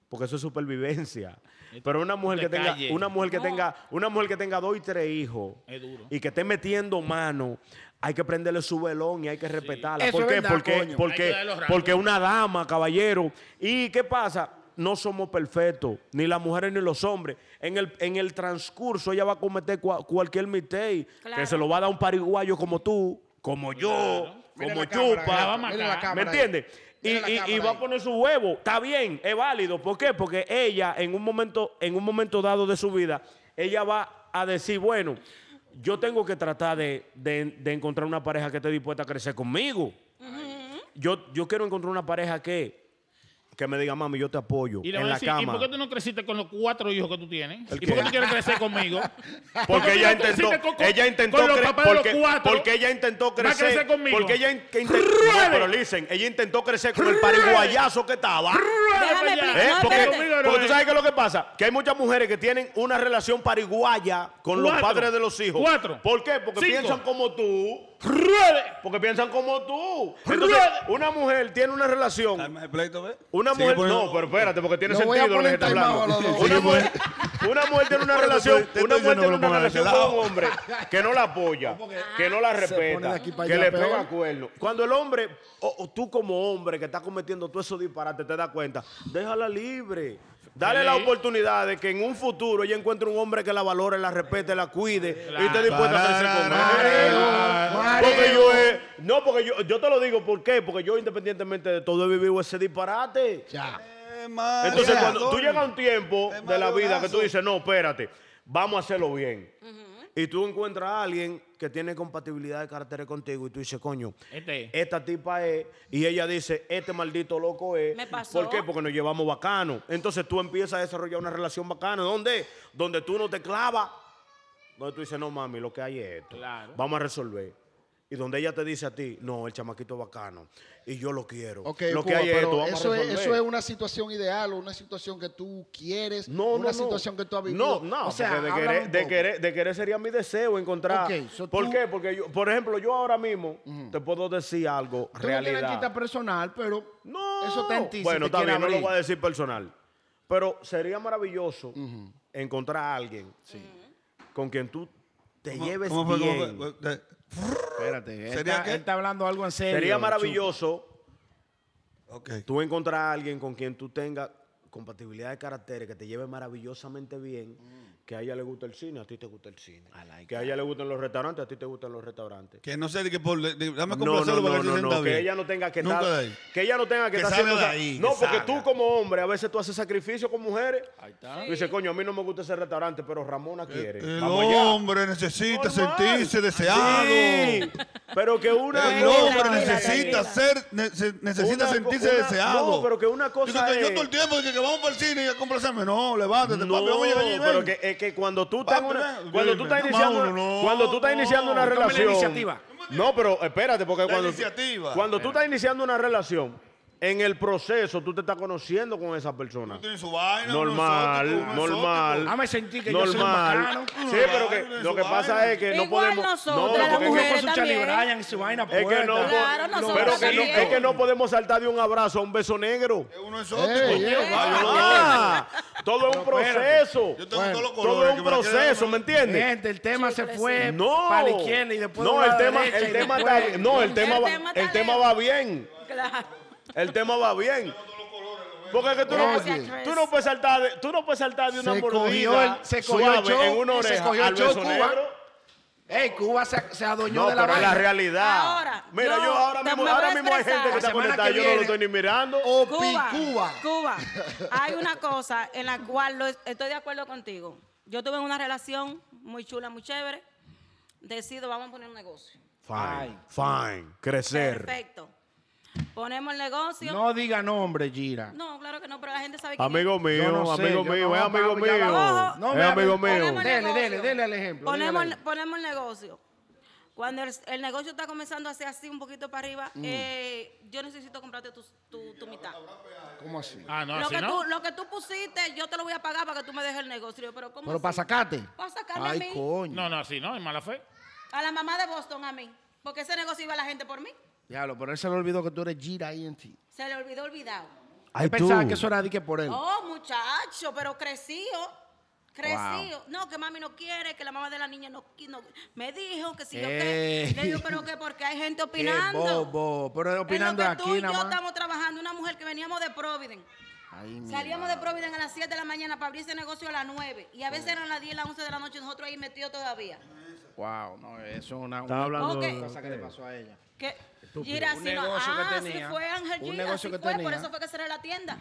[SPEAKER 3] Porque eso es supervivencia. Pero una mujer
[SPEAKER 2] de
[SPEAKER 3] que tenga,
[SPEAKER 2] calle.
[SPEAKER 3] una mujer que
[SPEAKER 4] No.
[SPEAKER 3] tenga, una mujer que tenga dos y tres hijos
[SPEAKER 2] Es duro.
[SPEAKER 3] y que esté metiendo mano, hay que prenderle su velón y hay que respetarla.
[SPEAKER 1] Eso
[SPEAKER 3] ¿Por
[SPEAKER 1] es
[SPEAKER 3] qué?
[SPEAKER 1] verdad,
[SPEAKER 3] porque,
[SPEAKER 1] coño.
[SPEAKER 2] Hay
[SPEAKER 3] porque,
[SPEAKER 2] que darle los
[SPEAKER 3] porque
[SPEAKER 2] rangos.
[SPEAKER 3] una dama, caballero. ¿Y qué pasa? No somos perfectos, ni las mujeres ni los hombres. En el, en el transcurso ella va a cometer cua- cualquier mistake que
[SPEAKER 4] Claro.
[SPEAKER 3] se lo va a dar un pariguayo como tú, como yo,
[SPEAKER 1] Mira
[SPEAKER 3] como
[SPEAKER 1] la cámara,
[SPEAKER 3] Chupa.
[SPEAKER 2] la vamos a
[SPEAKER 1] mira la
[SPEAKER 2] acá.
[SPEAKER 1] cámara
[SPEAKER 3] Ah, ¿Me
[SPEAKER 1] ahí.
[SPEAKER 3] entiendes? Y,
[SPEAKER 1] Mira la
[SPEAKER 3] y- y
[SPEAKER 1] cámara
[SPEAKER 3] va
[SPEAKER 1] ahí.
[SPEAKER 3] a poner su huevo. Está bien, es válido. ¿Por qué? Porque ella, en un momento, en un momento dado de su vida, ella va a decir, bueno, yo tengo que tratar de, de- de encontrar una pareja que esté dispuesta a crecer conmigo. yo, yo quiero encontrar una pareja que, que me diga, mami, yo te apoyo
[SPEAKER 2] Y le
[SPEAKER 3] en
[SPEAKER 2] van a
[SPEAKER 3] la
[SPEAKER 2] decir, ¿y
[SPEAKER 3] cama.
[SPEAKER 2] por qué tú no creciste con los cuatro hijos que tú tienes?
[SPEAKER 3] ¿El
[SPEAKER 2] ¿Y por
[SPEAKER 3] qué?
[SPEAKER 2] qué tú quieres crecer conmigo? ¿Por
[SPEAKER 3] Porque
[SPEAKER 2] qué tú
[SPEAKER 3] ella
[SPEAKER 2] no
[SPEAKER 3] intentó,
[SPEAKER 2] creciste con- con-
[SPEAKER 3] ella intentó
[SPEAKER 2] con los
[SPEAKER 3] cre-
[SPEAKER 2] papás de los
[SPEAKER 3] porque,
[SPEAKER 2] cuatro?
[SPEAKER 3] porque ella intentó
[SPEAKER 2] Va a
[SPEAKER 3] crecer,
[SPEAKER 2] crecer conmigo.
[SPEAKER 3] porque ella intentó, pero listen, ella intentó crecer con el pariguayazo que estaba.
[SPEAKER 4] Déjame
[SPEAKER 2] ya.
[SPEAKER 4] explicar.
[SPEAKER 3] ¿Eh?
[SPEAKER 4] No,
[SPEAKER 2] es
[SPEAKER 3] Porque,
[SPEAKER 4] espérate.
[SPEAKER 2] conmigo, no
[SPEAKER 3] porque tú
[SPEAKER 2] es.
[SPEAKER 3] sabes que lo que pasa, que hay muchas mujeres que tienen una relación pariguaya con los
[SPEAKER 2] Cuatro.
[SPEAKER 3] padres de los hijos.
[SPEAKER 2] Cuatro.
[SPEAKER 3] ¿Por qué? Porque
[SPEAKER 2] Cinco.
[SPEAKER 3] piensan como tú. Porque piensan como tú. Entonces,
[SPEAKER 2] Ruede.
[SPEAKER 3] una mujer tiene una relación.
[SPEAKER 5] Calma el pleito, ¿ves?
[SPEAKER 3] Una
[SPEAKER 5] Sigue
[SPEAKER 3] mujer.
[SPEAKER 5] poniendo-
[SPEAKER 3] No, pero espérate, porque tiene
[SPEAKER 1] Lo voy a
[SPEAKER 3] sentido lo que
[SPEAKER 1] poner
[SPEAKER 3] está
[SPEAKER 1] en timeout
[SPEAKER 3] hablando.
[SPEAKER 1] a los dos.
[SPEAKER 3] Una
[SPEAKER 5] Sigue
[SPEAKER 3] mujer, una mujer tiene una
[SPEAKER 5] Por eso
[SPEAKER 3] relación,
[SPEAKER 5] te estoy
[SPEAKER 3] una mujer
[SPEAKER 5] diciendo
[SPEAKER 3] tiene
[SPEAKER 5] que lo
[SPEAKER 3] una
[SPEAKER 5] pongan de
[SPEAKER 3] relación
[SPEAKER 5] este
[SPEAKER 3] con
[SPEAKER 5] lado.
[SPEAKER 3] un hombre que no la apoya, que no la
[SPEAKER 1] pone de
[SPEAKER 3] respeta,
[SPEAKER 1] aquí para
[SPEAKER 3] que
[SPEAKER 1] allá
[SPEAKER 3] le
[SPEAKER 1] peor.
[SPEAKER 3] pega cuerno. Cuando el hombre, o, o tú como hombre que estás cometiendo todo eso disparate, te das cuenta, déjala libre. Dale la
[SPEAKER 2] Sí.
[SPEAKER 3] oportunidad de que en un futuro ella encuentre un hombre que la valore, la respete, la cuide y esté
[SPEAKER 2] Claro.
[SPEAKER 3] dispuesta a crecer con él. Ah, Porque yo he- no, porque yo, yo te lo digo, ¿por qué? Porque yo independientemente de todo he vivido ese disparate.
[SPEAKER 1] Ya.
[SPEAKER 5] Eh, hermano.
[SPEAKER 3] Entonces,
[SPEAKER 5] Ya.
[SPEAKER 3] cuando tú llegas a un tiempo
[SPEAKER 5] Es
[SPEAKER 3] de la vida que tú
[SPEAKER 5] malograzo.
[SPEAKER 3] dices, no, espérate, vamos a hacerlo bien. Y tú encuentras a alguien que tiene compatibilidad de caracteres contigo y tú dices, coño,
[SPEAKER 2] Este.
[SPEAKER 3] esta tipa es, y ella dice, este maldito loco es.
[SPEAKER 4] Me pasó.
[SPEAKER 3] ¿Por qué? Porque nos llevamos bacano. Entonces tú empiezas a desarrollar una relación bacana. ¿Dónde? Donde tú no te clavas. Donde tú dices, no mami, lo que hay es esto.
[SPEAKER 2] Claro.
[SPEAKER 3] Vamos a resolver. Y donde ella te dice a ti, no, el chamaquito es bacano. Y yo lo quiero.
[SPEAKER 1] Ok,
[SPEAKER 3] lo que
[SPEAKER 1] Cuba,
[SPEAKER 3] hay es
[SPEAKER 1] pero
[SPEAKER 3] esto, vamos
[SPEAKER 1] eso,
[SPEAKER 3] a
[SPEAKER 1] es,
[SPEAKER 3] resolver.
[SPEAKER 1] eso es una situación ideal, una situación que tú quieres,
[SPEAKER 3] No, no,
[SPEAKER 1] una
[SPEAKER 3] no.
[SPEAKER 1] situación que tú has vivido.
[SPEAKER 3] No, no,
[SPEAKER 1] o sea,
[SPEAKER 3] porque de
[SPEAKER 1] háblame
[SPEAKER 3] querer,
[SPEAKER 1] un
[SPEAKER 3] de,
[SPEAKER 1] poco.
[SPEAKER 3] querer, de querer sería mi deseo encontrar.
[SPEAKER 1] Ok, so
[SPEAKER 3] ¿Por
[SPEAKER 1] tú-
[SPEAKER 3] qué? Porque yo, por ejemplo, yo ahora mismo te puedo decir algo,
[SPEAKER 1] Tú no tienes
[SPEAKER 3] realidad.
[SPEAKER 1] cita personal, pero
[SPEAKER 3] No.
[SPEAKER 1] eso está en ti. si
[SPEAKER 3] Bueno,
[SPEAKER 1] te
[SPEAKER 3] está
[SPEAKER 1] quiere
[SPEAKER 3] bien, no lo
[SPEAKER 1] abrir.
[SPEAKER 3] voy a decir personal. Pero sería maravilloso encontrar a alguien con quien tú te
[SPEAKER 5] ¿Cómo-
[SPEAKER 3] lleves
[SPEAKER 5] cómo fue, cómo
[SPEAKER 3] bien.
[SPEAKER 5] fue? De-
[SPEAKER 1] Espérate, él
[SPEAKER 5] ¿Sería
[SPEAKER 1] está,
[SPEAKER 5] qué?
[SPEAKER 1] él está hablando algo en serio.
[SPEAKER 3] Sería
[SPEAKER 1] Chu.
[SPEAKER 3] maravilloso
[SPEAKER 5] Ok.
[SPEAKER 3] tú encontrar a alguien con quien tú tengas compatibilidad de caracteres, que te lleve maravillosamente bien,
[SPEAKER 1] Mm.
[SPEAKER 3] que a ella le gusta el cine, a ti te gusta el cine. que a ella le gustan los restaurantes, a ti te gustan los restaurantes.
[SPEAKER 5] Que no sé de que por. de- de- dame
[SPEAKER 3] No, no,
[SPEAKER 5] complacerlo para
[SPEAKER 3] no,
[SPEAKER 5] que se
[SPEAKER 3] no,
[SPEAKER 5] sienta
[SPEAKER 3] no,
[SPEAKER 5] bien.
[SPEAKER 3] que ella no tenga que
[SPEAKER 5] Nunca de
[SPEAKER 3] estar,
[SPEAKER 5] ahí.
[SPEAKER 3] que ella no tenga que,
[SPEAKER 5] Que
[SPEAKER 3] estar
[SPEAKER 5] salga
[SPEAKER 3] haciendo
[SPEAKER 5] de
[SPEAKER 3] esa-
[SPEAKER 5] ahí,
[SPEAKER 3] no,
[SPEAKER 5] que
[SPEAKER 3] porque
[SPEAKER 5] salga.
[SPEAKER 3] tú como hombre a veces tú haces sacrificios con mujeres.
[SPEAKER 6] Ahí está.
[SPEAKER 3] Tú dices, coño, a mí no me gusta ese restaurante, pero Ramona quiere.
[SPEAKER 5] El
[SPEAKER 3] Vamos allá.
[SPEAKER 5] hombre necesita
[SPEAKER 3] Normal.
[SPEAKER 5] sentirse deseado.
[SPEAKER 3] Sí, pero que una
[SPEAKER 5] El hombre
[SPEAKER 4] Tranquila,
[SPEAKER 5] necesita
[SPEAKER 4] tranquila.
[SPEAKER 5] ser, ne- se- necesita
[SPEAKER 3] Una co-
[SPEAKER 5] sentirse
[SPEAKER 3] una-
[SPEAKER 5] deseado.
[SPEAKER 3] no, pero que una cosa
[SPEAKER 5] Yo, creo que yo
[SPEAKER 3] es-
[SPEAKER 5] todo el tiempo dije que vamos para el cine y a complacerme. No, levántate,
[SPEAKER 3] No,
[SPEAKER 5] papi, vamos a llegar allí,
[SPEAKER 3] pero
[SPEAKER 5] ven.
[SPEAKER 3] que, es que cuando tú estás, en
[SPEAKER 5] Papi,
[SPEAKER 3] una-
[SPEAKER 5] ven,
[SPEAKER 3] cuando
[SPEAKER 5] ven,
[SPEAKER 3] tú estás
[SPEAKER 5] ven.
[SPEAKER 3] iniciando,
[SPEAKER 5] Mauro, no,
[SPEAKER 3] cuando tú estás iniciando una
[SPEAKER 2] tome la
[SPEAKER 3] relación,
[SPEAKER 2] iniciativa.
[SPEAKER 3] no, pero espérate, porque
[SPEAKER 5] La
[SPEAKER 3] cuando,
[SPEAKER 5] iniciativa.
[SPEAKER 3] cuando tú estás iniciando una relación, en el proceso tú te estás conociendo con esa persona.
[SPEAKER 5] Tú tienes su vaina,
[SPEAKER 3] Normal,
[SPEAKER 5] uno exótico, uno
[SPEAKER 3] normal.
[SPEAKER 5] exótico.
[SPEAKER 2] Ah, me sentí que yo soy un
[SPEAKER 3] Normal.
[SPEAKER 2] bacano.
[SPEAKER 5] un
[SPEAKER 3] Sí, pero
[SPEAKER 5] vaina,
[SPEAKER 3] que
[SPEAKER 5] es
[SPEAKER 3] lo
[SPEAKER 5] su
[SPEAKER 3] que pasa
[SPEAKER 5] vaina.
[SPEAKER 3] es que no
[SPEAKER 4] Igual
[SPEAKER 3] podemos.
[SPEAKER 4] nosotras,
[SPEAKER 3] no, porque
[SPEAKER 4] las
[SPEAKER 3] es que-
[SPEAKER 4] mujeres
[SPEAKER 2] con su Charlie
[SPEAKER 4] también.
[SPEAKER 2] Bryan y su vaina
[SPEAKER 3] es que no,
[SPEAKER 2] puesta.
[SPEAKER 4] Claro,
[SPEAKER 3] po-
[SPEAKER 4] nosotras
[SPEAKER 3] pero que no,
[SPEAKER 4] también.
[SPEAKER 3] es que no podemos saltar de un abrazo a un beso negro.
[SPEAKER 5] Es Ah, uno exótico.
[SPEAKER 1] Ey,
[SPEAKER 5] Yo
[SPEAKER 1] ey.
[SPEAKER 5] eh,
[SPEAKER 3] Ah, todo es un proceso.
[SPEAKER 5] tengo todos los colores.
[SPEAKER 3] Todo es un
[SPEAKER 5] que me la quiero dar,
[SPEAKER 3] proceso, ¿me entiendes?
[SPEAKER 2] Gente, el tema se fue
[SPEAKER 3] No.
[SPEAKER 2] para la izquierda y después
[SPEAKER 3] no,
[SPEAKER 2] para
[SPEAKER 3] el
[SPEAKER 2] la
[SPEAKER 3] tema,
[SPEAKER 2] derecha
[SPEAKER 3] el
[SPEAKER 2] y
[SPEAKER 3] tema
[SPEAKER 2] después-
[SPEAKER 3] está, no, el tema
[SPEAKER 4] El
[SPEAKER 3] va,
[SPEAKER 4] tema está
[SPEAKER 3] el tema
[SPEAKER 4] lejos.
[SPEAKER 3] va bien.
[SPEAKER 4] Claro.
[SPEAKER 3] El tema va bien. Porque es que tú no,
[SPEAKER 1] Gracias,
[SPEAKER 4] Chris.
[SPEAKER 3] tú no puedes saltar de, tú no puedes saltar de una
[SPEAKER 1] Se cogió
[SPEAKER 3] mordida
[SPEAKER 1] el- se cogió el
[SPEAKER 3] suave
[SPEAKER 1] show,
[SPEAKER 3] en una
[SPEAKER 1] se
[SPEAKER 3] oreja
[SPEAKER 1] cogió el
[SPEAKER 3] al
[SPEAKER 1] show,
[SPEAKER 3] beso
[SPEAKER 1] Cuba.
[SPEAKER 3] negro.
[SPEAKER 2] Ey, Cuba se, se adueñó
[SPEAKER 3] No,
[SPEAKER 2] de la
[SPEAKER 3] pero es la
[SPEAKER 2] vaina.
[SPEAKER 3] realidad.
[SPEAKER 4] Ahora,
[SPEAKER 3] Mira, yo,
[SPEAKER 4] yo
[SPEAKER 3] ahora
[SPEAKER 4] te-
[SPEAKER 3] mismo,
[SPEAKER 4] me
[SPEAKER 3] ahora
[SPEAKER 4] voy a
[SPEAKER 3] mismo hay gente que
[SPEAKER 4] expresar.
[SPEAKER 3] está
[SPEAKER 2] La semana
[SPEAKER 3] conectada,
[SPEAKER 2] que
[SPEAKER 3] yo no lo
[SPEAKER 2] viene-
[SPEAKER 3] estoy ni mirando.
[SPEAKER 4] Oh,
[SPEAKER 1] Opi,
[SPEAKER 4] Cuba,
[SPEAKER 1] Cuba.
[SPEAKER 4] Cuba. Hay una cosa en la cual lo es- estoy de acuerdo contigo. Yo tuve una relación muy chula, muy chévere. Decido, vamos a poner un negocio.
[SPEAKER 3] Fine, fine, crecer.
[SPEAKER 4] Perfecto. Ponemos el negocio.
[SPEAKER 2] No diga nombre, Gira.
[SPEAKER 4] No, claro que no, pero la gente sabe que.
[SPEAKER 3] Amigo mío,
[SPEAKER 2] Yo no sé,
[SPEAKER 3] amigo
[SPEAKER 2] yo
[SPEAKER 3] mío,
[SPEAKER 2] no,
[SPEAKER 3] es amigo
[SPEAKER 2] papi, ya
[SPEAKER 3] mío.
[SPEAKER 4] va. Ojo.
[SPEAKER 2] No,
[SPEAKER 3] es
[SPEAKER 2] mira,
[SPEAKER 3] amigo mío.
[SPEAKER 4] Ponemos el
[SPEAKER 2] Dele,
[SPEAKER 4] negocio.
[SPEAKER 2] dele, dele el ejemplo,
[SPEAKER 4] Ponemos,
[SPEAKER 2] dígale.
[SPEAKER 4] ponemos el negocio. Cuando el, el negocio está comenzando a hacer así un poquito para arriba,
[SPEAKER 2] Mm.
[SPEAKER 4] eh, yo necesito comprarte tu, tu, tu mitad.
[SPEAKER 1] ¿Cómo así?
[SPEAKER 2] Ah, no,
[SPEAKER 4] lo,
[SPEAKER 2] así
[SPEAKER 4] que
[SPEAKER 2] no.
[SPEAKER 4] tú, lo que tú pusiste, yo te lo voy a pagar para que tú me dejes el negocio. Y yo, pero ¿cómo
[SPEAKER 1] Pero para
[SPEAKER 4] así?
[SPEAKER 1] sacarte.
[SPEAKER 4] Para sacarme a
[SPEAKER 1] Ay,
[SPEAKER 4] mí,
[SPEAKER 1] coño.
[SPEAKER 2] No, no, así no, es mala fe.
[SPEAKER 4] a la mamá de Boston, a mí. Porque ese negocio iba a la gente por mí.
[SPEAKER 1] Diablo, pero él se le olvidó que tú eres Gira INT.
[SPEAKER 4] Se le olvidó olvidado.
[SPEAKER 1] Él pensaba que eso era de que por él.
[SPEAKER 4] Oh, muchacho, pero creció. Creció. No, que mami no quiere, que la mamá de la niña no, no- me dijo que si yo
[SPEAKER 1] Ey.
[SPEAKER 4] qué. Le digo, pero que porque hay gente
[SPEAKER 1] Eh. Qué
[SPEAKER 4] opinando.
[SPEAKER 1] bobo. Pero opinando
[SPEAKER 4] en lo que tú
[SPEAKER 1] aquí
[SPEAKER 4] y yo
[SPEAKER 1] nada más. Mm.
[SPEAKER 4] estamos trabajando, una mujer que veníamos de Providence.
[SPEAKER 1] Ay, mi
[SPEAKER 4] Salíamos de
[SPEAKER 1] madre.
[SPEAKER 4] Providence a las 7 de la mañana para abrir ese negocio a las 9. Y a veces eran las 10, las 11 de la noche, y nosotros ahí metidos todavía.
[SPEAKER 1] Wow, no, eso es una,
[SPEAKER 3] Estaba
[SPEAKER 1] una
[SPEAKER 3] hablando
[SPEAKER 4] Ok.
[SPEAKER 3] de-
[SPEAKER 1] cosa que le pasó a ella.
[SPEAKER 4] ¿Qué? Gira,
[SPEAKER 1] Un
[SPEAKER 4] así no.
[SPEAKER 1] negocio que
[SPEAKER 4] Ah, así
[SPEAKER 1] tenía.
[SPEAKER 4] fue Ángel
[SPEAKER 1] Un
[SPEAKER 4] Gira,
[SPEAKER 1] negocio
[SPEAKER 4] así
[SPEAKER 1] que
[SPEAKER 4] fue, Por
[SPEAKER 1] tenía.
[SPEAKER 4] eso fue que cerré la tienda.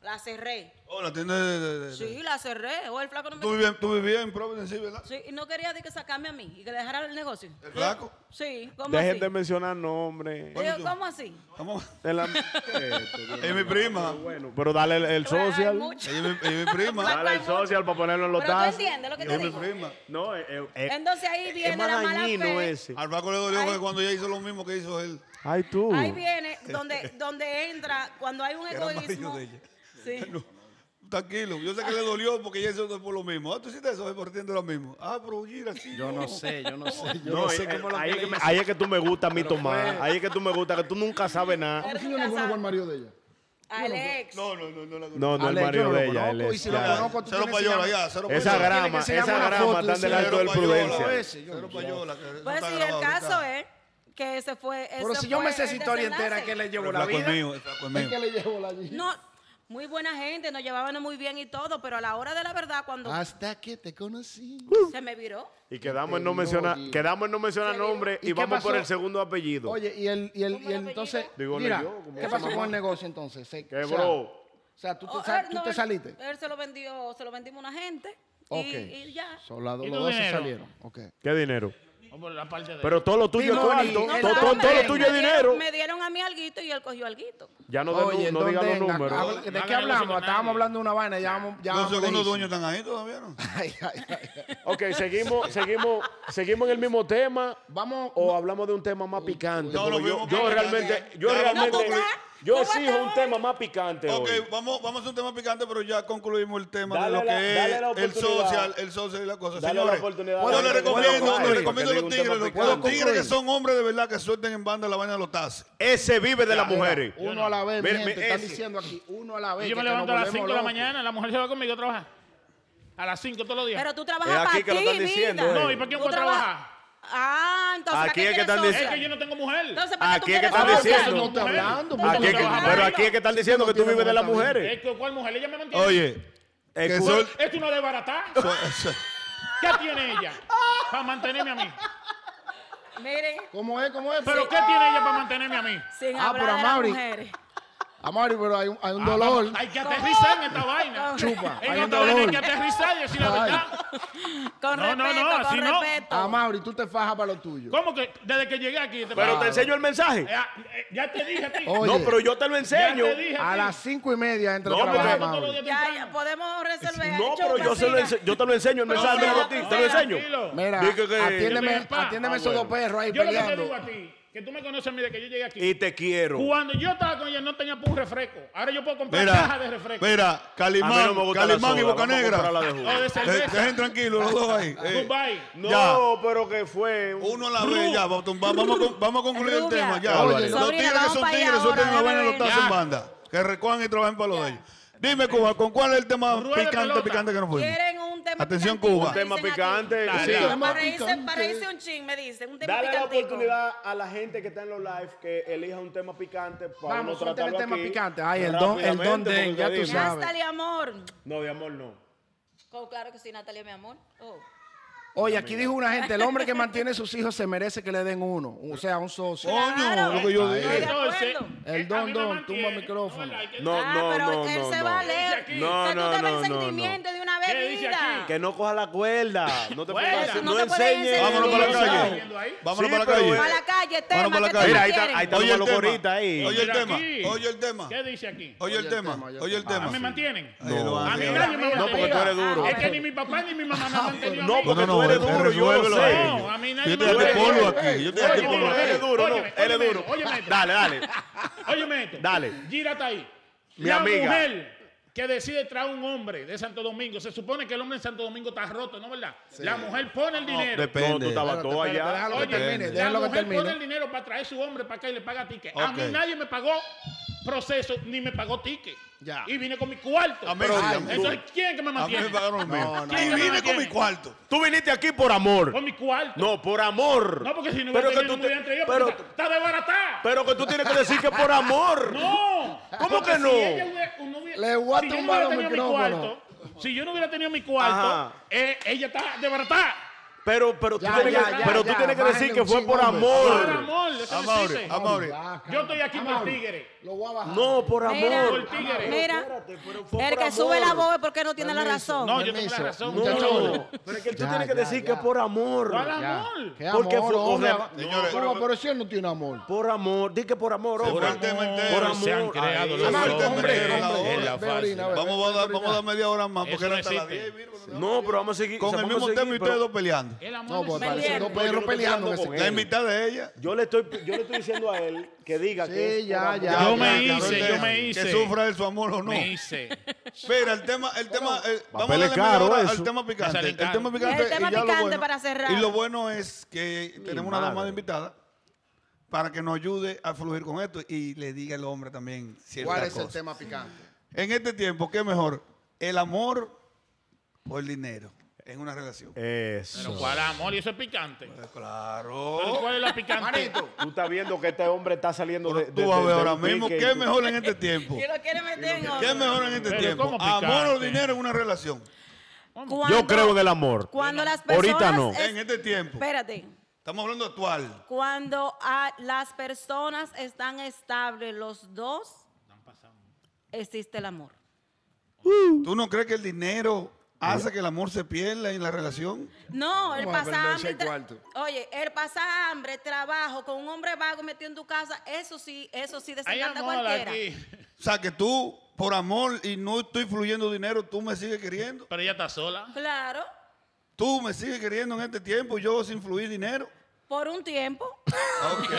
[SPEAKER 4] La cerré.
[SPEAKER 5] Oh, la tienda de- de- de- de-
[SPEAKER 4] Sí, la cerré. O el flaco no me
[SPEAKER 5] Tú vivías, tú vivías en Providence, sí, ¿verdad?
[SPEAKER 4] Sí, y no quería de que sacarme a mí y que dejara el negocio.
[SPEAKER 5] El flaco.
[SPEAKER 4] Sí, ¿cómo
[SPEAKER 3] Dejen
[SPEAKER 4] así?
[SPEAKER 3] de mencionar nombres.
[SPEAKER 4] Digo, ¿cómo así?
[SPEAKER 5] Vamos.
[SPEAKER 3] En la- Esto,
[SPEAKER 5] Es mi prima.
[SPEAKER 3] bueno, pero dale el, el
[SPEAKER 4] Bueno, hay
[SPEAKER 3] social.
[SPEAKER 4] mucho.
[SPEAKER 5] Ella es mi, ella es mi prima.
[SPEAKER 4] Claro.
[SPEAKER 3] Dale el social para ponerlo en los
[SPEAKER 4] Pero tú
[SPEAKER 3] tazos.
[SPEAKER 4] entiendes lo que
[SPEAKER 5] Ella
[SPEAKER 4] te
[SPEAKER 5] es mi
[SPEAKER 4] digo.
[SPEAKER 5] prima.
[SPEAKER 3] No, eh, eh, eh,
[SPEAKER 4] Entonces ahí
[SPEAKER 3] es
[SPEAKER 4] viene
[SPEAKER 3] más
[SPEAKER 4] la mala
[SPEAKER 3] dañino
[SPEAKER 4] fe.
[SPEAKER 3] ese.
[SPEAKER 5] Al flaco le dolió que cuando ella hizo lo mismo que hizo él.
[SPEAKER 3] Ay, tú.
[SPEAKER 4] Ahí viene donde, donde entra, cuando hay un
[SPEAKER 5] Que Uh. era marido
[SPEAKER 4] egoísmo.
[SPEAKER 5] de ella.
[SPEAKER 4] Sí.
[SPEAKER 5] Tranquilo, yo sé que le dolió porque ella hizo después lo mismo. Ah, tú hiciste eso, es partiendo lo mismo. Ah, pero mira, sí.
[SPEAKER 1] Yo no sé, yo no sé. Yo
[SPEAKER 3] No,
[SPEAKER 1] no,
[SPEAKER 3] eh,
[SPEAKER 1] sé
[SPEAKER 3] eh,
[SPEAKER 1] cómo lo
[SPEAKER 3] ahí, es que
[SPEAKER 1] que
[SPEAKER 3] me- ahí es que tú me gusta a mí tomar. Ahí es que tú me gusta, que tú nunca sabes nada.
[SPEAKER 4] Pero tú
[SPEAKER 1] yo no
[SPEAKER 4] casada.
[SPEAKER 1] conozco al marido de ella?
[SPEAKER 4] Alex.
[SPEAKER 5] No, no, no, no la
[SPEAKER 3] No, no,
[SPEAKER 1] Ale,
[SPEAKER 3] el
[SPEAKER 1] yo
[SPEAKER 3] marido
[SPEAKER 1] no lo
[SPEAKER 3] de ella. él
[SPEAKER 1] conozco, y
[SPEAKER 3] es-
[SPEAKER 1] si lo
[SPEAKER 3] ya.
[SPEAKER 1] conozco, tú
[SPEAKER 5] Cero
[SPEAKER 1] tienes que
[SPEAKER 5] payola,
[SPEAKER 1] llamar-
[SPEAKER 5] ya, cero
[SPEAKER 3] Esa
[SPEAKER 5] payola.
[SPEAKER 3] grama,
[SPEAKER 1] Tiene que enseñarme
[SPEAKER 3] esa
[SPEAKER 1] una
[SPEAKER 3] grama
[SPEAKER 1] foto,
[SPEAKER 3] está del
[SPEAKER 1] dice,
[SPEAKER 3] alto del
[SPEAKER 5] Cero payola,
[SPEAKER 3] prudencia.
[SPEAKER 1] ese, yo
[SPEAKER 5] Cero
[SPEAKER 1] no sé.
[SPEAKER 5] payola. que no
[SPEAKER 4] Pues
[SPEAKER 5] está
[SPEAKER 4] sí, el
[SPEAKER 5] grabado
[SPEAKER 4] caso
[SPEAKER 5] ahorita.
[SPEAKER 4] es que ese fue. ese
[SPEAKER 1] Pero si yo
[SPEAKER 4] fue
[SPEAKER 1] me sé
[SPEAKER 4] el
[SPEAKER 1] esa historia
[SPEAKER 4] desenlace.
[SPEAKER 1] entera que le llevo
[SPEAKER 5] El
[SPEAKER 1] la
[SPEAKER 5] flaco es
[SPEAKER 1] vida.
[SPEAKER 5] mío, el flaco es
[SPEAKER 1] Es que
[SPEAKER 5] mío.
[SPEAKER 1] le llevo la vida.
[SPEAKER 4] No, muy buena gente, nos llevábamos muy bien y todo, pero a la hora de la verdad, cuando
[SPEAKER 1] Hasta que te conocí.
[SPEAKER 4] se me viró,
[SPEAKER 3] Y quedamos en no mencionar,
[SPEAKER 1] Oye.
[SPEAKER 3] quedamos en no mencionar nombre
[SPEAKER 1] ¿Y
[SPEAKER 3] y
[SPEAKER 1] qué
[SPEAKER 3] vamos por
[SPEAKER 1] pasó?
[SPEAKER 3] el segundo apellido.
[SPEAKER 1] Oye, y el, y el,
[SPEAKER 4] ¿Cómo
[SPEAKER 1] y
[SPEAKER 4] el
[SPEAKER 1] el- entonces,
[SPEAKER 4] apellido?
[SPEAKER 3] Dígole
[SPEAKER 1] mira,
[SPEAKER 3] yo, como
[SPEAKER 1] ¿qué
[SPEAKER 3] se
[SPEAKER 1] pasó
[SPEAKER 3] llama.
[SPEAKER 1] con el negocio entonces? Se- o sea,
[SPEAKER 3] Quebró.
[SPEAKER 1] O sea, tú te,
[SPEAKER 4] Oh,
[SPEAKER 1] sa-
[SPEAKER 4] él
[SPEAKER 1] tú
[SPEAKER 4] no,
[SPEAKER 1] te
[SPEAKER 4] él-
[SPEAKER 1] saliste.
[SPEAKER 4] Él se lo vendió, se lo vendimos a una gente. y-
[SPEAKER 1] Ok.
[SPEAKER 4] Y, ya.
[SPEAKER 1] Son las-
[SPEAKER 2] ¿Y
[SPEAKER 1] los
[SPEAKER 2] tu
[SPEAKER 1] dos se
[SPEAKER 2] dinero?
[SPEAKER 1] salieron. Ok.
[SPEAKER 3] ¿Qué dinero?
[SPEAKER 2] O por la parte de
[SPEAKER 3] Pero todo lo tuyo es
[SPEAKER 1] Timoni,
[SPEAKER 3] cuarto.
[SPEAKER 1] el
[SPEAKER 3] Todo, todo- todo lo
[SPEAKER 1] hombre.
[SPEAKER 3] tuyo es
[SPEAKER 4] me dieron-
[SPEAKER 3] dinero.
[SPEAKER 4] Me dieron a mí alguito y él cogió alguito.
[SPEAKER 3] Ya no,
[SPEAKER 1] Oye,
[SPEAKER 3] de, nu- no diga los
[SPEAKER 1] entonces, na-
[SPEAKER 3] números.
[SPEAKER 1] habla- ¿De
[SPEAKER 2] Haga
[SPEAKER 1] qué
[SPEAKER 2] negocio con
[SPEAKER 1] hablamos? Estábamos
[SPEAKER 2] nadie.
[SPEAKER 1] hablando de una vaina. Ya vamos. Ya
[SPEAKER 5] Los
[SPEAKER 1] vamos
[SPEAKER 5] segundos dueños
[SPEAKER 1] lejísimos.
[SPEAKER 5] están ahí todavía, ¿no?
[SPEAKER 1] Ay, ay, ay, ay.
[SPEAKER 3] Ok, seguimos, seguimos, seguimos en el mismo tema.
[SPEAKER 1] Vamos.
[SPEAKER 3] O hablamos de un tema más picante.
[SPEAKER 5] No,
[SPEAKER 3] porque
[SPEAKER 5] lo
[SPEAKER 3] yo,
[SPEAKER 5] vimos
[SPEAKER 3] yo
[SPEAKER 5] picante.
[SPEAKER 3] realmente, yo
[SPEAKER 5] Ya,
[SPEAKER 3] realmente,
[SPEAKER 5] vamos a
[SPEAKER 3] yo
[SPEAKER 4] concluir.
[SPEAKER 3] exijo un tema más picante.
[SPEAKER 5] Ok,
[SPEAKER 3] hoy.
[SPEAKER 5] vamos, vamos a hacer un tema picante, pero ya concluimos el tema
[SPEAKER 3] Dale
[SPEAKER 5] de lo
[SPEAKER 3] la- dale la
[SPEAKER 5] que es el
[SPEAKER 3] oportunidad.
[SPEAKER 5] social, el social y la cosa.
[SPEAKER 3] Dale la
[SPEAKER 5] Señores,
[SPEAKER 3] oportunidad.
[SPEAKER 5] yo
[SPEAKER 1] Puedo-
[SPEAKER 5] le
[SPEAKER 1] puedo
[SPEAKER 5] recomiendo, le
[SPEAKER 1] concluir,
[SPEAKER 5] recomiendo
[SPEAKER 3] porque
[SPEAKER 5] a
[SPEAKER 3] le
[SPEAKER 5] los
[SPEAKER 3] digo un
[SPEAKER 5] tigres,
[SPEAKER 3] tema
[SPEAKER 5] los,
[SPEAKER 3] picante.
[SPEAKER 5] los tigres que
[SPEAKER 1] Concluir.
[SPEAKER 5] son hombres de verdad que suelten en banda la vaina de los taxis.
[SPEAKER 3] Ese vive de las
[SPEAKER 1] Mira,
[SPEAKER 3] mujeres.
[SPEAKER 1] Uno a la vez, mi
[SPEAKER 3] Mira,
[SPEAKER 1] gente.
[SPEAKER 3] mira,
[SPEAKER 1] Están
[SPEAKER 3] ese.
[SPEAKER 1] diciendo aquí, uno a la vez.
[SPEAKER 2] Yo
[SPEAKER 1] que
[SPEAKER 2] me
[SPEAKER 1] es que
[SPEAKER 2] levanto a
[SPEAKER 1] nos
[SPEAKER 2] las 5 de la
[SPEAKER 1] volvemos
[SPEAKER 2] mañana, la mujer se va conmigo a trabajar. A las 5 todos los días.
[SPEAKER 4] Pero tú trabajas
[SPEAKER 3] aquí
[SPEAKER 4] para
[SPEAKER 3] que lo
[SPEAKER 4] ti,
[SPEAKER 3] están diciendo, eh.
[SPEAKER 4] vida.
[SPEAKER 2] No, ¿y para quién
[SPEAKER 4] Tú
[SPEAKER 2] voy a
[SPEAKER 4] trabajas-
[SPEAKER 2] trabajar?
[SPEAKER 4] Ah, entonces ¿para
[SPEAKER 3] Aquí
[SPEAKER 4] qué
[SPEAKER 3] es que
[SPEAKER 4] quieres
[SPEAKER 3] están
[SPEAKER 4] socia?
[SPEAKER 2] es
[SPEAKER 3] diciendo-
[SPEAKER 2] que yo no tengo mujer.
[SPEAKER 4] Entonces, ¿para qué
[SPEAKER 3] Aquí es que
[SPEAKER 4] tú quieres
[SPEAKER 3] están
[SPEAKER 4] socia?
[SPEAKER 3] diciendo-
[SPEAKER 1] No está
[SPEAKER 2] Mujer.
[SPEAKER 1] hablando,
[SPEAKER 2] Tú no
[SPEAKER 3] Aquí es que-
[SPEAKER 2] trabajas,
[SPEAKER 3] pero
[SPEAKER 2] marido.
[SPEAKER 3] aquí es que están diciendo
[SPEAKER 1] no
[SPEAKER 3] que tú
[SPEAKER 1] tiene
[SPEAKER 3] vives de las
[SPEAKER 1] mujer también.
[SPEAKER 3] mujeres.
[SPEAKER 2] Es que, ¿Cuál mujer? Ella me mantiene.
[SPEAKER 5] Oye, que
[SPEAKER 3] Escu-
[SPEAKER 5] sol-
[SPEAKER 2] Esto es una desbaratada.
[SPEAKER 5] sol-
[SPEAKER 2] ¿Qué tiene ella? Para mantenerme a mí.
[SPEAKER 4] Miren,
[SPEAKER 1] loco. ¿Cómo es? ¿Cómo es?
[SPEAKER 2] ¿Pero qué tiene ella para mantenerme a mí?
[SPEAKER 4] sin
[SPEAKER 1] Ah,
[SPEAKER 4] hablar
[SPEAKER 1] pero
[SPEAKER 4] de
[SPEAKER 1] Amaury.
[SPEAKER 4] las mujeres.
[SPEAKER 1] Amari, pero hay un, hay un
[SPEAKER 2] Ah,
[SPEAKER 1] dolor.
[SPEAKER 2] vamos, Hay que aterrizar en esta vaina.
[SPEAKER 1] Chupa,
[SPEAKER 2] En
[SPEAKER 1] hay un
[SPEAKER 2] esta vaina hay
[SPEAKER 1] dolor.
[SPEAKER 2] que aterrizar, decir la
[SPEAKER 1] Ay.
[SPEAKER 2] verdad.
[SPEAKER 4] Con
[SPEAKER 2] No, no,
[SPEAKER 4] respeto,
[SPEAKER 2] no, así
[SPEAKER 4] con
[SPEAKER 2] no.
[SPEAKER 4] respeto.
[SPEAKER 1] Amari, Ah, tú te fajas para lo tuyo.
[SPEAKER 2] ¿Cómo que desde que llegué aquí? te-
[SPEAKER 3] Pero te enseño el mensaje.
[SPEAKER 2] Eh, ah, eh, ya te dije a ti.
[SPEAKER 1] Oye,
[SPEAKER 3] No, pero yo te lo
[SPEAKER 2] ya
[SPEAKER 3] enseño.
[SPEAKER 2] te dije
[SPEAKER 1] Oh, A
[SPEAKER 2] ti.
[SPEAKER 1] las cinco y media entra
[SPEAKER 3] No,
[SPEAKER 1] a
[SPEAKER 3] pero-
[SPEAKER 1] trabajar,
[SPEAKER 2] Todos los
[SPEAKER 1] Amaury.
[SPEAKER 2] días
[SPEAKER 4] Ya,
[SPEAKER 2] temprano.
[SPEAKER 4] ya podemos resolver.
[SPEAKER 3] No, pero yo, se lo
[SPEAKER 4] Chupa, siga.
[SPEAKER 3] ense- yo te lo enseño el mensaje.
[SPEAKER 4] Pero
[SPEAKER 3] mira,
[SPEAKER 4] siga,
[SPEAKER 3] Te lo
[SPEAKER 4] siga,
[SPEAKER 3] enseño.
[SPEAKER 2] tranquilo.
[SPEAKER 1] Mira,
[SPEAKER 3] Dije que-
[SPEAKER 1] atiéndeme,
[SPEAKER 2] Ven, pa.
[SPEAKER 1] atiéndeme
[SPEAKER 2] Ah,
[SPEAKER 1] esos dos
[SPEAKER 2] bueno.
[SPEAKER 1] perros ahí
[SPEAKER 2] Yo lo que te
[SPEAKER 1] peleando.
[SPEAKER 2] digo a ti, que tú me conoces a mí desde que yo llegué aquí.
[SPEAKER 3] Y te quiero.
[SPEAKER 2] Cuando yo estaba con ella no tenía puro refresco. Ahora yo puedo comprar cajas de
[SPEAKER 5] Mira,
[SPEAKER 2] refresco.
[SPEAKER 5] mira,
[SPEAKER 3] A mí no
[SPEAKER 5] Calimán,
[SPEAKER 3] me gusta la
[SPEAKER 5] Calimán y
[SPEAKER 3] soda, vamos a
[SPEAKER 5] Boca
[SPEAKER 3] comprar la de
[SPEAKER 5] Negra.
[SPEAKER 3] jugo.
[SPEAKER 2] O de
[SPEAKER 5] De-
[SPEAKER 2] cerveza.
[SPEAKER 5] Dejen tranquilos los dos ahí. eh.
[SPEAKER 2] Goodbye.
[SPEAKER 3] No,
[SPEAKER 5] Ya.
[SPEAKER 3] pero que fue. un-
[SPEAKER 5] Uno a la vez, ya. Vamos, vamos, a con- vamos a concluir el
[SPEAKER 4] Rubia.
[SPEAKER 5] tema. Ya.
[SPEAKER 1] Oye,
[SPEAKER 5] los
[SPEAKER 4] sobrina,
[SPEAKER 5] tigres que
[SPEAKER 4] vamos
[SPEAKER 5] son
[SPEAKER 4] pa' allá
[SPEAKER 5] tigres
[SPEAKER 4] ahora,
[SPEAKER 5] suelten la
[SPEAKER 4] déjame
[SPEAKER 5] vaina y los
[SPEAKER 4] ver.
[SPEAKER 5] tazos en
[SPEAKER 2] Ya.
[SPEAKER 5] banda. Que recojan y trabajen para los de ellos. Dime, Cuba, ¿con cuál es el tema
[SPEAKER 2] Rueda de
[SPEAKER 5] picante,
[SPEAKER 2] pelota.
[SPEAKER 5] picante que nos fuimos?
[SPEAKER 4] Quieren un tema
[SPEAKER 5] Atención,
[SPEAKER 4] picantico,
[SPEAKER 5] Cuba.
[SPEAKER 3] Un tema
[SPEAKER 4] dicen aquí.
[SPEAKER 3] picante,
[SPEAKER 4] Para
[SPEAKER 2] sí.
[SPEAKER 4] irse-
[SPEAKER 2] Tema
[SPEAKER 4] Para irse,
[SPEAKER 1] picante.
[SPEAKER 4] un ching, me dicen. Un tema
[SPEAKER 3] Dale la
[SPEAKER 4] picantico.
[SPEAKER 3] oportunidad a la gente que está en los live que elija un tema picante para
[SPEAKER 1] Vamos,
[SPEAKER 3] no
[SPEAKER 1] suéltame
[SPEAKER 3] tratarlo
[SPEAKER 1] el tema
[SPEAKER 3] aquí
[SPEAKER 1] picante. Ay, el don- el don de-
[SPEAKER 3] rápidamente,
[SPEAKER 1] ya tú
[SPEAKER 3] porque
[SPEAKER 1] sabes.
[SPEAKER 4] Natalia, amor.
[SPEAKER 3] No, de amor no.
[SPEAKER 4] Oh, claro que sí, Natalia, mi amor. Oh.
[SPEAKER 1] Oye, aquí dijo una gente, el hombre que mantiene a sus hijos se merece que le den uno, o sea, un socio.
[SPEAKER 5] Coño, lo que yo
[SPEAKER 4] Claro.
[SPEAKER 5] dije.
[SPEAKER 2] Entonces,
[SPEAKER 4] acuerdo.
[SPEAKER 1] El
[SPEAKER 2] eh,
[SPEAKER 1] don,
[SPEAKER 2] a mí me
[SPEAKER 1] don,
[SPEAKER 2] mantiene,
[SPEAKER 1] tumba micrófono.
[SPEAKER 2] ¿verdad? Hay que-
[SPEAKER 3] No,
[SPEAKER 4] ah,
[SPEAKER 3] no,
[SPEAKER 4] pero
[SPEAKER 3] no,
[SPEAKER 4] él
[SPEAKER 3] no,
[SPEAKER 4] se
[SPEAKER 3] no.
[SPEAKER 4] va a
[SPEAKER 2] ¿Qué dice
[SPEAKER 4] leer.
[SPEAKER 2] aquí?
[SPEAKER 4] o sea,
[SPEAKER 3] No,
[SPEAKER 4] tú te
[SPEAKER 3] no,
[SPEAKER 4] ves
[SPEAKER 3] no,
[SPEAKER 4] el
[SPEAKER 3] no,
[SPEAKER 4] sentimiento de una vez.
[SPEAKER 2] ¿Qué dice aquí?
[SPEAKER 3] Que no coja la cuerda. No te
[SPEAKER 2] Cuerda.
[SPEAKER 3] pongas así,
[SPEAKER 2] Eso
[SPEAKER 4] no
[SPEAKER 3] no
[SPEAKER 4] te pueden
[SPEAKER 3] enseñes.
[SPEAKER 4] enseñar.
[SPEAKER 5] Vámonos para la
[SPEAKER 4] Sí,
[SPEAKER 5] calle.
[SPEAKER 2] viendo ahí.
[SPEAKER 5] Vámonos
[SPEAKER 3] Sí,
[SPEAKER 5] para la
[SPEAKER 3] pero
[SPEAKER 5] calle.
[SPEAKER 3] bueno.
[SPEAKER 4] Para la calle, tema.
[SPEAKER 5] Vámonos para la
[SPEAKER 4] ¿qué
[SPEAKER 5] calle.
[SPEAKER 4] tema
[SPEAKER 3] Mira, ahí está,
[SPEAKER 4] quieren?
[SPEAKER 3] ahí está
[SPEAKER 5] Oye,
[SPEAKER 3] los
[SPEAKER 5] el
[SPEAKER 3] malos
[SPEAKER 5] tema.
[SPEAKER 3] coritas ahí.
[SPEAKER 5] Oye, el
[SPEAKER 2] Mira
[SPEAKER 5] tema.
[SPEAKER 2] aquí.
[SPEAKER 5] Oye, el tema.
[SPEAKER 2] ¿Qué dice aquí?
[SPEAKER 5] Oye, el tema. Oye, el
[SPEAKER 2] ¿A
[SPEAKER 5] tema.
[SPEAKER 2] mí me mantienen?
[SPEAKER 5] Ahí lo
[SPEAKER 2] A
[SPEAKER 5] van
[SPEAKER 2] mí nadie
[SPEAKER 5] a hacer.
[SPEAKER 2] me
[SPEAKER 3] No,
[SPEAKER 2] mantiene.
[SPEAKER 3] porque tú eres duro.
[SPEAKER 2] Es que ni mi papá ni mi mamá me han mantenido a
[SPEAKER 3] No,
[SPEAKER 2] mí.
[SPEAKER 3] porque tú eres
[SPEAKER 5] no,
[SPEAKER 3] duro, yo lo
[SPEAKER 5] resuélvelo.
[SPEAKER 3] sé.
[SPEAKER 2] No, a mí nadie
[SPEAKER 5] Yo te
[SPEAKER 2] me
[SPEAKER 5] dejé
[SPEAKER 2] mantiene.
[SPEAKER 5] polvo aquí. Yo te dejé
[SPEAKER 2] Oye,
[SPEAKER 5] polvo.
[SPEAKER 2] oye,
[SPEAKER 3] Él es duro, no,
[SPEAKER 2] óyeme,
[SPEAKER 3] él es
[SPEAKER 2] óyeme,
[SPEAKER 3] duro.
[SPEAKER 2] óyeme esto.
[SPEAKER 3] Dale, dale.
[SPEAKER 2] Óyeme esto.
[SPEAKER 3] Dale.
[SPEAKER 2] Gira está ahí.
[SPEAKER 3] Mi
[SPEAKER 2] la
[SPEAKER 3] amiga.
[SPEAKER 2] mujer que decide traer un hombre de Santo Domingo, se supone que el hombre de Santo Domingo está roto, ¿no verdad? La mujer pone el dinero.
[SPEAKER 3] No, tú
[SPEAKER 5] Depende.
[SPEAKER 3] estabas todo
[SPEAKER 1] Espérate,
[SPEAKER 3] allá.
[SPEAKER 1] déjalo que
[SPEAKER 2] Oye,
[SPEAKER 1] termine,
[SPEAKER 2] la
[SPEAKER 1] déjalo que
[SPEAKER 2] mujer pone el
[SPEAKER 1] termine.
[SPEAKER 2] dinero para traer su hombre para acá y le paga ticket. A mí
[SPEAKER 5] Ok.
[SPEAKER 2] nadie me pagó proceso ni me pagó ticket.
[SPEAKER 1] Ya.
[SPEAKER 2] Y vine con mi cuarto.
[SPEAKER 5] A mí sí, a mí sí.
[SPEAKER 2] Entonces, ¿quién es que me
[SPEAKER 5] A mí
[SPEAKER 2] mantiene?
[SPEAKER 5] me pagaron el mío.
[SPEAKER 1] No, no,
[SPEAKER 5] Y
[SPEAKER 2] no.
[SPEAKER 5] vine con mi cuarto.
[SPEAKER 3] Tú viniste aquí por amor.
[SPEAKER 2] Con mi cuarto.
[SPEAKER 3] No, por amor.
[SPEAKER 2] No, porque si no
[SPEAKER 3] pero
[SPEAKER 2] hubiera
[SPEAKER 3] que
[SPEAKER 2] tenido, no
[SPEAKER 3] tú
[SPEAKER 2] me
[SPEAKER 3] te-
[SPEAKER 2] hubieran traído.
[SPEAKER 3] pero,
[SPEAKER 2] porque está- Está desbaratada.
[SPEAKER 3] pero que tú tienes que decir que por amor.
[SPEAKER 2] No.
[SPEAKER 3] ¿Cómo
[SPEAKER 2] Porque
[SPEAKER 3] que no?
[SPEAKER 2] Si ella hubiera- uno hubiera-
[SPEAKER 1] Le voy a
[SPEAKER 2] si yo no
[SPEAKER 1] tumbar
[SPEAKER 2] hubiera
[SPEAKER 1] los
[SPEAKER 2] tenido mi
[SPEAKER 1] micrófonos.
[SPEAKER 2] cuarto, si yo no hubiera tenido mi cuarto,
[SPEAKER 3] Ajá.
[SPEAKER 2] eh, ella está desbaratada.
[SPEAKER 3] Pero, pero tú
[SPEAKER 1] Ya,
[SPEAKER 3] tienes
[SPEAKER 1] ya,
[SPEAKER 3] que,
[SPEAKER 1] ya,
[SPEAKER 3] pero tú
[SPEAKER 1] ya,
[SPEAKER 3] tienes que decir
[SPEAKER 1] bájale
[SPEAKER 3] que
[SPEAKER 1] un
[SPEAKER 3] fue
[SPEAKER 1] chingo,
[SPEAKER 3] por
[SPEAKER 1] hombre.
[SPEAKER 2] Por
[SPEAKER 3] amor.
[SPEAKER 2] amor, eso no
[SPEAKER 5] Amaury,
[SPEAKER 2] existe.
[SPEAKER 5] amor. Amaury.
[SPEAKER 2] Yo estoy aquí por
[SPEAKER 1] Amaury,
[SPEAKER 2] tigre.
[SPEAKER 1] ah, Lo voy a bajar.
[SPEAKER 3] No, por
[SPEAKER 4] Mira,
[SPEAKER 3] amor.
[SPEAKER 2] tigre.
[SPEAKER 4] mira.
[SPEAKER 3] Espérate, pero fue
[SPEAKER 4] El
[SPEAKER 3] por
[SPEAKER 4] que sube
[SPEAKER 3] amor.
[SPEAKER 4] la voz es porque no tiene la
[SPEAKER 1] Permiso.
[SPEAKER 4] razón.
[SPEAKER 2] No, yo tengo
[SPEAKER 1] Permiso,
[SPEAKER 2] la razón.
[SPEAKER 1] muchachones.
[SPEAKER 3] No, pero es que tú
[SPEAKER 1] Ya,
[SPEAKER 3] tienes que
[SPEAKER 1] ya,
[SPEAKER 3] decir
[SPEAKER 1] ya.
[SPEAKER 3] que por amor.
[SPEAKER 2] ¿Cuál
[SPEAKER 1] Ya.
[SPEAKER 2] amor?
[SPEAKER 1] ¿Qué
[SPEAKER 3] Porque
[SPEAKER 1] amor,
[SPEAKER 3] fue- o
[SPEAKER 1] hombre?
[SPEAKER 3] sea,
[SPEAKER 5] señores.
[SPEAKER 1] No, Cuba, pero si él no tiene amor.
[SPEAKER 3] Por amor, di que por amor,
[SPEAKER 5] Se fue
[SPEAKER 3] hombre.
[SPEAKER 5] el tema entero.
[SPEAKER 3] Por amor.
[SPEAKER 2] Se han creado
[SPEAKER 3] Ay,
[SPEAKER 2] los
[SPEAKER 3] amor,
[SPEAKER 5] hombres.
[SPEAKER 3] hombre.
[SPEAKER 5] la hora.
[SPEAKER 1] Ve,
[SPEAKER 2] fase.
[SPEAKER 1] orina, ve,
[SPEAKER 5] Vamos a dar-
[SPEAKER 1] orina.
[SPEAKER 5] vamos a dar media hora más porque
[SPEAKER 2] Eso
[SPEAKER 5] era
[SPEAKER 2] no
[SPEAKER 5] hasta las
[SPEAKER 2] existe.
[SPEAKER 5] 10, Virgo, no te-
[SPEAKER 3] No, pero vamos a seguir. o
[SPEAKER 5] Con
[SPEAKER 3] sea,
[SPEAKER 5] el
[SPEAKER 3] vamos a
[SPEAKER 5] mismo tema
[SPEAKER 3] seguir,
[SPEAKER 5] y ustedes
[SPEAKER 3] pero
[SPEAKER 5] dos peleando.
[SPEAKER 2] El amor
[SPEAKER 1] No, pues
[SPEAKER 2] existe.
[SPEAKER 1] parecen dos
[SPEAKER 3] Yo
[SPEAKER 4] Perdieron.
[SPEAKER 3] no
[SPEAKER 1] perros
[SPEAKER 3] estoy
[SPEAKER 1] peleando. que
[SPEAKER 3] peleando
[SPEAKER 1] se-
[SPEAKER 3] con él.
[SPEAKER 5] La mitad de ella.
[SPEAKER 3] Yo le estoy, yo le estoy diciendo a él que diga
[SPEAKER 1] Sí,
[SPEAKER 3] que es
[SPEAKER 1] ya,
[SPEAKER 3] por amor.
[SPEAKER 1] ya.
[SPEAKER 2] Yo
[SPEAKER 5] Ya,
[SPEAKER 2] me
[SPEAKER 5] ya, ya,
[SPEAKER 2] hice,
[SPEAKER 5] ya,
[SPEAKER 2] yo
[SPEAKER 5] ya.
[SPEAKER 2] me
[SPEAKER 5] Que
[SPEAKER 2] hice.
[SPEAKER 5] sufra él su amor o no.
[SPEAKER 2] Me hice.
[SPEAKER 5] Mira, el tema, el tema, eh, vamos a
[SPEAKER 3] Papel es
[SPEAKER 5] darle media
[SPEAKER 3] caro
[SPEAKER 5] hora
[SPEAKER 3] eso.
[SPEAKER 5] al tema picante.
[SPEAKER 2] sale
[SPEAKER 5] El
[SPEAKER 2] caro.
[SPEAKER 5] tema picante,
[SPEAKER 4] El tema
[SPEAKER 5] y ya lo
[SPEAKER 4] picante
[SPEAKER 5] bueno.
[SPEAKER 4] para cerrar.
[SPEAKER 5] Y lo bueno es que tenemos una dama
[SPEAKER 3] madre.
[SPEAKER 5] de invitada para que nos ayude a fluir con esto y le diga el hombre también ciertas
[SPEAKER 1] ¿Cuál es el
[SPEAKER 5] cosas.
[SPEAKER 1] tema picante?
[SPEAKER 5] En este tiempo, ¿qué es mejor? ¿El amor o el dinero en una relación?
[SPEAKER 2] Pero
[SPEAKER 3] Eso.
[SPEAKER 2] cuál amor, y eso es picante. Pero
[SPEAKER 5] Claro.
[SPEAKER 2] cuál es la picante.
[SPEAKER 1] Manito.
[SPEAKER 3] Tú estás viendo que este hombre está saliendo de, de-
[SPEAKER 5] Tú vas a
[SPEAKER 3] de-
[SPEAKER 5] ver
[SPEAKER 3] de
[SPEAKER 5] ahora
[SPEAKER 3] un
[SPEAKER 5] mismo
[SPEAKER 3] pique y
[SPEAKER 5] qué es
[SPEAKER 3] tú-
[SPEAKER 5] mejor en este tiempo.
[SPEAKER 4] Y lo quiere meter en
[SPEAKER 5] ¿Qué es
[SPEAKER 4] orden.
[SPEAKER 5] mejor en este
[SPEAKER 2] Pero
[SPEAKER 5] tiempo?
[SPEAKER 2] ¿cómo picante?
[SPEAKER 5] ¿Amor o dinero en una relación?
[SPEAKER 4] Cuando-
[SPEAKER 3] Yo creo en el amor.
[SPEAKER 4] Cuando las personas.
[SPEAKER 3] Ahorita no.
[SPEAKER 4] es-
[SPEAKER 5] En este tiempo.
[SPEAKER 4] Espérate.
[SPEAKER 5] Estamos hablando actual.
[SPEAKER 4] Cuando a- las personas están estables, los dos, existe el amor.
[SPEAKER 5] ¿Tú no crees que el dinero hace que el amor se pierda en la relación?
[SPEAKER 4] No, el
[SPEAKER 1] Vamos a
[SPEAKER 4] pasar
[SPEAKER 1] perder
[SPEAKER 4] hambre.
[SPEAKER 1] ese
[SPEAKER 4] tra-
[SPEAKER 1] cuarto.
[SPEAKER 4] Oye, el pasar hambre, trabajo, con un hombre vago metido en tu casa, eso sí, eso sí,
[SPEAKER 2] Hay
[SPEAKER 4] desencanta a
[SPEAKER 2] amor
[SPEAKER 4] cualquiera.
[SPEAKER 2] aquí.
[SPEAKER 5] O sea, que tú, por amor y no estoy fluyendo dinero, tú me sigues queriendo.
[SPEAKER 2] Pero ella está sola.
[SPEAKER 4] Claro,
[SPEAKER 5] Tú me sigues queriendo en este tiempo, yo sin fluir dinero.
[SPEAKER 4] por un tiempo.
[SPEAKER 5] Ok.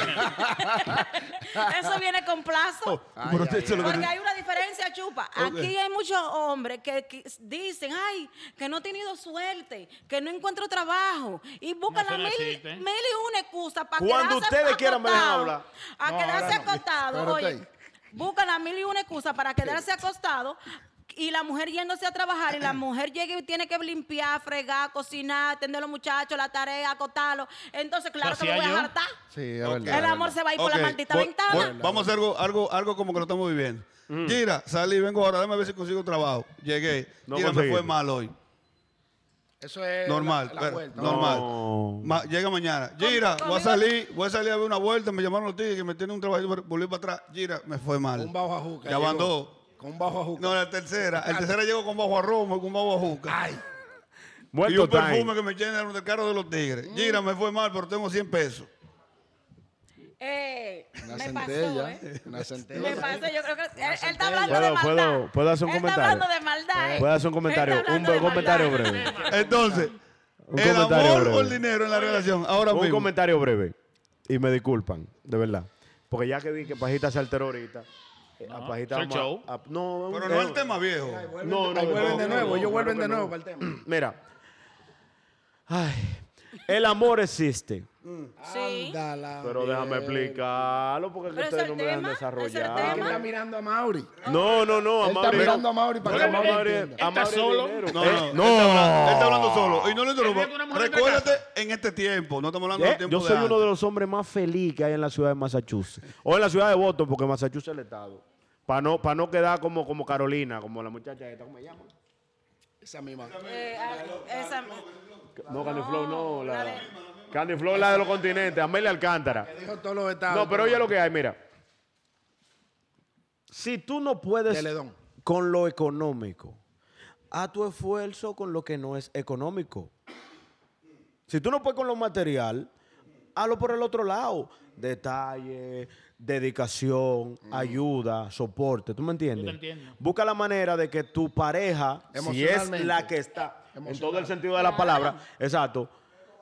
[SPEAKER 4] Eso viene con plazo.
[SPEAKER 1] Ay, ay, ay.
[SPEAKER 4] Porque hay una diferencia, chupa.
[SPEAKER 5] Ok.
[SPEAKER 4] Aquí hay muchos hombres que, que dicen, ay, que no he tenido suerte, que no encuentro trabajo. Y buscan
[SPEAKER 2] No,
[SPEAKER 4] las
[SPEAKER 2] eso no
[SPEAKER 4] mil,
[SPEAKER 2] existe.
[SPEAKER 4] mil y una excusa para
[SPEAKER 3] Cuando
[SPEAKER 4] quedarse
[SPEAKER 3] ustedes quieran me dejan
[SPEAKER 4] acostado.
[SPEAKER 3] hablar.
[SPEAKER 4] A
[SPEAKER 2] No,
[SPEAKER 4] quedarse
[SPEAKER 2] ahora no.
[SPEAKER 4] acostado.
[SPEAKER 1] Espérate
[SPEAKER 4] Oye, buscan las mil y una excusa para quedarse acostado. Y la mujer yéndose a trabajar, y la mujer llega y tiene que limpiar, fregar, cocinar, atender a los muchachos, la tarea, acotarlo. Entonces, claro que me
[SPEAKER 2] Hacía
[SPEAKER 4] voy a
[SPEAKER 2] yo.
[SPEAKER 4] hartar.
[SPEAKER 1] Sí, es
[SPEAKER 5] Ok.
[SPEAKER 1] verdad.
[SPEAKER 4] El
[SPEAKER 1] es
[SPEAKER 4] amor
[SPEAKER 1] verdad.
[SPEAKER 4] se va a ir por
[SPEAKER 5] Ok,
[SPEAKER 4] la maldita
[SPEAKER 5] vo-
[SPEAKER 4] ventana.
[SPEAKER 5] vo- Vamos a hacer algo, algo, algo como que lo estamos viviendo. Gira, salí, vengo ahora, déjame ver si consigo trabajo. Llegué.
[SPEAKER 3] No
[SPEAKER 5] Gira, me fue
[SPEAKER 3] conseguiste.
[SPEAKER 5] mal hoy.
[SPEAKER 1] Eso es
[SPEAKER 5] Normal,
[SPEAKER 1] la- la
[SPEAKER 5] pero-
[SPEAKER 1] vuelta.
[SPEAKER 5] normal.
[SPEAKER 3] No.
[SPEAKER 5] Ma- llega mañana. Gira,
[SPEAKER 4] Con-
[SPEAKER 5] voy
[SPEAKER 4] conmigo-
[SPEAKER 5] a salir, voy a salir a ver una vuelta, me llamaron los tigres que me tienen un trabajo, vol- volví para atrás. Gira, me fue mal.
[SPEAKER 1] Un bajo a juca.
[SPEAKER 5] Ya van
[SPEAKER 1] llegó.
[SPEAKER 5] dos.
[SPEAKER 1] Con un bajo a juca.
[SPEAKER 5] No, la tercera. El tercera llegó con bajo a romo, con bajo a juca.
[SPEAKER 1] Ay,
[SPEAKER 5] Y un
[SPEAKER 3] Muerto
[SPEAKER 5] perfume
[SPEAKER 3] time.
[SPEAKER 5] que me llenaron del carro de los tigres.
[SPEAKER 1] Mm.
[SPEAKER 5] Gira, me fue mal, pero tengo 100 pesos.
[SPEAKER 4] Eh,
[SPEAKER 1] una
[SPEAKER 4] me pasó,
[SPEAKER 1] centella.
[SPEAKER 4] ¿eh?
[SPEAKER 1] Una
[SPEAKER 4] Me
[SPEAKER 1] centella.
[SPEAKER 4] pasó, yo creo que él, él está hablando de
[SPEAKER 3] Puedo-
[SPEAKER 4] maldad.
[SPEAKER 3] puedo- puedo hacer un
[SPEAKER 4] él
[SPEAKER 3] comentario.
[SPEAKER 4] Está hablando de maldad. ¿eh?
[SPEAKER 3] Puedo hacer un
[SPEAKER 4] Él
[SPEAKER 3] comentario,
[SPEAKER 4] está
[SPEAKER 3] un
[SPEAKER 4] hablando
[SPEAKER 3] buen
[SPEAKER 4] de
[SPEAKER 3] comentario
[SPEAKER 4] maldad.
[SPEAKER 3] breve.
[SPEAKER 1] Ah,
[SPEAKER 5] Entonces,
[SPEAKER 3] Un
[SPEAKER 5] el
[SPEAKER 3] comentario
[SPEAKER 5] amor
[SPEAKER 3] breve.
[SPEAKER 5] o el dinero en la relación. Ahora
[SPEAKER 3] Un
[SPEAKER 5] mismo.
[SPEAKER 3] comentario breve. Y me disculpan, de verdad. Porque ya que vi que Pajita se alteró ahorita. eh, a
[SPEAKER 2] No,
[SPEAKER 3] Pajita
[SPEAKER 2] fue
[SPEAKER 3] vamos
[SPEAKER 2] show.
[SPEAKER 3] a- a- no,
[SPEAKER 5] Pero
[SPEAKER 3] un-
[SPEAKER 5] no
[SPEAKER 3] eh,
[SPEAKER 5] el tema viejo.
[SPEAKER 3] No, no,
[SPEAKER 1] Ahí vuelven
[SPEAKER 3] no,
[SPEAKER 1] de nuevo.
[SPEAKER 3] no,
[SPEAKER 1] Ellos
[SPEAKER 3] no,
[SPEAKER 1] vuelven
[SPEAKER 3] claro
[SPEAKER 1] de
[SPEAKER 3] que
[SPEAKER 1] nuevo
[SPEAKER 3] no.
[SPEAKER 1] para el tema.
[SPEAKER 3] Mira. Ay, el amor existe.
[SPEAKER 4] Sí.
[SPEAKER 1] Dala.
[SPEAKER 3] Pero déjame explicarlo porque es que
[SPEAKER 4] Pero es
[SPEAKER 3] ustedes
[SPEAKER 4] el
[SPEAKER 3] no me dejan
[SPEAKER 4] tema, es el
[SPEAKER 1] ¿Quién
[SPEAKER 4] tema.
[SPEAKER 1] está
[SPEAKER 3] desarrollar.
[SPEAKER 1] mirando a Mauri?
[SPEAKER 3] No, no, no,
[SPEAKER 1] Él está
[SPEAKER 3] Amaury.
[SPEAKER 1] mirando a Mauri para
[SPEAKER 3] No,
[SPEAKER 1] que
[SPEAKER 3] a Mauri-
[SPEAKER 1] Mauri
[SPEAKER 3] a
[SPEAKER 1] entienda.
[SPEAKER 2] Él está
[SPEAKER 3] Mauri
[SPEAKER 2] solo.
[SPEAKER 3] dinero.
[SPEAKER 5] No,
[SPEAKER 3] Eh,
[SPEAKER 5] no, Él, está hablando, él está hablando solo. Y no le
[SPEAKER 2] Él vive con una
[SPEAKER 5] interrumpa.
[SPEAKER 2] mujer en la
[SPEAKER 5] Recuérdate en este tiempo. No estamos hablando
[SPEAKER 3] Eh,
[SPEAKER 5] del tiempo
[SPEAKER 3] yo soy
[SPEAKER 5] de
[SPEAKER 3] uno de
[SPEAKER 5] antes.
[SPEAKER 3] los hombres más feliz que hay en la ciudad de Massachusetts. O en la ciudad de Boston, porque Massachusetts es el estado. Para no, pa' no quedar como, como Carolina, como la muchacha esta, ¿cómo se llama?
[SPEAKER 1] Esa misma.
[SPEAKER 4] Eh, ah, esa-
[SPEAKER 3] No, Candy Flow no. La,
[SPEAKER 4] la de-
[SPEAKER 3] Candy Flow la de los continentes, Amelia Alcántara.
[SPEAKER 1] Dijo todos los estados.
[SPEAKER 3] No, pero oye lo que hay, mira. Si tú no puedes
[SPEAKER 1] Teledón.
[SPEAKER 3] con lo económico, a tu esfuerzo con lo que no es económico. Si tú no puedes con lo material, hazlo por el otro lado. Detalle, dedicación, ayuda, soporte. ¿Tú me entiendes?
[SPEAKER 2] Yo te entiendo.
[SPEAKER 3] Busca la manera de que tu pareja, si es
[SPEAKER 1] Emocionalmente.
[SPEAKER 3] la que está, en todo el
[SPEAKER 1] Emocionalmente.
[SPEAKER 3] sentido de la palabra, exacto.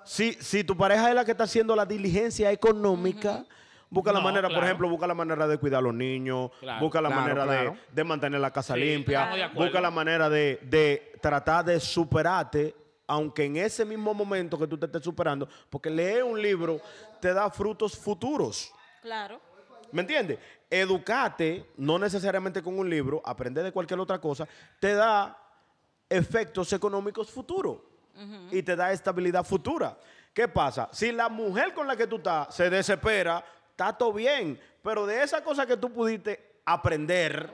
[SPEAKER 3] Si, si tu pareja es la que está haciendo la diligencia económica, busca la
[SPEAKER 2] No,
[SPEAKER 3] manera, por
[SPEAKER 2] claro.
[SPEAKER 3] ejemplo, busca la manera de cuidar a los niños,
[SPEAKER 2] Claro,
[SPEAKER 3] busca la
[SPEAKER 1] claro,
[SPEAKER 3] manera de-
[SPEAKER 1] claro.
[SPEAKER 3] De, mantener la casa
[SPEAKER 2] Sí,
[SPEAKER 3] limpia,
[SPEAKER 2] estamos de acuerdo.
[SPEAKER 3] busca la manera de, de tratar de superarte, aunque en ese mismo momento que tú te estés superando, porque leer un libro te da frutos futuros.
[SPEAKER 4] Claro.
[SPEAKER 3] ¿Me entiendes? Educate, no necesariamente con un libro, aprender de cualquier otra cosa, te da efectos económicos futuros y te da estabilidad futura. ¿Qué pasa? Si la mujer con la que tú estás se desespera, está todo bien, pero de esa cosa que tú pudiste aprender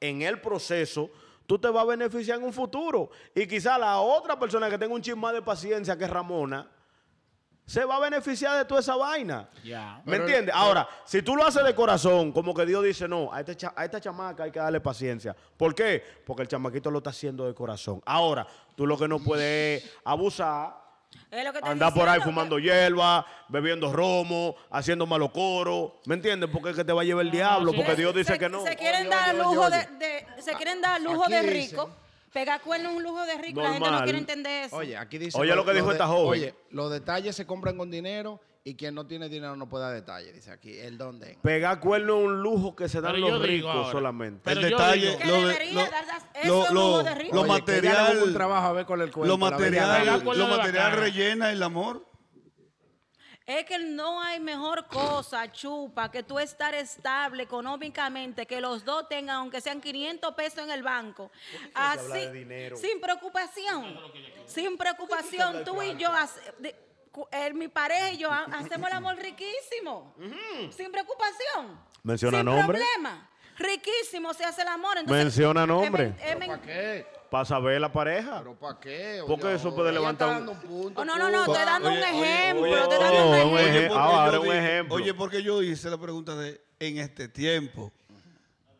[SPEAKER 3] en el proceso, tú te vas a beneficiar en un futuro. Y quizá la otra persona que tenga un chisme de paciencia, que es Ramona, se va a beneficiar de toda esa vaina.
[SPEAKER 2] Ya.
[SPEAKER 3] ¿Me entiendes? Ahora, si tú lo haces de corazón, como que Dios dice, no, a, este cha- a esta chamaca hay que darle paciencia. ¿Por qué? Porque el chamaquito lo está haciendo de corazón. Ahora, tú lo que no puedes es abusar,
[SPEAKER 4] Es lo que te
[SPEAKER 3] andar por ahí
[SPEAKER 4] diciendo,
[SPEAKER 3] fumando
[SPEAKER 4] que-
[SPEAKER 3] hierba, bebiendo romo, haciendo malo coro. ¿Me entiendes? Porque es que te va a llevar el diablo, porque
[SPEAKER 4] Ah, se-
[SPEAKER 3] Dios dice
[SPEAKER 4] se-
[SPEAKER 3] que no.
[SPEAKER 4] Se quieren dar lujo de, de- se quieren dar lujo
[SPEAKER 1] aquí
[SPEAKER 4] de
[SPEAKER 1] dicen-
[SPEAKER 4] rico. Pegar cuerno es un lujo de rico. La gente no
[SPEAKER 3] Normal.
[SPEAKER 4] quiere entender eso.
[SPEAKER 1] Oye, aquí dice.
[SPEAKER 3] Oye lo que dijo esta joven.
[SPEAKER 1] Oye, los detalles se compran con dinero y quien no tiene dinero no puede dar detalles. Dice aquí, el dónde.
[SPEAKER 3] Pegar cuerno es un lujo que se dan
[SPEAKER 2] Pero yo
[SPEAKER 3] los
[SPEAKER 2] digo
[SPEAKER 3] ricos
[SPEAKER 2] ahora.
[SPEAKER 3] solamente.
[SPEAKER 2] Pero
[SPEAKER 5] el
[SPEAKER 2] yo
[SPEAKER 5] detalle,
[SPEAKER 2] digo-
[SPEAKER 4] Que debería dar- dar- eso
[SPEAKER 5] lo-
[SPEAKER 4] es un
[SPEAKER 5] lo-
[SPEAKER 4] lujo de rico.
[SPEAKER 5] lo
[SPEAKER 1] Oye, que ella le haga un
[SPEAKER 5] material,
[SPEAKER 1] trabajo a ver con el cuento.
[SPEAKER 5] lo
[SPEAKER 1] la bella
[SPEAKER 5] material,
[SPEAKER 1] dama.
[SPEAKER 2] con
[SPEAKER 5] lo
[SPEAKER 2] la
[SPEAKER 5] material
[SPEAKER 2] bacana.
[SPEAKER 5] rellena el amor.
[SPEAKER 4] Es que no hay mejor cosa, chupa, que tú estar estable económicamente, que los dos tengan, aunque sean 500 pesos en el banco.
[SPEAKER 3] habla de
[SPEAKER 4] Así,
[SPEAKER 3] dinero?
[SPEAKER 4] sin preocupación, sin preocupación, tú y yo, hace- de- cu- eh, mi pareja y yo, ha- hacemos el amor riquísimo, sin preocupación.
[SPEAKER 3] Menciona
[SPEAKER 4] sin
[SPEAKER 3] nombre.
[SPEAKER 4] problema. Riquísimo se hace el amor. entonces-
[SPEAKER 3] Menciona
[SPEAKER 4] es men-
[SPEAKER 3] nombre.
[SPEAKER 4] es men-
[SPEAKER 1] ¿Pero para qué?
[SPEAKER 3] Para saber la pareja.
[SPEAKER 1] ¿Pero para qué? Oye,
[SPEAKER 3] Porque eso puede
[SPEAKER 1] ella
[SPEAKER 3] levantar
[SPEAKER 1] está
[SPEAKER 3] un-
[SPEAKER 1] dando punto,
[SPEAKER 4] Oh, no, no, no,
[SPEAKER 1] punto.
[SPEAKER 4] te dando un
[SPEAKER 5] Oye, oye,
[SPEAKER 4] ejemplo,
[SPEAKER 5] oye,
[SPEAKER 4] te dando
[SPEAKER 3] oye,
[SPEAKER 4] un
[SPEAKER 3] oye,
[SPEAKER 4] ejemplo.
[SPEAKER 5] porque
[SPEAKER 3] ahora
[SPEAKER 5] yo
[SPEAKER 3] un
[SPEAKER 5] dije-
[SPEAKER 3] ejemplo.
[SPEAKER 5] Oye, porque yo hice la pregunta de en este tiempo.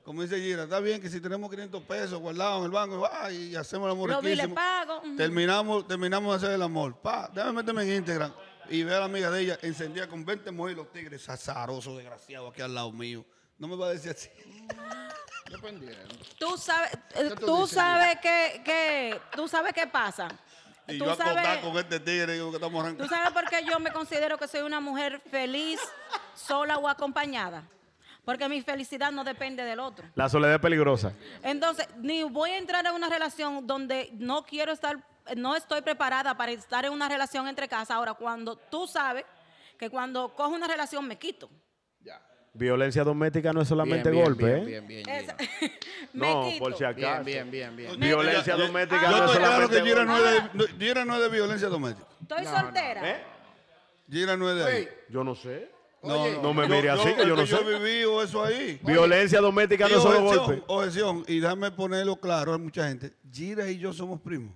[SPEAKER 5] Como dice Gira, está bien que si tenemos 500 pesos guardados en el banco ah, y hacemos el amor
[SPEAKER 4] Los biles
[SPEAKER 5] riquísimo.
[SPEAKER 4] pago, ujú.
[SPEAKER 5] Terminamos, terminamos de hacer el amor. Pa, déjame meterme en Instagram y ver a la amiga de ella encendida con 20 mujeres los tigres, azaroso, desgraciado, aquí al lado mío. No me va a decir así.
[SPEAKER 1] Dependiendo.
[SPEAKER 4] Tú sabes, eh,
[SPEAKER 1] ¿Qué tú
[SPEAKER 4] tú
[SPEAKER 1] dices,
[SPEAKER 4] sabes que, que- tú sabes qué pasa.
[SPEAKER 5] Y
[SPEAKER 4] tú
[SPEAKER 5] yo a contar
[SPEAKER 4] sabes,
[SPEAKER 5] con este tigre digo, que
[SPEAKER 4] tú
[SPEAKER 5] estamos arrancando.
[SPEAKER 4] sabes por qué yo me considero que soy una mujer feliz sola o acompañada, porque mi felicidad no depende del otro.
[SPEAKER 3] La soledad es peligrosa.
[SPEAKER 4] Entonces, ni voy a entrar en una relación donde no quiero estar, no estoy preparada para estar en una relación entre casa. Ahora, cuando tú sabes que cuando cojo una relación me quito.
[SPEAKER 1] Ya.
[SPEAKER 3] Violencia doméstica no es solamente
[SPEAKER 1] Bien, bien,
[SPEAKER 3] golpe,
[SPEAKER 1] bien, bien,
[SPEAKER 3] ¿eh?
[SPEAKER 1] bien,
[SPEAKER 4] Esa-
[SPEAKER 1] bien.
[SPEAKER 4] me
[SPEAKER 3] no,
[SPEAKER 4] quito.
[SPEAKER 3] por si acaso.
[SPEAKER 1] Bien, bien, bien, bien.
[SPEAKER 5] Yo-
[SPEAKER 3] Violencia
[SPEAKER 5] yo-
[SPEAKER 3] doméstica
[SPEAKER 5] Yo
[SPEAKER 3] no es
[SPEAKER 5] estoy claro
[SPEAKER 3] solamente
[SPEAKER 5] que Gira no,
[SPEAKER 3] golpe.
[SPEAKER 5] es de, no, Gira no es de violencia doméstica.
[SPEAKER 4] Estoy
[SPEAKER 1] No, no.
[SPEAKER 4] soltera.
[SPEAKER 3] ¿Eh?
[SPEAKER 5] Gira no es de ahí.
[SPEAKER 1] Ey,
[SPEAKER 3] Yo no sé.
[SPEAKER 1] oye,
[SPEAKER 3] no me mire así, Pues que yo no
[SPEAKER 5] es
[SPEAKER 3] sé.
[SPEAKER 5] Yo viví o eso ahí.
[SPEAKER 3] Violencia doméstica no es solo
[SPEAKER 5] objeción,
[SPEAKER 3] golpe.
[SPEAKER 5] objeción, y déjame ponerlo claro a mucha gente. Gira y yo somos primos.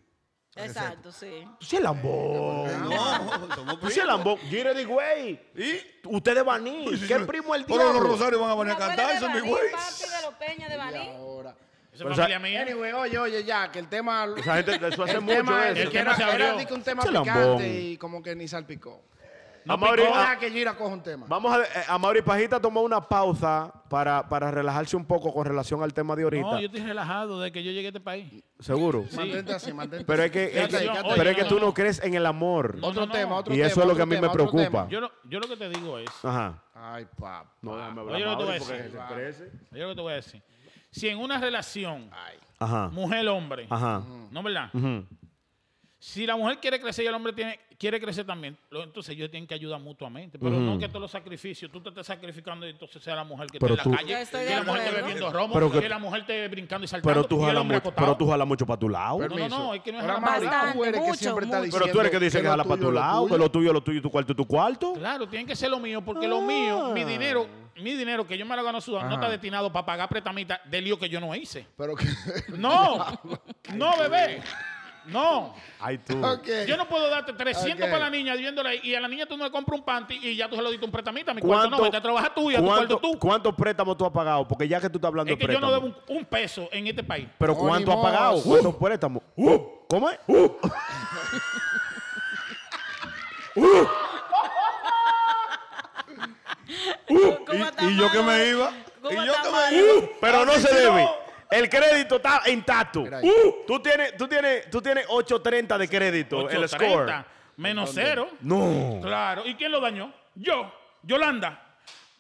[SPEAKER 4] Exacto, sí.
[SPEAKER 3] Tú sí el lambón.
[SPEAKER 4] Ah.
[SPEAKER 5] No, somos
[SPEAKER 3] Tú sí el
[SPEAKER 5] primos.
[SPEAKER 3] lambón. Gire de güey.
[SPEAKER 5] ¿Y?
[SPEAKER 3] Usted de Baní. ¿Qué primo el
[SPEAKER 5] Pero los
[SPEAKER 3] diablo?
[SPEAKER 5] rosarios van a
[SPEAKER 4] Mi
[SPEAKER 5] venir
[SPEAKER 4] abuela
[SPEAKER 5] a cantar,
[SPEAKER 4] de
[SPEAKER 5] eso es mi
[SPEAKER 4] Baní,
[SPEAKER 5] güey.
[SPEAKER 4] papi de los Peña de Baní.
[SPEAKER 1] y ahora.
[SPEAKER 2] Esa
[SPEAKER 3] Pero,
[SPEAKER 2] es
[SPEAKER 3] o sea,
[SPEAKER 2] familia mía.
[SPEAKER 1] Anyway, oye, oye, ya, que el tema.
[SPEAKER 3] Esa gente, eso hace
[SPEAKER 1] el
[SPEAKER 3] mucho.
[SPEAKER 1] tema
[SPEAKER 3] eso.
[SPEAKER 2] El que
[SPEAKER 1] era,
[SPEAKER 2] tema se abrió.
[SPEAKER 1] era de que un tema
[SPEAKER 3] Ese lambón.
[SPEAKER 1] picante y como que ni salpicó.
[SPEAKER 3] Vamos a abrir- ah.
[SPEAKER 1] Ahora
[SPEAKER 3] a-
[SPEAKER 1] que Gira coja un tema.
[SPEAKER 3] Vamos a, eh, a Mauri Pajita tomó una pausa para, para relajarse un poco con relación al tema de ahorita.
[SPEAKER 2] No, yo estoy relajado desde que yo llegué a este país.
[SPEAKER 3] Seguro.
[SPEAKER 1] Mantente así, mantente
[SPEAKER 3] Pero
[SPEAKER 1] así.
[SPEAKER 3] es que, es
[SPEAKER 1] Quédate
[SPEAKER 3] que-
[SPEAKER 1] ahí, quédate ahí.
[SPEAKER 3] pero es que
[SPEAKER 2] no,
[SPEAKER 3] tú
[SPEAKER 2] no.
[SPEAKER 3] no crees en el amor.
[SPEAKER 2] No,
[SPEAKER 1] Otro
[SPEAKER 2] no, no.
[SPEAKER 1] tema, otro
[SPEAKER 3] Y
[SPEAKER 1] tema.
[SPEAKER 3] eso es lo
[SPEAKER 1] otro
[SPEAKER 3] que a mí
[SPEAKER 1] tema,
[SPEAKER 3] me
[SPEAKER 1] otro
[SPEAKER 3] preocupa.
[SPEAKER 1] tema.
[SPEAKER 2] Yo lo, yo lo que te digo es,
[SPEAKER 3] Ajá.
[SPEAKER 1] Ay, papá.
[SPEAKER 3] No, déjame
[SPEAKER 2] Oye, lo
[SPEAKER 3] a
[SPEAKER 2] que te voy
[SPEAKER 3] Mauri
[SPEAKER 2] a
[SPEAKER 3] porque
[SPEAKER 2] decir.
[SPEAKER 3] se crece.
[SPEAKER 2] yo lo que te voy a decir. Si en una relación,
[SPEAKER 1] Ay.
[SPEAKER 3] Ajá.
[SPEAKER 2] mujer-hombre,
[SPEAKER 3] Ajá.
[SPEAKER 2] ¿no verdad? Si la mujer quiere crecer y el hombre tiene, quiere crecer también, lo- entonces ellos tienen que ayudar mutuamente. Pero no que todos los sacrificios, tú te estés sacrificando y entonces sea la mujer que
[SPEAKER 3] Pero
[SPEAKER 2] esté
[SPEAKER 3] tú-
[SPEAKER 2] en la calle,
[SPEAKER 4] Yo estoy
[SPEAKER 2] y
[SPEAKER 4] de
[SPEAKER 2] la mujer esté
[SPEAKER 4] acuerdo.
[SPEAKER 2] bebiendo romo,
[SPEAKER 3] Pero que-
[SPEAKER 2] y la mujer esté brincando y saltando,
[SPEAKER 3] Pero tú
[SPEAKER 2] y el
[SPEAKER 3] jalas
[SPEAKER 2] hombre
[SPEAKER 3] mucho,
[SPEAKER 2] acostado.
[SPEAKER 3] pero tú jalas mucho para tu lado.
[SPEAKER 2] no,
[SPEAKER 1] Permiso.
[SPEAKER 2] no, es que no es
[SPEAKER 1] Ahora,
[SPEAKER 2] jamás.
[SPEAKER 1] Mauri, tú eres que
[SPEAKER 4] Bastante,
[SPEAKER 1] siempre está
[SPEAKER 4] mucho,
[SPEAKER 1] diciendo.
[SPEAKER 3] Pero tú eres que dices que
[SPEAKER 1] lo
[SPEAKER 3] jala para
[SPEAKER 1] tuyo,
[SPEAKER 3] tu
[SPEAKER 1] lo
[SPEAKER 3] lado,
[SPEAKER 1] tuyo.
[SPEAKER 3] que lo tuyo, lo tuyo y tu cuarto, tu cuarto.
[SPEAKER 2] Claro, tiene que ser lo mío, porque lo mío,
[SPEAKER 3] Ah.
[SPEAKER 2] mi dinero, mi dinero que yo me lo gano sudando, no
[SPEAKER 1] Ajá.
[SPEAKER 2] está destinado para pagar pretamita de lío que yo no hice.
[SPEAKER 1] Pero que.
[SPEAKER 2] No, no, bebé. No,
[SPEAKER 3] Ay, tú.
[SPEAKER 1] Ok.
[SPEAKER 2] yo no puedo darte 300
[SPEAKER 1] Ok.
[SPEAKER 2] para la niña viéndola y a la niña tú no le compras un panty y ya tú se lo diste un pretamita. Mi cuarto no, vete a trabajar tú y a tu
[SPEAKER 3] cuánto-
[SPEAKER 2] cuarto tú.
[SPEAKER 3] ¿Cuántos préstamos tú has pagado? Porque ya que tú estás hablando
[SPEAKER 2] Es
[SPEAKER 3] de
[SPEAKER 2] que yo
[SPEAKER 3] préstamos.
[SPEAKER 2] no debo un, un peso en este país.
[SPEAKER 3] Pero
[SPEAKER 1] No, ni
[SPEAKER 3] ¿cuánto has
[SPEAKER 1] modo.
[SPEAKER 3] pagado?
[SPEAKER 1] Uh.
[SPEAKER 3] ¿Cuántos préstamos?
[SPEAKER 2] Uh.
[SPEAKER 3] Uh. ¿Cómo es?
[SPEAKER 4] ¿Cómo está
[SPEAKER 5] Uh, Y, y yo que
[SPEAKER 4] malo?
[SPEAKER 5] me iba.
[SPEAKER 4] ¿Cómo
[SPEAKER 5] Y yo
[SPEAKER 4] está
[SPEAKER 5] que
[SPEAKER 4] malo?
[SPEAKER 5] me iba.
[SPEAKER 3] Uh. Pero no
[SPEAKER 2] Ah,
[SPEAKER 5] Así
[SPEAKER 3] se
[SPEAKER 5] que
[SPEAKER 3] debe.
[SPEAKER 5] no.
[SPEAKER 3] El crédito está intacto.
[SPEAKER 1] Mira ahí.
[SPEAKER 3] Uh. Tú tienes, tú tienes, tú tienes 8.30 de crédito, el
[SPEAKER 2] 8.30,
[SPEAKER 3] score.
[SPEAKER 2] menos cero.
[SPEAKER 3] No.
[SPEAKER 2] Claro. ¿Y quién lo dañó? Yo, Yolanda.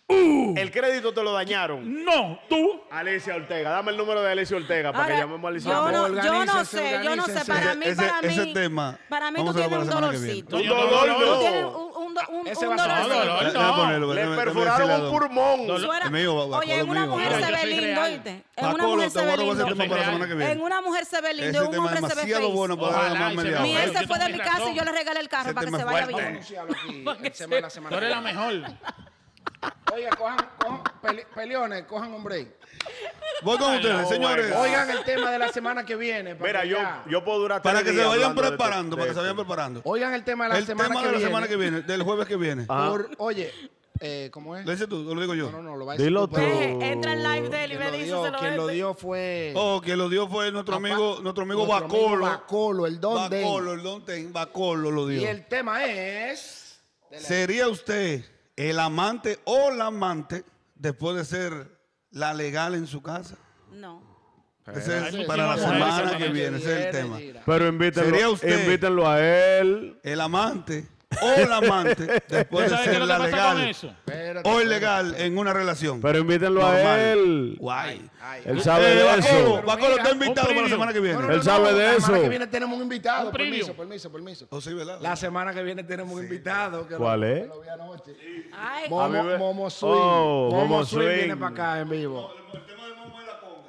[SPEAKER 3] Uh. El crédito te lo dañaron.
[SPEAKER 2] No, tú.
[SPEAKER 3] Alicia Ortega, dame el número de Alicia Ortega para que
[SPEAKER 4] Ahora,
[SPEAKER 3] llamemos a Alicia
[SPEAKER 4] yo,
[SPEAKER 3] Ortega.
[SPEAKER 4] no, yo no
[SPEAKER 1] Organícense,
[SPEAKER 4] sé, yo no sé.
[SPEAKER 1] organícense.
[SPEAKER 4] Para mí,
[SPEAKER 5] Ese-
[SPEAKER 4] para mí,
[SPEAKER 5] ese tema,
[SPEAKER 4] para mí tú
[SPEAKER 5] vamos a
[SPEAKER 4] tienes
[SPEAKER 5] hablar
[SPEAKER 4] un
[SPEAKER 5] para la semana que viene.
[SPEAKER 4] dolorcito.
[SPEAKER 3] Un
[SPEAKER 2] yo no,
[SPEAKER 3] dolor,
[SPEAKER 2] no,
[SPEAKER 4] Tú
[SPEAKER 2] no.
[SPEAKER 4] tienes un, un, un,
[SPEAKER 1] Ese
[SPEAKER 4] un
[SPEAKER 1] va a ser-
[SPEAKER 4] dolorcito.
[SPEAKER 2] No, no, no.
[SPEAKER 5] Déjame
[SPEAKER 3] Le
[SPEAKER 5] ponerlo, déjame- déjame decirle a
[SPEAKER 3] perforaron un
[SPEAKER 5] Don-
[SPEAKER 3] pulmón.
[SPEAKER 2] Dolor.
[SPEAKER 4] Suena-
[SPEAKER 5] Amigo, va-
[SPEAKER 4] oye,
[SPEAKER 5] va
[SPEAKER 4] en una
[SPEAKER 5] conmigo,
[SPEAKER 4] mujer
[SPEAKER 5] va.
[SPEAKER 4] se
[SPEAKER 2] Mira,
[SPEAKER 4] ve
[SPEAKER 2] yo soy
[SPEAKER 4] lindo,
[SPEAKER 2] real.
[SPEAKER 4] ¿oíste? En una
[SPEAKER 5] Paco,
[SPEAKER 4] mujer
[SPEAKER 5] te
[SPEAKER 4] se
[SPEAKER 5] voy a
[SPEAKER 4] ve
[SPEAKER 5] robar ese
[SPEAKER 2] Yo
[SPEAKER 5] tema
[SPEAKER 2] soy
[SPEAKER 5] para
[SPEAKER 2] real.
[SPEAKER 5] la semana que viene.
[SPEAKER 4] En una mujer se ve lindo,
[SPEAKER 5] Ese
[SPEAKER 4] en un
[SPEAKER 5] tema es
[SPEAKER 4] hombre se ve
[SPEAKER 5] demasiado
[SPEAKER 4] feliz.
[SPEAKER 5] bueno para
[SPEAKER 2] Ojalá
[SPEAKER 5] dar más
[SPEAKER 2] y se
[SPEAKER 5] media
[SPEAKER 2] me
[SPEAKER 4] Mi
[SPEAKER 5] hora.
[SPEAKER 2] Yo
[SPEAKER 4] ex se
[SPEAKER 2] tengo
[SPEAKER 4] fue de
[SPEAKER 2] mi
[SPEAKER 4] mi casa
[SPEAKER 2] razón.
[SPEAKER 4] y yo le regalé el carro
[SPEAKER 5] Ese
[SPEAKER 4] para que
[SPEAKER 5] tema
[SPEAKER 4] se
[SPEAKER 5] es
[SPEAKER 4] vaya
[SPEAKER 5] fuerte.
[SPEAKER 4] bien.
[SPEAKER 1] Anuncialo aquí, en semana, semana.
[SPEAKER 2] Tú eres la mejor.
[SPEAKER 1] Oiga, cojan, cojan pele- peleones, cojan un break.
[SPEAKER 5] Voy con
[SPEAKER 2] Ay,
[SPEAKER 5] ustedes,
[SPEAKER 3] no,
[SPEAKER 5] señores.
[SPEAKER 3] bueno.
[SPEAKER 1] Oigan el tema de la semana que viene. para
[SPEAKER 3] Mira,
[SPEAKER 1] que
[SPEAKER 3] yo,
[SPEAKER 1] ya-
[SPEAKER 3] yo puedo durar
[SPEAKER 5] Para
[SPEAKER 3] tres
[SPEAKER 5] que se
[SPEAKER 3] días
[SPEAKER 5] vayan
[SPEAKER 3] hablando de
[SPEAKER 2] este
[SPEAKER 3] esto-
[SPEAKER 5] preparando, para que se vayan
[SPEAKER 3] de esto.
[SPEAKER 5] preparando.
[SPEAKER 1] Oigan el tema de la
[SPEAKER 5] El
[SPEAKER 1] semana
[SPEAKER 5] tema
[SPEAKER 1] que
[SPEAKER 5] de la
[SPEAKER 1] viene.
[SPEAKER 5] semana que viene, del jueves que viene.
[SPEAKER 3] Ajá.
[SPEAKER 1] Por- oye, eh, ¿cómo es?
[SPEAKER 5] ¿Lo dices tú o lo digo yo?
[SPEAKER 1] No, no, no, lo va a decir.
[SPEAKER 3] Dilo
[SPEAKER 1] tú, pero
[SPEAKER 3] tú.
[SPEAKER 4] Deje, Entra el live de él y
[SPEAKER 1] Quien
[SPEAKER 4] me
[SPEAKER 1] lo
[SPEAKER 4] dice,
[SPEAKER 1] dio,
[SPEAKER 4] se lo
[SPEAKER 1] quien lo
[SPEAKER 4] vende.
[SPEAKER 1] dio fue.
[SPEAKER 5] Oh, quien lo dio fue nuestro
[SPEAKER 1] papá-
[SPEAKER 5] amigo, nuestro amigo
[SPEAKER 1] Ah, nuestro amigo
[SPEAKER 5] Bacolo.
[SPEAKER 1] Bacolo, el Don Den.
[SPEAKER 5] Bacolo, el Don Ten, Bacolo lo dio.
[SPEAKER 1] Y el tema es. de la-
[SPEAKER 5] ¿Sería usted el amante o la amante después de ser la legal en su casa?
[SPEAKER 4] No.
[SPEAKER 5] Ese es
[SPEAKER 2] Ay,
[SPEAKER 5] para la
[SPEAKER 2] sí, vamos a ver esa
[SPEAKER 5] semana que
[SPEAKER 2] semana
[SPEAKER 5] viene, ese es el tema.
[SPEAKER 1] Gira.
[SPEAKER 3] Pero
[SPEAKER 5] Sería
[SPEAKER 3] invítenlo,
[SPEAKER 5] usted.
[SPEAKER 3] invítenlo a él.
[SPEAKER 5] El amante o la amante después
[SPEAKER 2] ¿Tú
[SPEAKER 5] de
[SPEAKER 2] sabes qué es
[SPEAKER 5] ser
[SPEAKER 2] lo que
[SPEAKER 5] la
[SPEAKER 2] pasa con
[SPEAKER 5] legal
[SPEAKER 2] eso?
[SPEAKER 1] Espérate,
[SPEAKER 5] o
[SPEAKER 1] espérate.
[SPEAKER 5] ilegal en una relación.
[SPEAKER 3] Pero invítenlo
[SPEAKER 5] normal.
[SPEAKER 3] a él.
[SPEAKER 5] Guay.
[SPEAKER 1] Ay,
[SPEAKER 3] Él
[SPEAKER 1] ay.
[SPEAKER 3] sabe
[SPEAKER 5] Eh,
[SPEAKER 3] de
[SPEAKER 5] Bacolo,
[SPEAKER 3] eso.
[SPEAKER 5] Bacolo está
[SPEAKER 1] mira,
[SPEAKER 5] invitado
[SPEAKER 2] un
[SPEAKER 5] para la
[SPEAKER 2] preview.
[SPEAKER 5] semana que
[SPEAKER 1] No,
[SPEAKER 5] viene.
[SPEAKER 1] no,
[SPEAKER 3] Él
[SPEAKER 1] no,
[SPEAKER 3] sabe de
[SPEAKER 1] La semana
[SPEAKER 3] eso.
[SPEAKER 1] que viene tenemos un invitado.
[SPEAKER 2] Un
[SPEAKER 1] permiso,
[SPEAKER 2] previeso.
[SPEAKER 1] permiso, permiso.
[SPEAKER 5] ¿O Oh, sí, verdad?
[SPEAKER 1] La semana que viene tenemos un invitado. Que
[SPEAKER 3] ¿Cuál
[SPEAKER 1] lo,
[SPEAKER 3] es?
[SPEAKER 1] que Lo vi anoche.
[SPEAKER 4] Ay,
[SPEAKER 1] Momo,
[SPEAKER 3] mí me-
[SPEAKER 1] Momo Swing.
[SPEAKER 3] Oh,
[SPEAKER 1] Momo,
[SPEAKER 3] Momo
[SPEAKER 1] Swing viene
[SPEAKER 3] Swing.
[SPEAKER 1] para acá en vivo.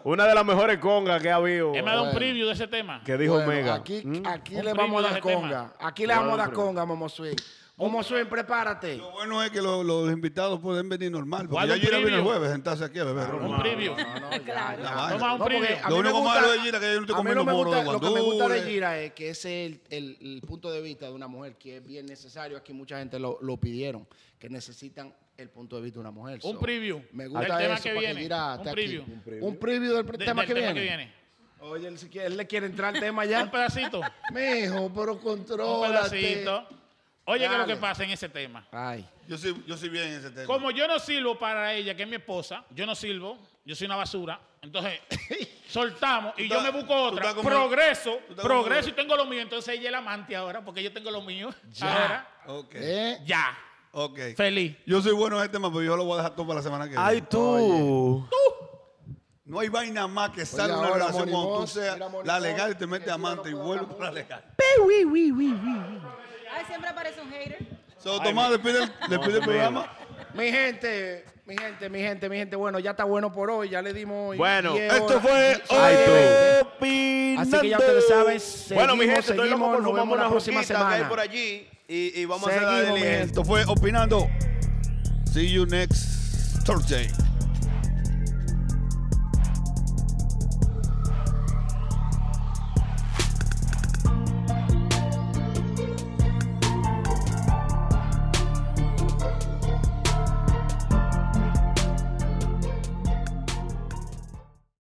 [SPEAKER 3] Una de las mejores congas que ha habido.
[SPEAKER 2] Es más de un
[SPEAKER 1] Bueno.
[SPEAKER 2] preview de ese tema.
[SPEAKER 3] Que dijo
[SPEAKER 1] Bueno,
[SPEAKER 3] Mega.
[SPEAKER 1] Aquí,
[SPEAKER 3] Mm.
[SPEAKER 1] aquí
[SPEAKER 2] Un
[SPEAKER 1] le
[SPEAKER 2] preview
[SPEAKER 1] vamos a
[SPEAKER 2] de
[SPEAKER 1] dar
[SPEAKER 2] ese
[SPEAKER 5] este
[SPEAKER 2] tema.
[SPEAKER 1] conga. Aquí le
[SPEAKER 3] Bueno,
[SPEAKER 1] vamos a dar
[SPEAKER 3] un preview.
[SPEAKER 1] conga, Momo Swing. Momo Swing, prepárate.
[SPEAKER 5] Lo bueno es que lo- los invitados pueden venir normal. Porque
[SPEAKER 2] Guarda
[SPEAKER 5] ya
[SPEAKER 2] un
[SPEAKER 5] Gira viene el Ah,
[SPEAKER 2] preview.
[SPEAKER 5] jueves, sentarse aquí a beber.
[SPEAKER 2] Un
[SPEAKER 5] No,
[SPEAKER 2] preview.
[SPEAKER 4] claro.
[SPEAKER 5] la vaina.
[SPEAKER 2] Toma un
[SPEAKER 1] No, porque
[SPEAKER 2] preview.
[SPEAKER 1] a
[SPEAKER 5] Lo
[SPEAKER 1] mí me
[SPEAKER 5] único
[SPEAKER 1] gusta-
[SPEAKER 5] malo de Gira es que yo no estoy
[SPEAKER 1] a mí
[SPEAKER 5] comiendo
[SPEAKER 1] me
[SPEAKER 5] moro de
[SPEAKER 1] gusta- Lo que me gusta de
[SPEAKER 5] guandule.
[SPEAKER 1] Gira es que ese es el, el- el punto de vista de una mujer que es bien necesario. Aquí mucha gente lo, lo pidieron, que necesitan el punto de vista de una mujer.
[SPEAKER 2] Un
[SPEAKER 1] So,
[SPEAKER 2] preview
[SPEAKER 1] Me
[SPEAKER 2] del
[SPEAKER 1] gusta
[SPEAKER 2] tema
[SPEAKER 1] eso,
[SPEAKER 2] que
[SPEAKER 1] porque
[SPEAKER 2] viene.
[SPEAKER 1] mira,
[SPEAKER 2] Un
[SPEAKER 1] hasta
[SPEAKER 2] preview.
[SPEAKER 1] aquí.
[SPEAKER 2] Un
[SPEAKER 1] Un
[SPEAKER 3] preview.
[SPEAKER 1] preview, del
[SPEAKER 2] De-
[SPEAKER 1] tema,
[SPEAKER 2] del
[SPEAKER 1] que,
[SPEAKER 2] tema
[SPEAKER 1] viene.
[SPEAKER 2] que viene.
[SPEAKER 1] Oye, él, se quiere- él le quiere entrar al tema ya.
[SPEAKER 2] Un pedacito.
[SPEAKER 1] Mijo, pero
[SPEAKER 2] un
[SPEAKER 1] contrólate.
[SPEAKER 2] pedacito. Oye, ¿qué es lo que
[SPEAKER 1] Dale.
[SPEAKER 2] pasa en ese tema?
[SPEAKER 1] Ay,
[SPEAKER 5] Yo soy, yo soy bien en ese tema.
[SPEAKER 2] Como yo no sirvo para ella, que es mi esposa, yo no sirvo, yo soy una basura, entonces soltamos y
[SPEAKER 5] Tú
[SPEAKER 2] yo me
[SPEAKER 5] estás-
[SPEAKER 2] busco
[SPEAKER 5] tú
[SPEAKER 2] otra.
[SPEAKER 5] estás como-
[SPEAKER 2] progreso,
[SPEAKER 5] tú estás
[SPEAKER 2] progreso
[SPEAKER 5] como-
[SPEAKER 2] y tengo lo mío. Entonces ella es la amante ahora, porque yo tengo lo mío. Ahora,
[SPEAKER 5] Ok.
[SPEAKER 1] ¿eh?
[SPEAKER 2] ya,
[SPEAKER 5] Ok.
[SPEAKER 2] feliz.
[SPEAKER 5] Yo soy bueno en ese tema, pero yo lo voy a dejar todo para la semana que viene.
[SPEAKER 3] Ay, tú.
[SPEAKER 5] No hay vaina más que salga
[SPEAKER 1] Oye,
[SPEAKER 5] una
[SPEAKER 1] ahora,
[SPEAKER 5] relación
[SPEAKER 1] Money
[SPEAKER 5] cuando tú
[SPEAKER 1] Boss,
[SPEAKER 5] seas
[SPEAKER 1] mira, Money
[SPEAKER 5] la
[SPEAKER 1] Boss,
[SPEAKER 5] legal y te metes
[SPEAKER 1] que tú
[SPEAKER 5] amante y
[SPEAKER 1] no
[SPEAKER 5] vuelves
[SPEAKER 1] puedas
[SPEAKER 5] para la legal.
[SPEAKER 4] Ay, siempre aparece un hater.
[SPEAKER 5] So, Tomás, despide el, despide el programa.
[SPEAKER 1] Mi gente, mi gente, mi gente, mi gente. Bueno, ya está bueno por hoy. Ya le dimos. hoy
[SPEAKER 3] Bueno,
[SPEAKER 1] 10
[SPEAKER 5] esto
[SPEAKER 1] horas.
[SPEAKER 5] fue
[SPEAKER 1] Ay,
[SPEAKER 3] Opinando.
[SPEAKER 1] Así que ya ustedes saben,
[SPEAKER 3] bueno,
[SPEAKER 1] seguimos,
[SPEAKER 3] mi gente, estoy loco
[SPEAKER 1] seguimos, nos
[SPEAKER 3] por fumarme
[SPEAKER 1] vemos
[SPEAKER 3] una
[SPEAKER 1] la próxima
[SPEAKER 3] juquita que hay
[SPEAKER 1] semana.
[SPEAKER 3] por allí y, y vamos a hacer la
[SPEAKER 1] Seguimos, mi
[SPEAKER 3] diligencia.
[SPEAKER 1] gente.
[SPEAKER 5] Esto fue Opinando. See you next Thursday.